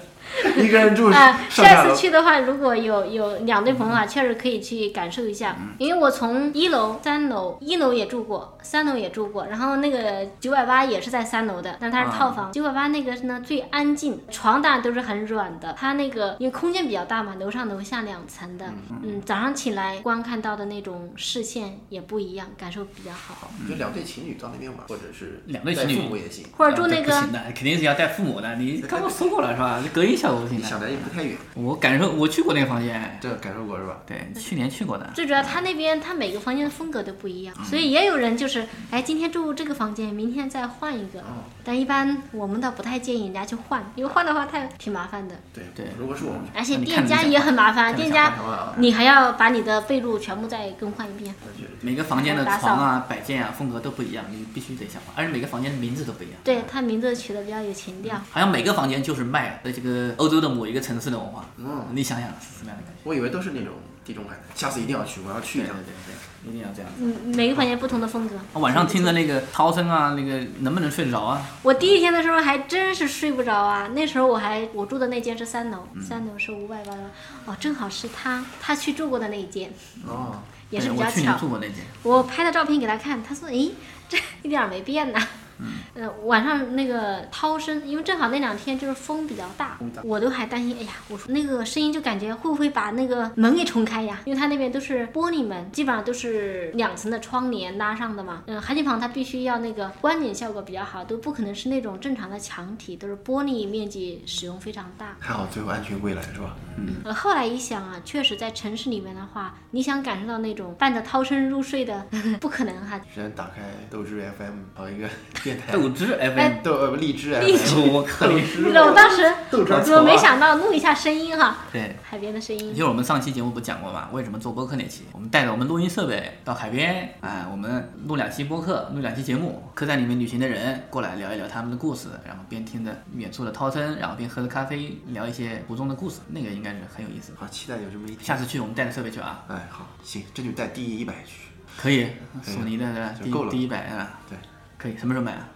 [SPEAKER 3] (laughs)
[SPEAKER 2] 一个人住
[SPEAKER 3] 啊，
[SPEAKER 2] (laughs) 上下
[SPEAKER 3] 下次
[SPEAKER 2] 楼。
[SPEAKER 3] 去的话，如果有有两对朋友啊，确实可以去感受一下。因为我从一楼、三楼，一楼也住过，三楼也住过，然后那个九百八也是在三楼的，但它是套房。九百八那个呢最安静，床当然都是很软的，它那个因为空间比较大嘛，楼上楼下两层的，嗯，早上起来观看到的那种视线也不一样，感受比较好。
[SPEAKER 2] 就两对情侣到那边玩，或者是
[SPEAKER 1] 两对情侣
[SPEAKER 2] 带父母也行。
[SPEAKER 3] 或者住
[SPEAKER 1] 啊这
[SPEAKER 3] 那
[SPEAKER 1] 不
[SPEAKER 3] 个
[SPEAKER 1] 行的，肯定是要带父母的。你刚刚说过了是吧？隔音效了，我现在
[SPEAKER 2] 小南也不太远。
[SPEAKER 1] 我感受，我去过那个房间，
[SPEAKER 2] 对，感受过是吧？
[SPEAKER 1] 对，去年去过的。
[SPEAKER 3] 最主要他那边他每个房间的风格都不一
[SPEAKER 1] 嗯
[SPEAKER 3] 样，所以也有人就是，哎，今天住这个房间，明天再换一个。
[SPEAKER 1] 哦
[SPEAKER 3] 但一般我们倒不太建议人家去换，因为换的话太挺麻烦的。
[SPEAKER 2] 对对，如果是
[SPEAKER 1] 嗯
[SPEAKER 2] 我们，
[SPEAKER 3] 而且店家也很麻
[SPEAKER 1] 看
[SPEAKER 3] 烦，
[SPEAKER 1] 你
[SPEAKER 3] 店
[SPEAKER 1] 想
[SPEAKER 3] 家
[SPEAKER 1] 换什么啊嗯
[SPEAKER 3] 你还要把你的被褥全部再更换一遍。
[SPEAKER 1] 每个房间的
[SPEAKER 3] 打扫
[SPEAKER 1] 床啊、摆件啊、风格都不一样，你必须得想换，而且每个房间的名字都不一样。
[SPEAKER 3] 对他名字取的比较有情调，
[SPEAKER 1] 好像每个房间就是卖的这个欧洲的某一个城市的文化。嗯，你想想是什么样的感觉？
[SPEAKER 2] 我以为都是那种地中海的，下次一定要去，我要去一趟。
[SPEAKER 1] 对对对，一定要这样。
[SPEAKER 3] 嗯，每个房间不同的风格。
[SPEAKER 1] 晚上听着那个涛声啊，那个能不能睡得着啊？
[SPEAKER 3] 我第一天的时候还真是睡不着啊，那时候我还我住的那间是三楼，
[SPEAKER 1] 嗯
[SPEAKER 3] 三楼是五百八十，哦，正好是他他去住过的那一间，
[SPEAKER 1] 哦，
[SPEAKER 3] 也是
[SPEAKER 1] 对
[SPEAKER 3] 比较
[SPEAKER 1] 我去年
[SPEAKER 3] 巧
[SPEAKER 1] 住过那间，
[SPEAKER 3] 我拍的照片给他看，他说，诶，这 (laughs) 一点儿没变呐。嗯、 (laughs) 呃，晚上那个涛声，因为正好那两天就是风比较大，我都还担心，哎呀，我说那个声音就感觉会不会把那个门给冲开呀？ (laughs) 因为他那边都是玻璃门，基本上都是两层的窗帘拉上的嘛。嗯、海景房它必须要那个观景效果比较好，都不可能是那种正常的墙体，都是玻璃面积使用非常大。
[SPEAKER 2] 还好最后安全归来是吧？嗯，
[SPEAKER 3] 呃，后来一想啊，确实在城市里面的话，你想感受到那种伴着涛声入睡的， (laughs) 不可能哈、
[SPEAKER 2] 之前打开斗志 FM 搞
[SPEAKER 1] (laughs)
[SPEAKER 2] 一个电台，
[SPEAKER 1] 斗志
[SPEAKER 3] FM
[SPEAKER 2] 斗呃荔枝 FM，
[SPEAKER 3] 荔枝
[SPEAKER 1] 我靠
[SPEAKER 2] 荔枝
[SPEAKER 3] 那个我当时
[SPEAKER 2] 豆汁儿
[SPEAKER 3] 怎么没
[SPEAKER 2] 头啊
[SPEAKER 3] 想到录一下声音哈？
[SPEAKER 1] 对。
[SPEAKER 3] 海边的声音，
[SPEAKER 1] 就是我们上期节目不讲过嘛，为什么做播客那期，我们带着我们录音设备到海边，哎，我们录两期播客，录两期节目，客栈里面旅行的人过来聊一聊他们的故事，然后边听着远处的涛声，然后边喝着咖啡，聊一些途中的故事，那个应该是很有意思。
[SPEAKER 2] 好，期待有这么一天。
[SPEAKER 1] 下次去我们带着设备去啊，
[SPEAKER 2] 哎，好，行，这就带第一百去。
[SPEAKER 1] 可以，
[SPEAKER 2] 可以
[SPEAKER 1] 索尼的对吧
[SPEAKER 2] 就
[SPEAKER 1] 第
[SPEAKER 2] 够了
[SPEAKER 1] 第一百啊，
[SPEAKER 2] 对，
[SPEAKER 1] 可以，什么时候买啊？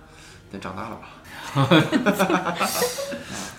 [SPEAKER 2] 等长大了吧。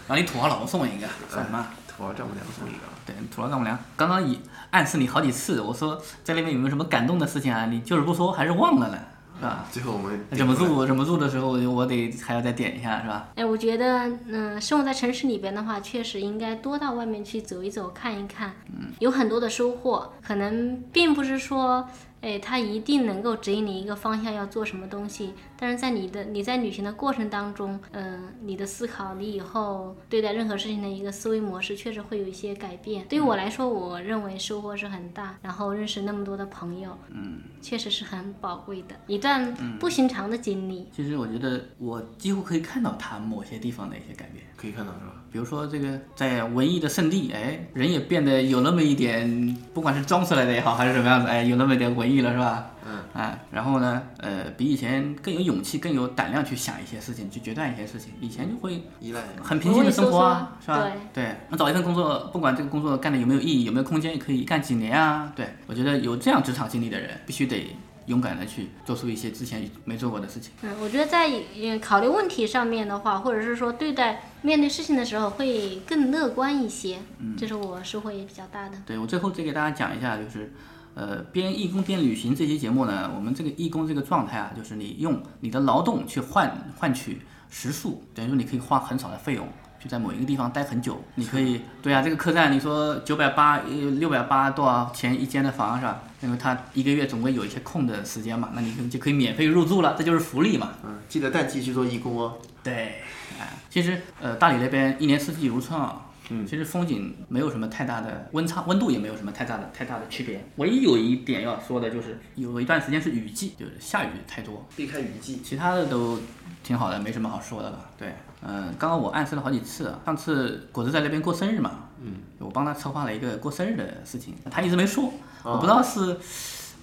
[SPEAKER 1] 让你土豪老公送我一个，算什么？
[SPEAKER 2] 土豪丈母娘送一个啊。
[SPEAKER 1] 对，土豪丈母娘，刚刚已暗示你好几次，我说在那边有没有什么感动的事情啊？你就是不说，还是忘了呢，是吧？
[SPEAKER 2] 最后我们
[SPEAKER 1] 忍不住，忍不住的时候，我得还要再点一下，是吧？
[SPEAKER 3] 哎，我觉得，嗯、生活在城市里边的话，确实应该多到外面去走一走、看一看，嗯，有很多的收获。可能并不是说，哎，它一定能够指引你一个方向要做什么东西，但是在你的你在旅行的过程当中，嗯、你的思考，你以后对待任何事情的一个思维模式，确实会有一些改变。对于我来说，我认为收获是很大，然后认识那么多的朋友，
[SPEAKER 1] 嗯，
[SPEAKER 3] 确实是很宝贵的一段不寻常的经历。
[SPEAKER 1] 其实我觉得我几乎可以看到它某些地方的一些改变，
[SPEAKER 2] 可以看到是吧？
[SPEAKER 1] 比如说这个在文艺的圣地，哎，人也变得有那么一点，不管是装出来的也好，还是什么样子，哎，有那么一点文艺了，是吧？
[SPEAKER 2] 嗯，
[SPEAKER 1] 啊，然后呢，呃，比以前更有勇气、更有胆量去想一些事情，去决断一些事情。以前就会
[SPEAKER 2] 依赖
[SPEAKER 1] 很平静的生活啊，是
[SPEAKER 3] 畏畏缩缩
[SPEAKER 1] 吧？对，那找一份工作，不管这个工作干的有没有意义，有没有空间，也可以干几年啊。对，我觉得有这样职场经历的人，必须得勇敢的去做出一些之前没做过的事情。
[SPEAKER 3] 嗯，我觉得在嗯考虑问题上面的话，或者是说对待面对事情的时候会更乐观一些，这是我收获也比较大的。
[SPEAKER 1] 对我最后再给大家讲一下，就是，呃，边义工边旅行这期节目呢，我们这个义工这个状态啊，就是你用你的劳动去换换取食宿，等于说你可以花很少的费用。去在某一个地方待很久，你可以对啊，这个客栈你说九百八、呃六百八多少钱一间的房是吧？因为他一个月总归有一些空的时间嘛，那你可以就可以免费入住了，这就是福利嘛。
[SPEAKER 2] 嗯，记得淡季去做义工哦。
[SPEAKER 1] 对，哎，其实呃，大理那边一年四季如春啊。嗯，其实风景没有什么太大的温差，温度也没有什么太大的太大的区别。唯一有一点要说的就是，有一段时间是雨季，就是下雨太多，
[SPEAKER 2] 避开雨季，
[SPEAKER 1] 其他的都挺好的，没什么好说的了。对，嗯、刚刚我暗示了好几次啊，上次果子在那边过生日嘛，
[SPEAKER 2] 嗯，
[SPEAKER 1] 我帮他策划了一个过生日的事情，他一直没说，我不知道是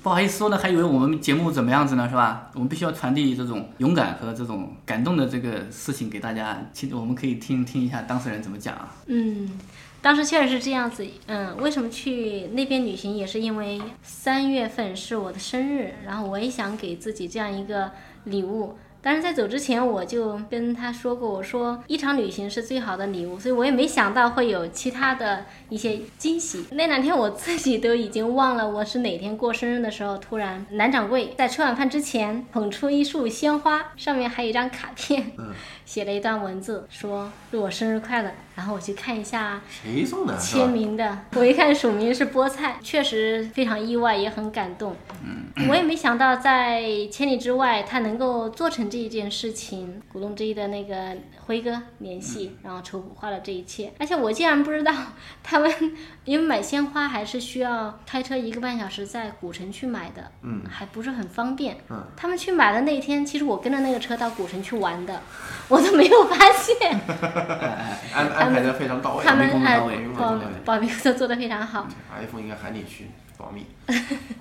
[SPEAKER 1] 不好意思说呢，还以为我们节目怎么样子呢，是吧？我们必须要传递这种勇敢和这种感动的这个事情给大家，其实我们可以听听一下当事人怎么讲啊。
[SPEAKER 3] 嗯，当时确实是这样子。嗯，为什么去那边旅行，也是因为三月份是我的生日，然后我也想给自己这样一个礼物。但是在走之前，我就跟他说过，我说一场旅行是最好的礼物，所以我也没想到会有其他的一些惊喜。那两天我自己都已经忘了我是哪天过生日的时候，突然男掌柜在吃晚饭之前捧出一束鲜花，上面还有一张卡片，
[SPEAKER 2] 嗯，
[SPEAKER 3] 写了一段文字，说祝我生日快乐。然后我去看一下
[SPEAKER 2] 谁送的？啊是吧
[SPEAKER 3] 签。名的，我一看署名是菠菜，确实
[SPEAKER 2] 嗯
[SPEAKER 3] 非常意外，也很感动。我也没想到在千里之外，他能够做成这一件事情，古龙之一的那个辉哥联系，
[SPEAKER 2] 嗯
[SPEAKER 3] 然后筹划了这一切。而且我竟然不知道他们，因为买鲜花还是需要开车一个半小时在古城去买的，
[SPEAKER 2] 嗯
[SPEAKER 3] 还不是很方便。
[SPEAKER 2] 嗯
[SPEAKER 3] 他们去买的那天，其实我跟着那个车到古城去玩的，我都没有发现。
[SPEAKER 2] 哎安安排的非常到位，
[SPEAKER 3] 他们
[SPEAKER 2] 保密工作
[SPEAKER 3] 哎
[SPEAKER 2] 到位保密工作
[SPEAKER 3] 保
[SPEAKER 2] 到位
[SPEAKER 3] 保密工作做得非常好。
[SPEAKER 2] ，iPhone 应该喊你去保
[SPEAKER 3] (laughs)
[SPEAKER 2] 密，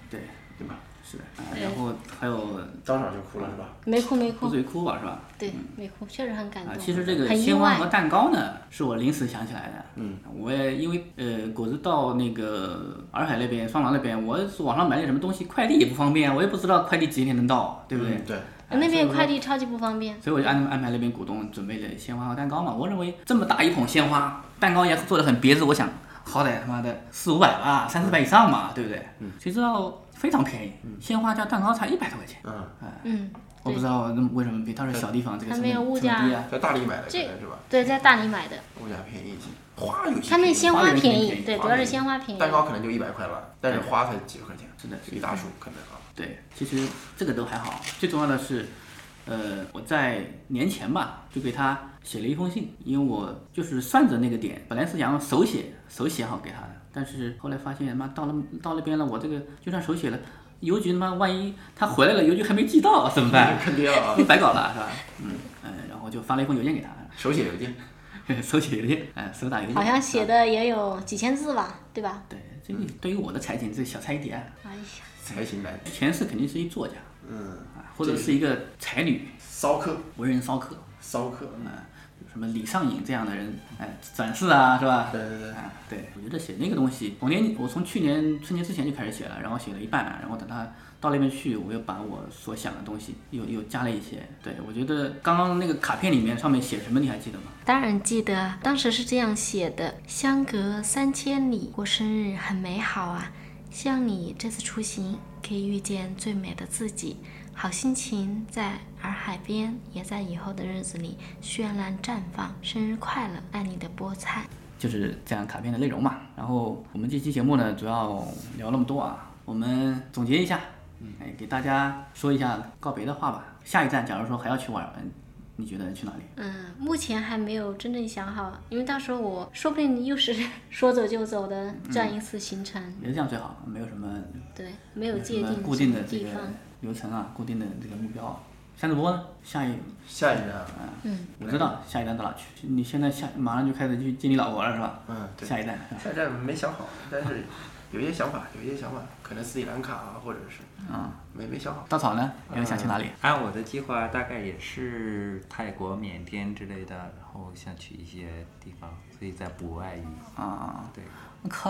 [SPEAKER 1] 对
[SPEAKER 2] 对吧？是的，
[SPEAKER 3] 对
[SPEAKER 1] 然后还有
[SPEAKER 2] 当场就哭了是吧？
[SPEAKER 3] 没哭没
[SPEAKER 1] 不
[SPEAKER 3] 哭
[SPEAKER 1] 至，于哭吧是吧？
[SPEAKER 3] 对，没哭，确实很感
[SPEAKER 1] 嗯啊
[SPEAKER 3] 动。，
[SPEAKER 1] 其实这个
[SPEAKER 3] 很意
[SPEAKER 1] 鲜花
[SPEAKER 3] 外
[SPEAKER 1] 和，蛋糕呢，是我临时想起来的。
[SPEAKER 2] 嗯，
[SPEAKER 1] 我也因为呃，果子到那个洱海那边、双廊那边，我是网上买点什么东西，快递也不方便，我也不知道快递几点能到，对不对？
[SPEAKER 2] 嗯对。
[SPEAKER 1] 哎
[SPEAKER 3] 那边快递超级不方便。
[SPEAKER 1] 所以我就安安排那边股东准备了鲜花和蛋糕嘛。我认为这么大一捧鲜花，蛋糕也做的很别致，我想好歹他妈的四五百吧，三四百以上嘛，对不对？嗯。谁知道非常便宜，鲜花加蛋糕才一百多块钱。
[SPEAKER 2] 嗯。
[SPEAKER 3] 嗯，
[SPEAKER 1] 我不知道那么为什么便宜，他说小地方这个
[SPEAKER 3] 它
[SPEAKER 1] 成
[SPEAKER 3] 没
[SPEAKER 1] 本
[SPEAKER 3] 有物
[SPEAKER 1] 成本低啊
[SPEAKER 3] 价，
[SPEAKER 2] 在大理买的可
[SPEAKER 3] 这
[SPEAKER 2] 能是吧？
[SPEAKER 3] 对，在大理买的，
[SPEAKER 1] 嗯
[SPEAKER 2] 物价便宜一些，花有些
[SPEAKER 3] 他们
[SPEAKER 2] 便宜
[SPEAKER 3] 鲜花便
[SPEAKER 2] 花有
[SPEAKER 3] 宜，
[SPEAKER 2] 些
[SPEAKER 3] 对，
[SPEAKER 2] 花
[SPEAKER 3] 主要是
[SPEAKER 2] 便宜
[SPEAKER 3] 鲜花便宜。
[SPEAKER 2] 蛋糕可能就一百块吧，但是花才几十块钱，
[SPEAKER 1] 是的
[SPEAKER 2] 一大束可能啊。
[SPEAKER 1] 对，其实这个都还好，最重要的是，呃，我在年前吧就给他写了一封信，因为我就是算着那个点，本来是想要手写手写好给他的，但是后来发现妈到了到那边了，我这个就算手写了，邮局他妈万一他回来了，邮局还没寄到怎么办？
[SPEAKER 2] 坑爹了啊
[SPEAKER 1] 白搞了是吧？嗯嗯、然后就发了一封邮件给他，
[SPEAKER 2] 手写邮件，
[SPEAKER 1] 手写邮件，哎、手打邮件，
[SPEAKER 3] 好像写的也有几千字吧，对吧？
[SPEAKER 1] 对，这个对于我的才情，这小菜一碟啊，
[SPEAKER 3] 哎呀，
[SPEAKER 2] 才行来，
[SPEAKER 1] 前世肯定是一作家。
[SPEAKER 2] 嗯，
[SPEAKER 1] 啊或者是一个才女，
[SPEAKER 2] 骚客，
[SPEAKER 1] 文人骚客，
[SPEAKER 2] 骚客，嗯
[SPEAKER 1] 啊，有什么李尚颖这样的人，哎，展示啊，是吧？
[SPEAKER 2] 对对对，
[SPEAKER 1] 啊，对，我觉得写那个东西，我年我从去年春节之前就开始写了，然后写了一半，啊然后等他到那边去，我又把我所想的东西又又加了一些。对，我觉得刚刚那个卡片里面上面写什么你还记得吗？
[SPEAKER 3] 当然记得啊，当时是这样写的：相隔三千里，过生日很美好啊。像你这次出行，可以遇见最美的自己，好心情在洱海边，也在以后的日子里绚烂绽放。生日快乐，爱你的菠菜。
[SPEAKER 1] 就是这样卡片的内容嘛。然后我们这期节目呢，主要聊那么多啊，我们总结一下，
[SPEAKER 2] 嗯
[SPEAKER 1] 哎，给大家说一下告别的话吧。下一站，假如说还要去玩，嗯你觉得去哪里？
[SPEAKER 3] 嗯，目前还没有真正想好，因为到时候我说不定又是说走就走的这样一次行程，
[SPEAKER 1] 也是这样最好，没有什么
[SPEAKER 3] 对，没有界
[SPEAKER 1] 什么
[SPEAKER 3] 定
[SPEAKER 1] 嗯固定的这
[SPEAKER 3] 地
[SPEAKER 1] 个
[SPEAKER 3] 方。
[SPEAKER 1] 流程啊，固定的这个目标啊。夏主播呢？下一
[SPEAKER 2] 下一站啊，
[SPEAKER 3] 嗯，
[SPEAKER 1] 我知道下一站到哪去。你现在下马上就开始去见你老婆了是吧？
[SPEAKER 2] 嗯，对，
[SPEAKER 1] 下一站是吧
[SPEAKER 2] 下一站没想好，但是有一些想法，有一些想法，可能斯里兰卡啊，或者是
[SPEAKER 1] 啊，
[SPEAKER 2] 没没想好。
[SPEAKER 1] 稻草呢？你又想去哪里？
[SPEAKER 4] 按哎我的计划，大概也是泰国、缅甸之类的，然后想去一些地方，所以在补外语。
[SPEAKER 2] 嗯
[SPEAKER 1] 啊，
[SPEAKER 4] 对，
[SPEAKER 1] 我靠，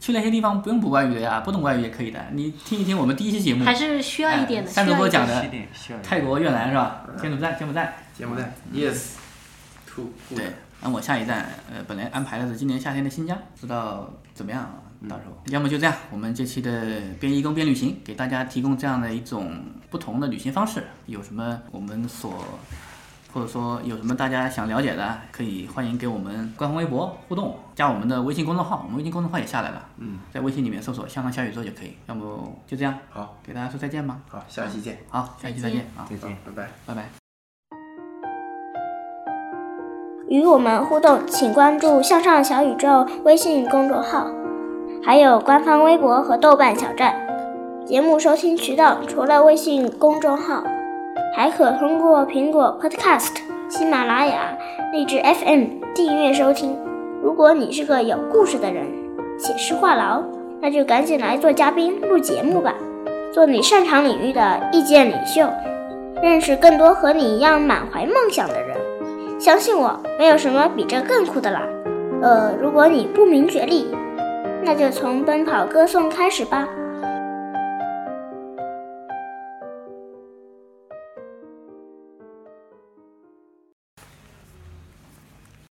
[SPEAKER 1] 去那些地方不用补外语的呀，不懂外语也可以的。你听一听我们第一期节目，
[SPEAKER 3] 还是需要一点的
[SPEAKER 1] 哎三主播讲的
[SPEAKER 4] 需要一点需要一点
[SPEAKER 1] 泰国、越南是吧？
[SPEAKER 2] 嗯
[SPEAKER 1] 柬埔寨，柬埔寨，
[SPEAKER 2] 柬埔寨，yes，to
[SPEAKER 1] 嗯对，那我下一站，呃，本来安排的是今年夏天的新疆，不知道怎么样啊。到时候，要么就这样，我们这期的边义工边旅行，给大家提供这样的一种不同的旅行方式。有什么我们所，或者说有什么大家想了解的，可以欢迎给我们官方微博互动，加我们的微信公众号，我们微信公众号也下来了，
[SPEAKER 2] 嗯，
[SPEAKER 1] 在微信里面搜索“香港小宇宙”就可以。要么就这样，
[SPEAKER 2] 好，
[SPEAKER 1] 给大家说再见吧。
[SPEAKER 2] 好，下期见，
[SPEAKER 1] 好，下期再见啊，
[SPEAKER 4] 再见，
[SPEAKER 2] 拜拜。
[SPEAKER 1] 拜拜。
[SPEAKER 11] 与我们互动，请关注“向上小宇宙”微信公众号，还有官方微博和豆瓣小站。节目收听渠道除了微信公众号，还可通过苹果 Podcast、喜马拉雅、荔枝 FM 订阅收听。如果你是个有故事的人，写诗话痨，那就赶紧来做嘉宾录节目吧，做你擅长领域的意见领袖，认识更多和你一样满怀梦想的人。相信我，没有什么比这更酷的啦。呃，如果你不明觉厉，那就从奔跑歌颂开始吧。